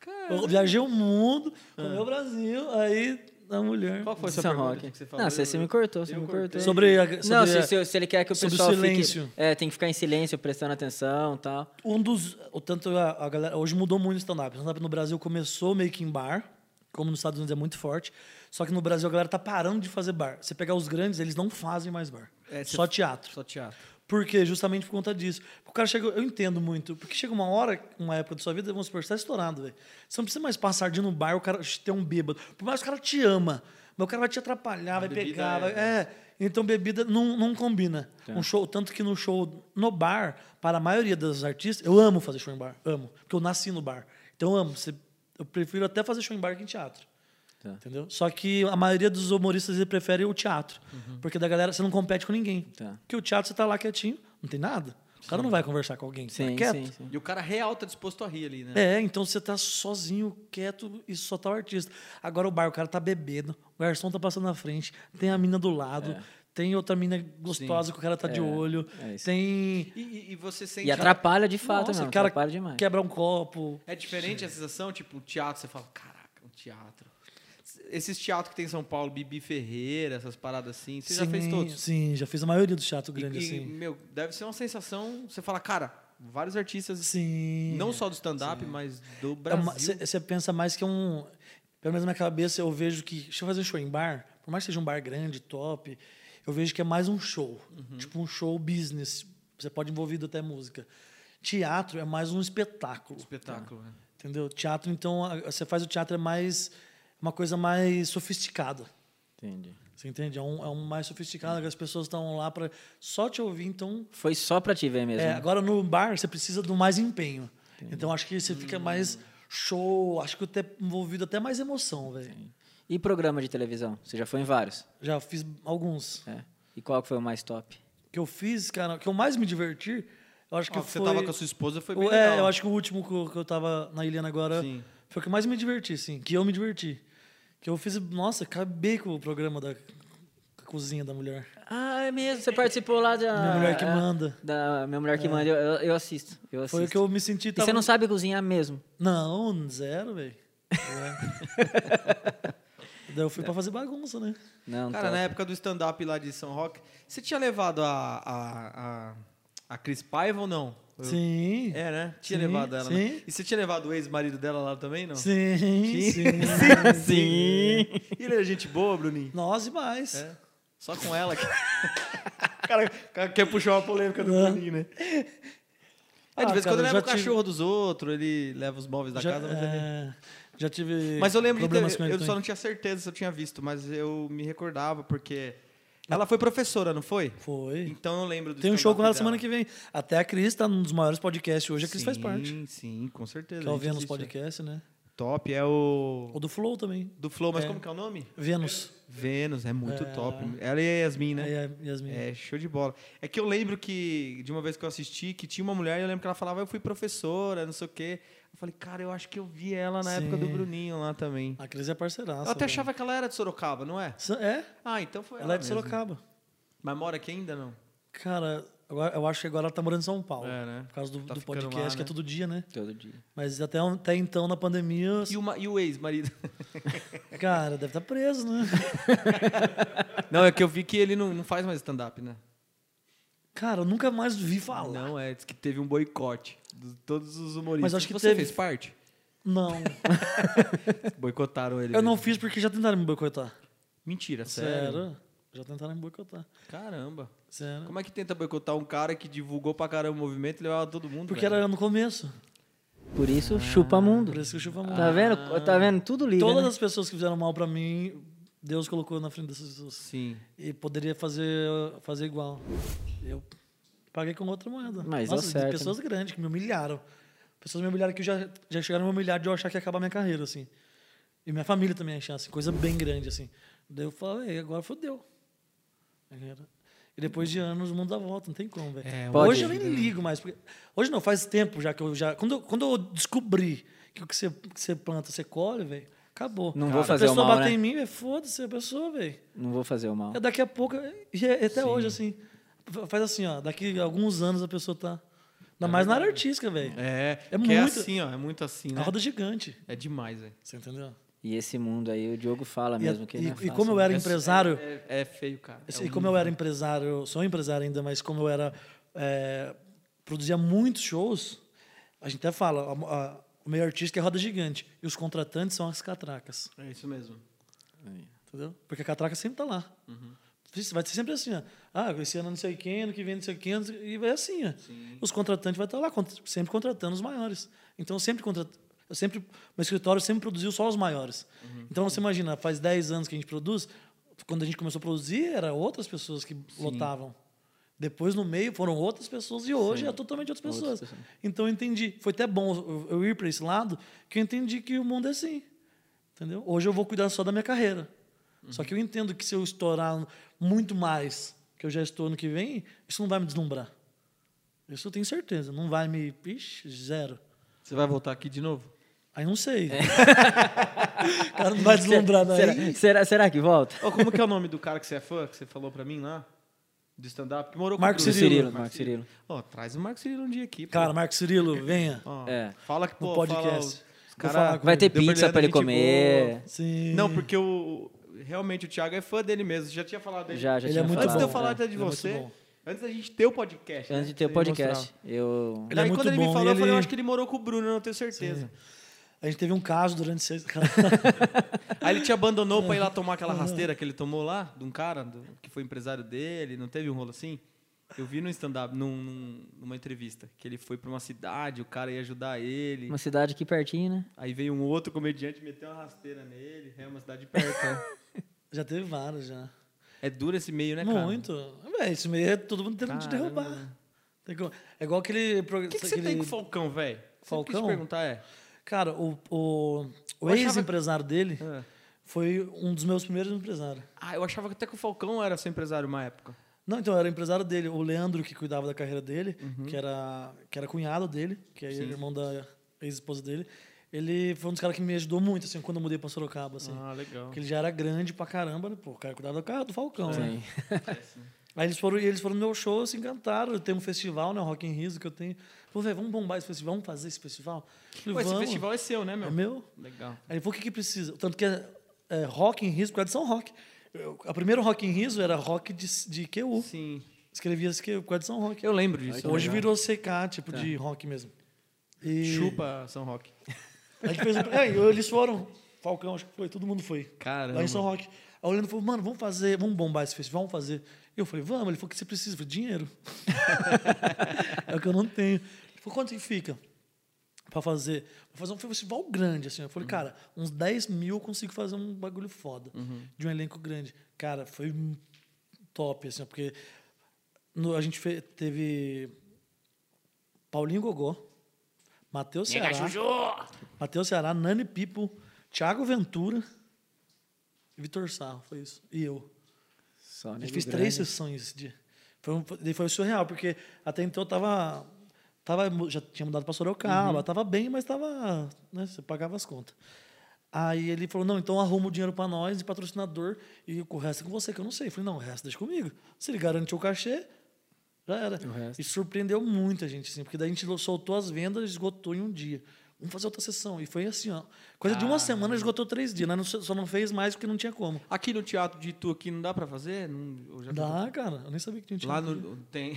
Speaker 2: Cara,
Speaker 4: Eu viajei o mundo, comi o Brasil, aí a mulher.
Speaker 2: qual foi a sua
Speaker 3: São
Speaker 2: pergunta
Speaker 3: Roque.
Speaker 2: que você falou?
Speaker 3: Não, você, você me cortou, você
Speaker 2: eu
Speaker 3: me cortou.
Speaker 2: cortei.
Speaker 4: Sobre, a- sobre
Speaker 3: não,
Speaker 4: a-
Speaker 3: se, se- se ele quer que o
Speaker 4: sobre o
Speaker 3: pessoal
Speaker 4: silêncio.
Speaker 3: fique... É, tem que ficar em silêncio, prestando atenção e tal.
Speaker 4: um dos. O tanto a, a galera. Hoje mudou muito o stand-up. O stand-up no Brasil começou meio que em bar, como nos Estados Unidos é muito forte. Só que no Brasil a galera tá parando de fazer bar. Você pegar os grandes, eles não fazem mais bar.
Speaker 2: É, você-
Speaker 4: só teatro.
Speaker 2: Só teatro.
Speaker 4: Por quê? Justamente por conta disso. O cara chega, eu entendo muito, porque chega uma hora, uma época da sua vida, vamos supor, você tá estourado, velho. Você não precisa mais passar de ir no bar, o cara ter um bêbado. Por mais que o cara te ama, mas o cara vai te atrapalhar, vai
Speaker 2: bebida
Speaker 4: pegar,
Speaker 2: é-
Speaker 4: vai- é. Então bebida não, não combina. Um show, tanto que no show no bar, para a maioria dos artistas, eu amo fazer show em bar, amo, porque eu nasci no bar. Então eu amo, Você- eu prefiro até fazer show em bar que em teatro.
Speaker 3: Tá.
Speaker 4: Entendeu? Só que a maioria dos humoristas ele prefere o teatro. Porque da galera você não compete com ninguém.
Speaker 3: Uhum. Tá.
Speaker 4: Porque o teatro você tá lá quietinho, não tem nada. O cara não vai conversar com alguém.
Speaker 3: Sim,
Speaker 4: tá quieto.
Speaker 3: sim, sim.
Speaker 2: E o cara real tá disposto a rir ali, né?
Speaker 4: É, então você tá sozinho, quieto, e só tá o artista. Agora o bar, o cara tá bebendo, o garçom tá passando na frente, tem a mina do lado, tem outra mina gostosa que o cara tá de
Speaker 3: É,
Speaker 4: olho,
Speaker 3: é isso.
Speaker 4: tem.
Speaker 2: E, e- e você sente.
Speaker 3: E atrapalha de fato,
Speaker 4: Nossa,
Speaker 3: não.
Speaker 4: o cara
Speaker 3: atrapalha demais.
Speaker 4: quebra um copo.
Speaker 2: É diferente a sensação, tipo, teatro, você fala, caraca, um teatro. Esses teatros que tem em São Paulo, Bibi Ferreira, essas paradas assim, você já fez
Speaker 4: Sim,
Speaker 2: todos?
Speaker 4: Sim, já fiz a maioria do teatro grande,
Speaker 2: e, e,
Speaker 4: assim.
Speaker 2: meu, deve ser uma sensação, você fala, cara, vários artistas,
Speaker 4: Sim. É
Speaker 2: não só do stand-up, mas do Brasil.
Speaker 4: Você pensa mais que é um. Pelo menos na minha cabeça eu vejo que. Deixa eu fazer um show em bar, por mais que seja um bar grande, top, eu vejo que é mais um show. Tipo um show business. Você pode envolvido até música. Teatro é mais um espetáculo.
Speaker 2: Espetáculo, né?
Speaker 4: Entendeu? Teatro, então, a- você faz o teatro é mais. Uma coisa mais sofisticada.
Speaker 3: Entendi.
Speaker 4: Você entende? É um, é um mais sofisticado, que as pessoas estão lá para só te ouvir, então
Speaker 3: Foi só pra te ver mesmo.
Speaker 4: é,
Speaker 3: né?
Speaker 4: agora no bar você precisa do mais empenho. Então acho que você fica mais show, acho que eu ter envolvido até mais emoção, velho.
Speaker 3: E programa de televisão? Você já foi em vários?
Speaker 4: Já fiz alguns.
Speaker 3: É. E qual que foi o mais top?
Speaker 4: Que eu fiz, cara, que eu mais me diverti, eu acho que
Speaker 2: Ó, que
Speaker 4: foi
Speaker 2: você tava com a sua esposa foi bem
Speaker 4: o-
Speaker 2: legal.
Speaker 4: É, eu acho que o último que eu, que eu tava na Ilhana agora
Speaker 2: Sim.
Speaker 4: foi o que mais me diverti, sim, que eu me diverti. Que eu fiz, nossa, acabei com o programa da com a cozinha da mulher.
Speaker 3: Ah, é mesmo. Você participou lá da.
Speaker 4: Minha Mulher Que
Speaker 3: é,
Speaker 4: Manda.
Speaker 3: Da Minha Mulher Que Manda. Eu, eu- eu assisto. Eu assisto.
Speaker 4: Foi o que eu me senti
Speaker 3: E você não sabe cozinhar mesmo?
Speaker 4: Não, zero, velho. É. Daí eu fui pra fazer bagunça, né?
Speaker 3: Não,
Speaker 2: Cara,
Speaker 3: top.
Speaker 2: na época do stand-up lá de São Roque, você tinha levado a, a, a, a Cris Paiva ou não? Eu-
Speaker 4: Sim.
Speaker 2: É, né? Tinha
Speaker 4: Sim,
Speaker 2: levado ela, né?
Speaker 4: sim.
Speaker 2: E você tinha levado o ex-marido dela lá também, não?
Speaker 4: Sim, sim.
Speaker 2: Sim. E ele era gente boa, Bruninho?
Speaker 4: Nós e mais.
Speaker 2: É. Só com ela que.
Speaker 5: O cara, o cara quer puxar uma polêmica do Bruninho, né?
Speaker 2: É, de
Speaker 4: Ah,
Speaker 2: vez em
Speaker 4: cara,
Speaker 2: quando
Speaker 4: eu
Speaker 2: ele leva
Speaker 4: já
Speaker 2: o
Speaker 4: tive-
Speaker 2: cachorro dos outros, ele leva os móveis da
Speaker 4: já,
Speaker 2: casa, mas ele.
Speaker 4: é, já tive
Speaker 2: Mas eu lembro de ter,
Speaker 4: problemas com ele
Speaker 2: Eu só
Speaker 4: também.
Speaker 2: não tinha certeza se eu tinha visto, mas eu me recordava, porque. Ela foi professora, não foi?
Speaker 4: Foi.
Speaker 2: Então eu lembro do
Speaker 4: Tem um show
Speaker 2: stand-up
Speaker 4: com ela
Speaker 2: dela.
Speaker 4: semana que vem. Até a Cris tá num dos maiores podcasts hoje. é A Cris faz parte.
Speaker 2: Sim, sim, com certeza.
Speaker 4: Que é o
Speaker 2: a gente
Speaker 4: Vênus
Speaker 2: assiste.
Speaker 4: Podcast, né?
Speaker 2: Top é o.
Speaker 4: Ou do Flow também.
Speaker 2: Do Flow, mas
Speaker 4: É.
Speaker 2: como que é o nome?
Speaker 4: Vênus.
Speaker 2: Vênus, é muito
Speaker 4: É.
Speaker 2: top. Ela e a Yasmin, né?
Speaker 4: É, Yasmin.
Speaker 2: É, show de bola. É que eu lembro que, de uma vez que eu assisti, que tinha uma mulher e eu lembro que ela falava, eu fui professora, não sei o quê. Eu falei, cara, eu acho que eu vi ela na
Speaker 4: Sim.
Speaker 2: época do Bruninho lá também.
Speaker 4: A Cris é parceiraça.
Speaker 2: eu até
Speaker 4: velho.
Speaker 2: achava que ela era de Sorocaba, não é?
Speaker 4: Sa- É?
Speaker 2: Ah, então foi ela.
Speaker 4: Ela é de
Speaker 2: mesmo.
Speaker 4: Sorocaba.
Speaker 2: Mas mora aqui ainda, não?
Speaker 4: Cara, agora, eu acho que agora ela tá morando em São Paulo.
Speaker 2: É, né?
Speaker 4: Por causa do,
Speaker 2: Tá
Speaker 4: do
Speaker 2: ficando
Speaker 4: podcast,
Speaker 2: lá,
Speaker 4: que é
Speaker 2: né?
Speaker 4: todo dia, né?
Speaker 3: Todo dia.
Speaker 4: Mas até, até então, na pandemia,
Speaker 2: E, uma, e o ex-marido?
Speaker 4: cara, deve estar preso, né?
Speaker 2: não, é que eu vi que ele não, não faz mais stand-up, né?
Speaker 4: Cara, eu nunca mais vi falar.
Speaker 2: Não, é diz que teve um boicote de todos os humoristas.
Speaker 4: Mas acho que
Speaker 2: Você
Speaker 4: teve-
Speaker 2: fez parte?
Speaker 4: Não.
Speaker 2: Boicotaram ele.
Speaker 4: Eu não
Speaker 2: mesmo.
Speaker 4: fiz porque já tentaram me boicotar.
Speaker 2: Mentira, sério.
Speaker 4: Sério? Já tentaram me boicotar.
Speaker 2: Caramba.
Speaker 4: Sério.
Speaker 2: Como é que tenta boicotar um cara que divulgou pra caramba o movimento e levava todo mundo?
Speaker 4: é? Porque
Speaker 2: velho?
Speaker 4: era no começo.
Speaker 3: Por isso, chupa mundo.
Speaker 4: Por isso que eu chupo a mão.
Speaker 3: Tá vendo? Tá vendo? Tudo liga,
Speaker 4: Todas
Speaker 3: né?
Speaker 4: as pessoas que fizeram mal pra mim, Deus colocou na frente dessas pessoas.
Speaker 2: Sim.
Speaker 4: E poderia fazer, fazer igual. Eu paguei com outra moeda.
Speaker 3: Mas deu
Speaker 4: Nossa,
Speaker 3: certo, né?
Speaker 4: pessoas grandes que me humilharam. Pessoas me humilharam que já, já chegaram a me humilhar de eu achar que ia acabar minha carreira, assim. E minha família também achar, assim, coisa bem grande, assim. Daí eu falei, agora fodeu. E depois de anos o mundo dá volta, não tem como, velho.
Speaker 2: É,
Speaker 3: Pode
Speaker 4: hoje eu nem ligo mais. porque- hoje não, faz tempo já que eu já. Quando eu, quando eu descobri que o que você, que você planta, você colhe, velho, acabou.
Speaker 3: Não vou fazer
Speaker 4: A
Speaker 3: o
Speaker 4: pessoa
Speaker 3: mal,
Speaker 4: bater
Speaker 3: né?
Speaker 4: em mim, velho, foda-se a pessoa, velho.
Speaker 3: Não vou fazer o mal.
Speaker 4: É daqui a pouco, e é- até hoje, assim. fa- Faz assim, ó, daqui a alguns anos a pessoa tá.
Speaker 3: É
Speaker 4: Ainda mais na área artística, velho.
Speaker 2: É,
Speaker 4: É
Speaker 2: que é
Speaker 4: muito-
Speaker 2: assim, ó. É muito assim,
Speaker 4: A
Speaker 2: né?
Speaker 4: roda gigante.
Speaker 2: É demais, velho.
Speaker 4: Você entendeu?
Speaker 3: E esse mundo aí, o Diogo fala
Speaker 4: E, a-
Speaker 3: É mesmo que
Speaker 4: e-
Speaker 3: não é
Speaker 4: e
Speaker 3: fácil,
Speaker 4: como eu
Speaker 3: né?
Speaker 4: era
Speaker 2: É-
Speaker 4: empresário,
Speaker 2: É, é feio, cara. É
Speaker 4: e
Speaker 2: um-
Speaker 4: como eu era empresário, eu sou um empresário ainda, mas como eu era. é, produzia muitos shows, a gente até fala, a- a- o meio artístico é roda gigante. E os contratantes são as catracas.
Speaker 2: É isso mesmo.
Speaker 4: Entendeu? Porque a catraca sempre tá lá. Isso Vai ser sempre assim, ó. Ah, esse ano não sei quem, ano que vem não sei quem, não sei- e vai assim, ó. Os contratantes vão estar lá, cont- sempre contratando os maiores. Então, sempre contra- eu sempre, meu escritório sempre produziu só os maiores. Então, você imagina, faz 10 anos que a gente produz, quando a gente começou a produzir, era outras pessoas que lotavam. Depois, no meio, foram outras pessoas e hoje é totalmente outras pessoas. Então, eu entendi. Foi até bom eu- eu ir para esse lado, que eu entendi que o mundo é assim. Entendeu? Hoje eu vou cuidar só da minha carreira. Só que eu entendo que se eu estourar muito mais que eu já estou ano que vem, isso não vai me deslumbrar. Isso eu tenho certeza. Não vai me. Ixi, zero.
Speaker 2: Você vai voltar aqui de novo?
Speaker 4: Aí não sei.
Speaker 2: É.
Speaker 4: o cara não vai deslumbrar, não.
Speaker 3: será,
Speaker 4: Aí-
Speaker 3: será, será que volta?
Speaker 2: Ô, como que é o nome do cara que você é fã, que você falou pra mim lá? Do stand-up? Que morou
Speaker 4: Marco
Speaker 2: com o Bruno?
Speaker 4: Cirilo.
Speaker 3: Marco Cirilo.
Speaker 2: Ó, traz o Marco Cirilo um dia aqui. pô.
Speaker 4: Cara, Marco Cirilo, venha.
Speaker 2: Ó,
Speaker 3: É.
Speaker 2: Fala que,
Speaker 4: No
Speaker 2: pô, fala
Speaker 4: podcast.
Speaker 2: os- os
Speaker 4: Vou falar
Speaker 2: cara...
Speaker 4: com
Speaker 3: Vai ter
Speaker 2: Deu
Speaker 3: pizza
Speaker 2: brilhante,
Speaker 3: pra ele
Speaker 2: gente
Speaker 3: comer.
Speaker 4: Sim.
Speaker 2: Não, porque o... Realmente o Thiago é fã dele mesmo. Você já tinha falado dele.
Speaker 3: Já, já
Speaker 4: Ele
Speaker 3: tinha
Speaker 4: é muito
Speaker 2: Antes
Speaker 3: falado.
Speaker 2: de eu
Speaker 4: bom,
Speaker 2: falar
Speaker 4: é.
Speaker 2: até de
Speaker 4: Ele é muito
Speaker 2: você,
Speaker 4: bom.
Speaker 2: antes da gente ter o podcast. né?
Speaker 3: Antes de ter o
Speaker 2: Você
Speaker 3: podcast.
Speaker 2: mostrava.
Speaker 3: Eu...
Speaker 4: Ele é
Speaker 2: Daí
Speaker 4: muito
Speaker 2: quando ele me
Speaker 4: bom,
Speaker 2: falou, eu
Speaker 4: ele-
Speaker 2: falei, eu acho que ele morou com o Bruno, eu não tenho certeza.
Speaker 4: A gente teve um caso durante seis. Cara,
Speaker 2: Aí ele te abandonou pra ir lá tomar aquela rasteira que ele tomou lá, de um cara do- que foi empresário dele, não teve um rolo assim? Eu vi no stand-up, num- num- numa entrevista, que ele foi pra uma cidade, o cara ia ajudar ele.
Speaker 3: Uma cidade aqui pertinho, né?
Speaker 2: Aí veio um outro comediante e meteu uma rasteira nele. É uma cidade perto. né?
Speaker 4: já teve vários já.
Speaker 2: é duro esse meio, né, cara?
Speaker 4: muito. Véi, isso meio é todo mundo tentando te
Speaker 2: Caramba.
Speaker 4: derrubar. Tem como- É igual aquele.
Speaker 2: O que, que você tem com o Falcão, velho? Falcão? O que eu
Speaker 4: Falcão?
Speaker 2: te perguntar é...
Speaker 4: Cara, o, o, o
Speaker 2: Eu achava-
Speaker 4: ex-empresário dele
Speaker 2: Ah.
Speaker 4: foi um dos meus primeiros empresários.
Speaker 2: Ah, eu achava que até que o Falcão era seu empresário uma época.
Speaker 4: Não, então era empresário dele, o Leandro que cuidava da carreira dele,
Speaker 2: Uhum.
Speaker 4: que era que era cunhado dele, que é irmão da ex-esposa dele. Ele foi um dos caras que me ajudou muito assim quando eu mudei para Sorocaba, assim.
Speaker 2: Ah, legal.
Speaker 4: Porque ele já era grande pra caramba, né? Pô, o cara cuidava do carro do Falcão, né?
Speaker 3: Sim.
Speaker 4: Aí eles foram, e eles foram no meu show, se encantaram. Tem um festival, né? Rock in Rio que eu tenho. Falei, velho, vamos bombar esse festival, vamos fazer esse festival? Eu Falei,
Speaker 2: Pô, esse
Speaker 4: vamos.
Speaker 2: festival é seu, né, meu?
Speaker 4: é meu?
Speaker 2: Legal.
Speaker 4: Aí ele falou, o que, que precisa? Tanto que é, é rock em riso, por causa de São Roque. Eu- a primeiro rock em riso era rock de, de QU.
Speaker 2: Sim.
Speaker 4: Escrevia esse QU, por causa de São Roque.
Speaker 2: Eu lembro disso.
Speaker 4: Hoje
Speaker 2: Legal.
Speaker 4: virou CK, tipo de rock mesmo. né? E
Speaker 2: Chupa São Roque.
Speaker 4: A gente fez um- é, e eles foram. Falcão, acho que foi, todo mundo foi.
Speaker 2: Caramba.
Speaker 4: Lá em São Roque. Aí o Leandro falou, mano, vamos fazer, vamos bombar esse festival, vamos fazer. Eu falei, vamos. Ele falou, o que você precisa? Eu falei, dinheiro. é o que eu não tenho. Ele falou, quanto que fica? Pra fazer. Pra fazer um festival grande, assim. Eu falei, cara, uns 10 mil eu consigo fazer um bagulho foda. De um elenco grande. Cara, foi um top, assim, porque no- a gente fe- teve Paulinho Gogó, Matheus Ceará, Matheus Ceará, Nani Pipo, Thiago Ventura e Vitor Sarro, foi isso. E eu.
Speaker 3: Só
Speaker 4: A
Speaker 3: nego
Speaker 4: gente fez
Speaker 3: grande.
Speaker 4: três sessões esse dia. Foi, um- foi- foi surreal, porque até então eu tava, tava. mu- Já tinha mudado pra
Speaker 3: Uhum.
Speaker 4: Sorocaba, tava bem, mas tava. Né, você pagava as contas. Aí ele falou: não, então arruma o dinheiro pra nós, de patrocinador, e o resto é com você, que eu não sei. Eu falei: não, o resto deixa comigo. Se ele garante o cachê, já era. E surpreendeu muito a gente, assim, porque daí a gente lo- soltou as vendas e esgotou em um dia. Vamos fazer outra sessão. E foi assim, ó. Coisa de
Speaker 3: Ah.
Speaker 4: uma semana esgotou três dias, né? Não- Só não fez mais porque não tinha como.
Speaker 2: Aqui no teatro de Itu aqui não dá pra fazer? Não, eu já-
Speaker 4: Dá, cara. Eu nem sabia que tinha.
Speaker 2: Uhum. Lá no. Tem.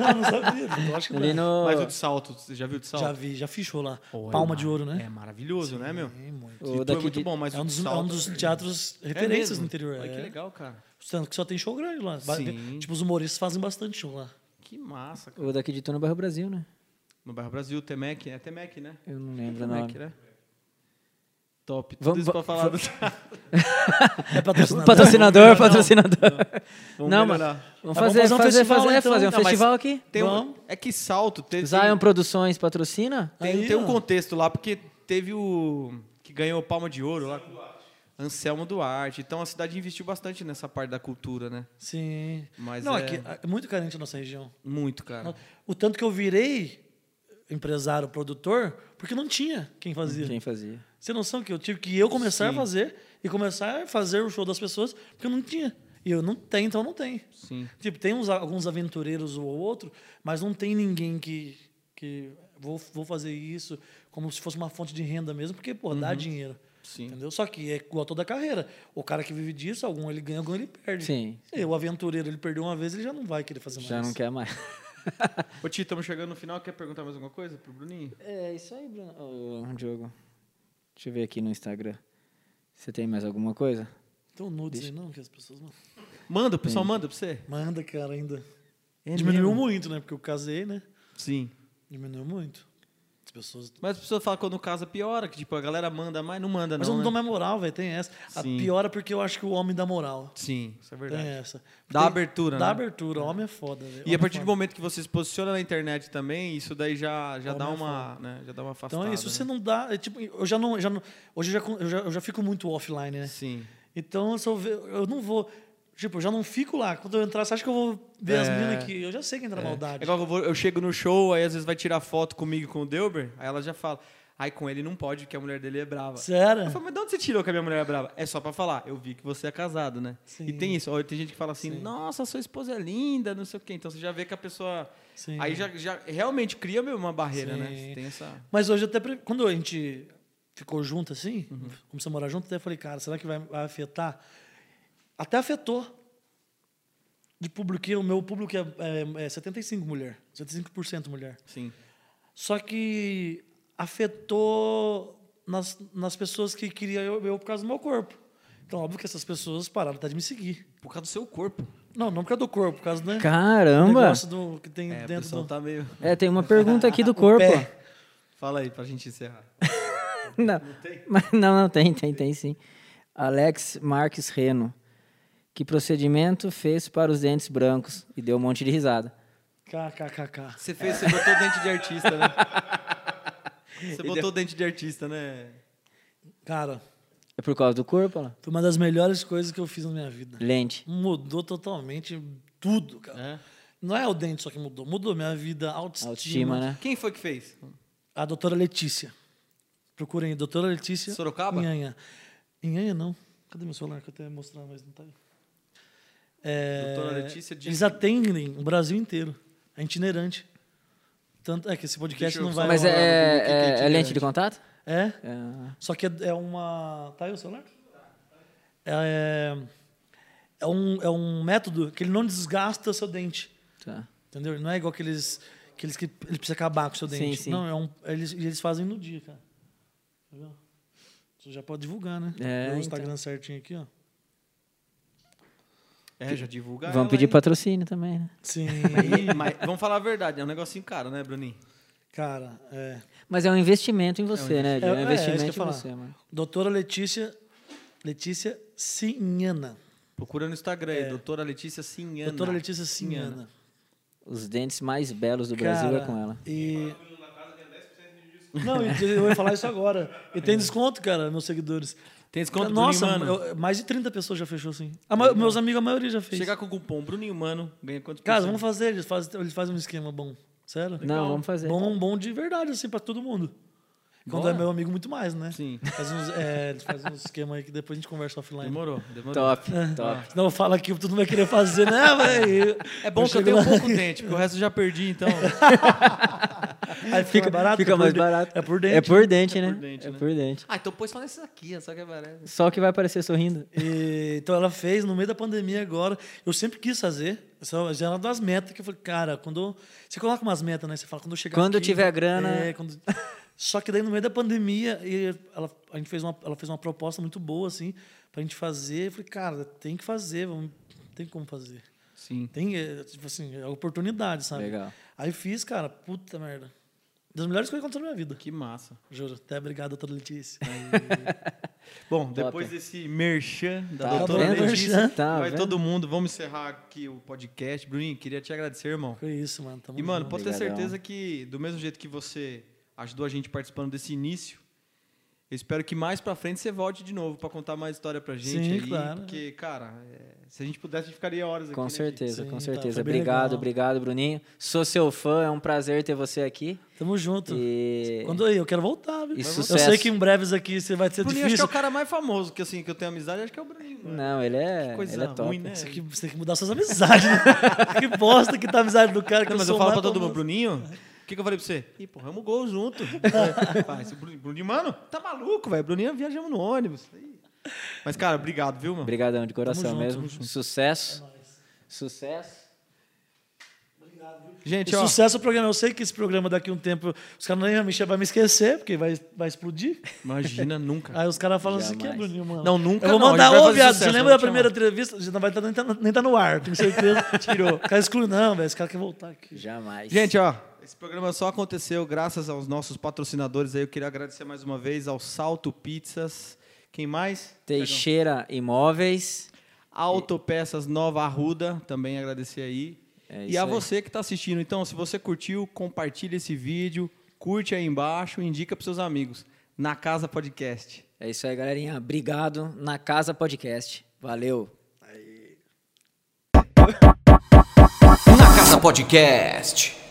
Speaker 4: Não, não sabia. Eu acho que
Speaker 3: Ali
Speaker 4: dá.
Speaker 3: no...
Speaker 2: Mas o de salto, você já viu o de salto?
Speaker 4: Ah. Já vi, já fechou lá.
Speaker 2: Pô, é
Speaker 4: Palma
Speaker 2: mar-
Speaker 4: de ouro,
Speaker 2: É
Speaker 4: né?
Speaker 2: maravilhoso, né, meu?
Speaker 4: É, muito.
Speaker 3: O
Speaker 2: Itu é
Speaker 3: daqui
Speaker 2: muito
Speaker 3: de-
Speaker 2: bom, mas
Speaker 4: É um
Speaker 2: o de
Speaker 4: dos, é
Speaker 2: salto-
Speaker 4: um dos teatros referências
Speaker 2: É mesmo?
Speaker 4: no interior.
Speaker 2: Olha
Speaker 4: é.
Speaker 2: que legal, cara.
Speaker 4: Tanto que só tem show grande lá. Ba-
Speaker 2: Sim.
Speaker 4: Tipo, os humoristas fazem bastante show lá.
Speaker 2: Que massa, cara.
Speaker 3: o daqui de Tuna Barra Brasil, né?
Speaker 2: No Bairro Brasil, Temec, é Temec, né?
Speaker 3: Eu não lembro o nome.
Speaker 2: Temec, né? Top. Tudo
Speaker 3: Vamos-
Speaker 2: isso pra falar do...
Speaker 4: É patrocinador.
Speaker 3: Patrocinador, patrocinador. Não,
Speaker 2: Vamos melhorar.
Speaker 3: mas vamos
Speaker 4: Ah, vamos
Speaker 3: fazer,
Speaker 4: fazer um
Speaker 3: fazer,
Speaker 4: festival,
Speaker 3: fazer,
Speaker 4: então.
Speaker 3: fazer um
Speaker 4: Não, mas
Speaker 3: festival aqui.
Speaker 2: Tem um,
Speaker 4: Vamos.
Speaker 2: é que salto. Teve,
Speaker 3: Zion Produções patrocina?
Speaker 2: tem,
Speaker 4: Aí,
Speaker 2: tem
Speaker 4: ó.
Speaker 2: um contexto lá, porque teve o... Que ganhou Palma de Ouro lá. Anselmo Duarte. Então a cidade investiu bastante nessa parte da cultura, né?
Speaker 4: Sim.
Speaker 2: Mas
Speaker 4: não,
Speaker 2: é-
Speaker 4: é... que é muito carente a nossa região.
Speaker 2: Muito, cara.
Speaker 4: O tanto que eu virei empresário, produtor, porque não tinha quem fazia.
Speaker 3: Quem fazia?
Speaker 4: Você tem noção que eu tive que eu começar a fazer e começar a fazer o show das pessoas, porque eu não tinha. E eu não tenho, então não tem.
Speaker 2: Sim.
Speaker 4: Tipo, tem uns, alguns aventureiros ou outro, mas não tem ninguém que. que vou, vou fazer isso como se fosse uma fonte de renda mesmo, porque, pô, dá dinheiro.
Speaker 2: Sim.
Speaker 4: Entendeu? Só que é igual a toda a carreira. O cara que vive disso, algum ele ganha, algum ele perde.
Speaker 3: Sim.
Speaker 4: E o aventureiro, ele perdeu uma vez, ele já não vai querer fazer mais.
Speaker 3: Já não quer mais.
Speaker 2: Ô, Ti, estamos chegando no final. Quer perguntar mais alguma coisa pro Bruninho?
Speaker 3: É isso aí, Bruno. Ô, Diogo. Deixa eu ver aqui no Instagram. Você tem mais alguma coisa?
Speaker 4: Então, nudes aí, não, que as pessoas não.
Speaker 2: Manda, o pessoal manda pra você.
Speaker 4: Manda, cara, ainda.
Speaker 2: É
Speaker 4: Diminuiu
Speaker 2: mesmo?
Speaker 4: muito, né? Porque eu casei, né?
Speaker 2: Sim.
Speaker 4: Diminuiu muito. As pessoas.
Speaker 2: Mas as pessoas falam que quando casa piora, que tipo, a galera manda mais, não manda
Speaker 4: Mas
Speaker 2: não,
Speaker 4: eu
Speaker 2: né?
Speaker 4: não dou mais moral, velho. Tem essa. A
Speaker 2: Sim.
Speaker 4: piora porque eu acho que o homem dá moral.
Speaker 2: Sim, isso é verdade.
Speaker 4: Tem essa.
Speaker 2: Dá
Speaker 4: Tem-
Speaker 2: abertura,
Speaker 4: Dá
Speaker 2: né?
Speaker 4: abertura. Homem é foda, velho.
Speaker 2: E
Speaker 4: Homem
Speaker 2: a partir
Speaker 4: é
Speaker 2: do
Speaker 4: foda.
Speaker 2: momento que você se posiciona na internet também, isso daí já, já,
Speaker 4: Homem
Speaker 2: dá,
Speaker 4: é
Speaker 2: uma, né, já dá uma afastada.
Speaker 4: Então é isso. Você
Speaker 2: né?
Speaker 4: não dá. é tipo, eu já não. Já não hoje eu já, con- eu, já, eu já fico muito offline, né?
Speaker 2: Sim.
Speaker 4: Então se eu, ver, eu não vou. Tipo, eu já não fico lá. Quando eu entrar, você acha que eu vou ver as meninas aqui? Eu já sei que entra
Speaker 2: É
Speaker 4: maldade.
Speaker 2: igual que eu, vou- eu chego no show, aí às vezes vai tirar foto comigo e com o Delber, aí ela já fala, ai, com ele não pode, porque a mulher dele é brava. Eu
Speaker 4: Sério?
Speaker 2: falo, mas de onde você tirou que a minha mulher é brava? É só pra falar, eu vi que você é casado, né? E
Speaker 4: Sim.
Speaker 2: tem isso, ó, tem gente que fala assim, nossa, sua esposa é linda, não sei o quê. Então você já vê que a pessoa...
Speaker 4: Sim.
Speaker 2: Aí já, já realmente cria meio uma barreira, né?
Speaker 4: Sim.
Speaker 2: Você tem essa...
Speaker 4: Mas hoje até pre- quando a gente ficou junto assim, começou a morar junto, até falei, cara, será que vai, vai afetar? Até afetou. De público, que o meu público é, é, é 75 mulher, 75% mulher.
Speaker 2: Sim.
Speaker 4: Só que afetou nas, nas pessoas que queria eu, eu por causa do meu corpo. Então, óbvio que essas pessoas pararam até de me seguir.
Speaker 2: Por causa do seu corpo.
Speaker 4: Não, não por causa do corpo, por causa né, do
Speaker 3: Caramba!
Speaker 4: negócio do, que tem
Speaker 2: É, o
Speaker 4: dentro
Speaker 2: pessoal
Speaker 4: do
Speaker 2: tá meio...
Speaker 3: É, tem uma pergunta aqui do corpo.
Speaker 4: pé.
Speaker 2: Fala aí, pra gente encerrar.
Speaker 3: Não, mas não, não, tem, tem, tem sim. Alex Marques Reno. Que procedimento fez para os dentes brancos? E deu um monte de risada.
Speaker 4: KKKK.
Speaker 2: Você fez, você botou dente de artista, né? Você botou dente de artista, né?
Speaker 4: Cara,
Speaker 3: É por causa do corpo, olha lá?
Speaker 4: foi uma das melhores coisas que eu fiz na minha vida.
Speaker 3: Lente.
Speaker 4: Mudou totalmente tudo, cara. Não é o dente só que mudou, mudou minha vida, a autoestima.
Speaker 3: Autoestima, né?
Speaker 2: Quem foi que fez?
Speaker 4: A doutora Letícia. Procurem aí, doutora Letícia.
Speaker 2: Sorocaba?
Speaker 4: Inhanha. Inhanha não. Cadê meu celular que eu até ia mostrar, mas não tá aí. É,
Speaker 2: Doutora Letícia de-
Speaker 4: Eles atendem o Brasil inteiro. É itinerante. Tanto é que esse podcast
Speaker 2: Deixa eu
Speaker 4: não
Speaker 2: só-
Speaker 4: vai.
Speaker 3: Mas é,
Speaker 4: rolar. né?
Speaker 3: é-
Speaker 2: que que é
Speaker 3: é lente de contato?
Speaker 4: É?
Speaker 3: É.
Speaker 4: Só que é, é uma. Tá aí o celular? É, é, um, é um método que ele não desgasta seu dente.
Speaker 3: Tá.
Speaker 4: Entendeu? Não é igual aqueles, aqueles que ele precisa acabar com o seu
Speaker 3: Sim,
Speaker 4: dente.
Speaker 3: sim.
Speaker 4: Não, é um, eles, eles fazem no dia, cara. Entendeu? Você já pode divulgar, né?
Speaker 3: É,
Speaker 4: o
Speaker 3: então.
Speaker 4: Instagram certinho aqui, ó.
Speaker 2: É, já divulga.
Speaker 3: Vamos
Speaker 2: ela,
Speaker 3: pedir
Speaker 2: hein?
Speaker 3: patrocínio também, né?
Speaker 4: Sim.
Speaker 2: Mas vamos falar a verdade, é um negocinho caro, né, Bruninho?
Speaker 4: Cara, é.
Speaker 3: Mas é um investimento em você, né? Gil? É um
Speaker 4: É, é, isso que eu ia
Speaker 3: investimento em
Speaker 4: falar.
Speaker 3: você, mano.
Speaker 4: Doutora Letícia. Letícia Sinhana.
Speaker 2: Procura no Instagram, é. doutora Letícia Sinhana.
Speaker 4: Doutora Letícia Sinhana.
Speaker 3: Os dentes mais belos do Brasil é com ela.
Speaker 4: E. Não, eu eu ia falar isso agora. E tem desconto, cara, meus seguidores.
Speaker 2: Tem desconto,
Speaker 4: Nossa,
Speaker 2: Bruninho Mano?
Speaker 4: eu- mais de 30 pessoas já fechou assim. A ma- meus amigos, a maioria já fez.
Speaker 2: Chegar com o cupom Bruninho Mano, ganha quantos
Speaker 4: Cara, vamos fazer, eles fazem, eles fazem um esquema bom. Sério?
Speaker 3: Não, vamos fazer.
Speaker 4: Bom, bom de verdade, assim, pra todo mundo. Quando
Speaker 2: Bora.
Speaker 4: é meu amigo, muito mais, né?
Speaker 2: Sim.
Speaker 4: Faz uns, é, eles fazem uns esquema aí que depois a gente conversa offline.
Speaker 2: Demorou, demorou.
Speaker 3: Top,
Speaker 4: Ah,
Speaker 3: top.
Speaker 4: Não, fala aqui, todo mundo vai querer fazer, né, velho?
Speaker 2: É bom que eu
Speaker 4: chego
Speaker 2: tenho
Speaker 4: lá-
Speaker 2: pouco dente, porque o resto eu já perdi, então.
Speaker 4: Aí fica, barato.
Speaker 3: Fica
Speaker 4: é por
Speaker 3: mais
Speaker 4: de-
Speaker 3: barato.
Speaker 4: É por
Speaker 3: É
Speaker 4: dentro.
Speaker 3: por dente, né?
Speaker 2: dente,
Speaker 3: É
Speaker 2: né?
Speaker 3: por dente.
Speaker 2: ah, então pôs só nesses aqui, só que é barato.
Speaker 3: Só que vai aparecer sorrindo.
Speaker 4: E, então ela fez no meio da pandemia agora. Eu sempre quis fazer. Essa já era das metas que eu falei, cara, quando. eu- Você coloca umas metas, né? Você fala, quando eu chegar.
Speaker 3: Quando eu
Speaker 4: aqui,
Speaker 3: tiver grana.
Speaker 4: é, quando- Só que daí no meio da pandemia, e ela, a gente fez uma, ela fez uma proposta muito boa, assim, pra gente fazer. Eu falei, cara, tem que fazer, vamos, tem como fazer.
Speaker 2: Sim.
Speaker 4: Tem, é, tipo assim, é oportunidade, sabe?
Speaker 3: Legal.
Speaker 4: Aí fiz, cara, puta merda. Das melhores coisas que aconteceu na minha vida.
Speaker 2: Que massa.
Speaker 4: Juro. Até obrigado, doutora Letícia.
Speaker 2: Bom, depois desse merchan da
Speaker 3: Tá
Speaker 2: doutora
Speaker 4: vendo,
Speaker 2: Letícia,
Speaker 4: merchan?
Speaker 3: Tá
Speaker 2: vai
Speaker 3: vendo?
Speaker 2: todo mundo, vamos encerrar aqui o podcast. Bruninho, queria te agradecer, irmão.
Speaker 4: Foi isso, mano. Tamo
Speaker 2: E, mano,
Speaker 4: junto.
Speaker 2: pode ter
Speaker 3: Obrigadão.
Speaker 2: certeza que, do mesmo jeito que você ajudou a gente participando desse início, eu espero que mais pra frente você volte de novo pra contar mais história pra gente
Speaker 4: Sim,
Speaker 2: aí.
Speaker 4: claro.
Speaker 2: Porque, cara, é, se a gente pudesse, a gente ficaria horas aqui.
Speaker 3: Com
Speaker 2: né,
Speaker 3: certeza,
Speaker 4: Sim,
Speaker 3: com
Speaker 4: tá,
Speaker 3: certeza.
Speaker 4: foi bem
Speaker 3: obrigado,
Speaker 4: legal.
Speaker 3: obrigado, Bruninho. Sou seu fã, é um prazer ter você aqui.
Speaker 4: Tamo junto.
Speaker 3: E-
Speaker 4: Quando eu quero voltar, viu?
Speaker 3: E
Speaker 4: Vai voltar.
Speaker 3: sucesso.
Speaker 4: Eu sei que em breves aqui você vai
Speaker 2: Gil?
Speaker 4: ser
Speaker 2: O Bruninho acho que é
Speaker 4: difícil.
Speaker 2: o cara mais famoso que, assim, que eu tenho amizade, acho que é o Bruninho. mano.
Speaker 3: Não, ele é,
Speaker 2: Coisa
Speaker 3: ele é top.
Speaker 2: ruim, né?
Speaker 4: Você tem, que, você tem que mudar suas amizades, né? que bosta que tá a amizade do cara que
Speaker 2: Não, mas
Speaker 4: eu
Speaker 2: eu
Speaker 4: sou
Speaker 2: falo
Speaker 4: mais
Speaker 2: pra todo mundo,
Speaker 4: famoso.
Speaker 2: Bruninho, o que, que eu falei pra você? Ih, porra, vamos gol junto. Faz, o Bruninho, Bruninho, mano, tá maluco, velho. Bruninho viajamos no ônibus. Ih. Mas, cara, obrigado, viu, mano?
Speaker 3: Obrigadão, de coração
Speaker 4: junto,
Speaker 3: mesmo.
Speaker 4: tamo junto. É
Speaker 3: Sucesso. Sucesso.
Speaker 2: Gente,
Speaker 4: E
Speaker 2: ó,
Speaker 4: Sucesso o programa. Eu sei que esse programa daqui a um tempo os caras nem vão me che- vai me esquecer, porque vai, vai explodir.
Speaker 2: imagina nunca.
Speaker 4: Aí os caras falam assim: que é
Speaker 3: Jamais.
Speaker 4: Bruninho, mano?
Speaker 2: Não, nunca
Speaker 4: Eu vou
Speaker 2: não, a
Speaker 4: mandar,
Speaker 2: gente vai
Speaker 4: ô,
Speaker 2: fazer
Speaker 4: viado,
Speaker 2: sucesso,
Speaker 4: você
Speaker 2: eu
Speaker 4: lembra
Speaker 2: vou
Speaker 4: da
Speaker 2: te
Speaker 4: primeira entrevista? Já não vai estar nem, tá, nem tá no ar, tenho certeza. Tirou. O cara exclui, não, velho. Esse cara quer voltar aqui.
Speaker 3: Jamais.
Speaker 2: Gente, ó, esse programa só aconteceu graças aos nossos patrocinadores aí. Eu queria agradecer mais uma vez ao Salto Pizzas. Quem mais?
Speaker 3: Teixeira Imóveis.
Speaker 2: Autopeças Nova Arruda, também agradecer aí.
Speaker 3: É
Speaker 2: e
Speaker 3: isso
Speaker 2: a
Speaker 3: aí.
Speaker 2: você que está assistindo, então, se você curtiu, compartilha esse vídeo, curte aí embaixo, indica para seus amigos. Na Casa Podcast.
Speaker 3: É isso aí, galerinha. Obrigado. Na Casa Podcast. Valeu.
Speaker 1: Na Casa Podcast.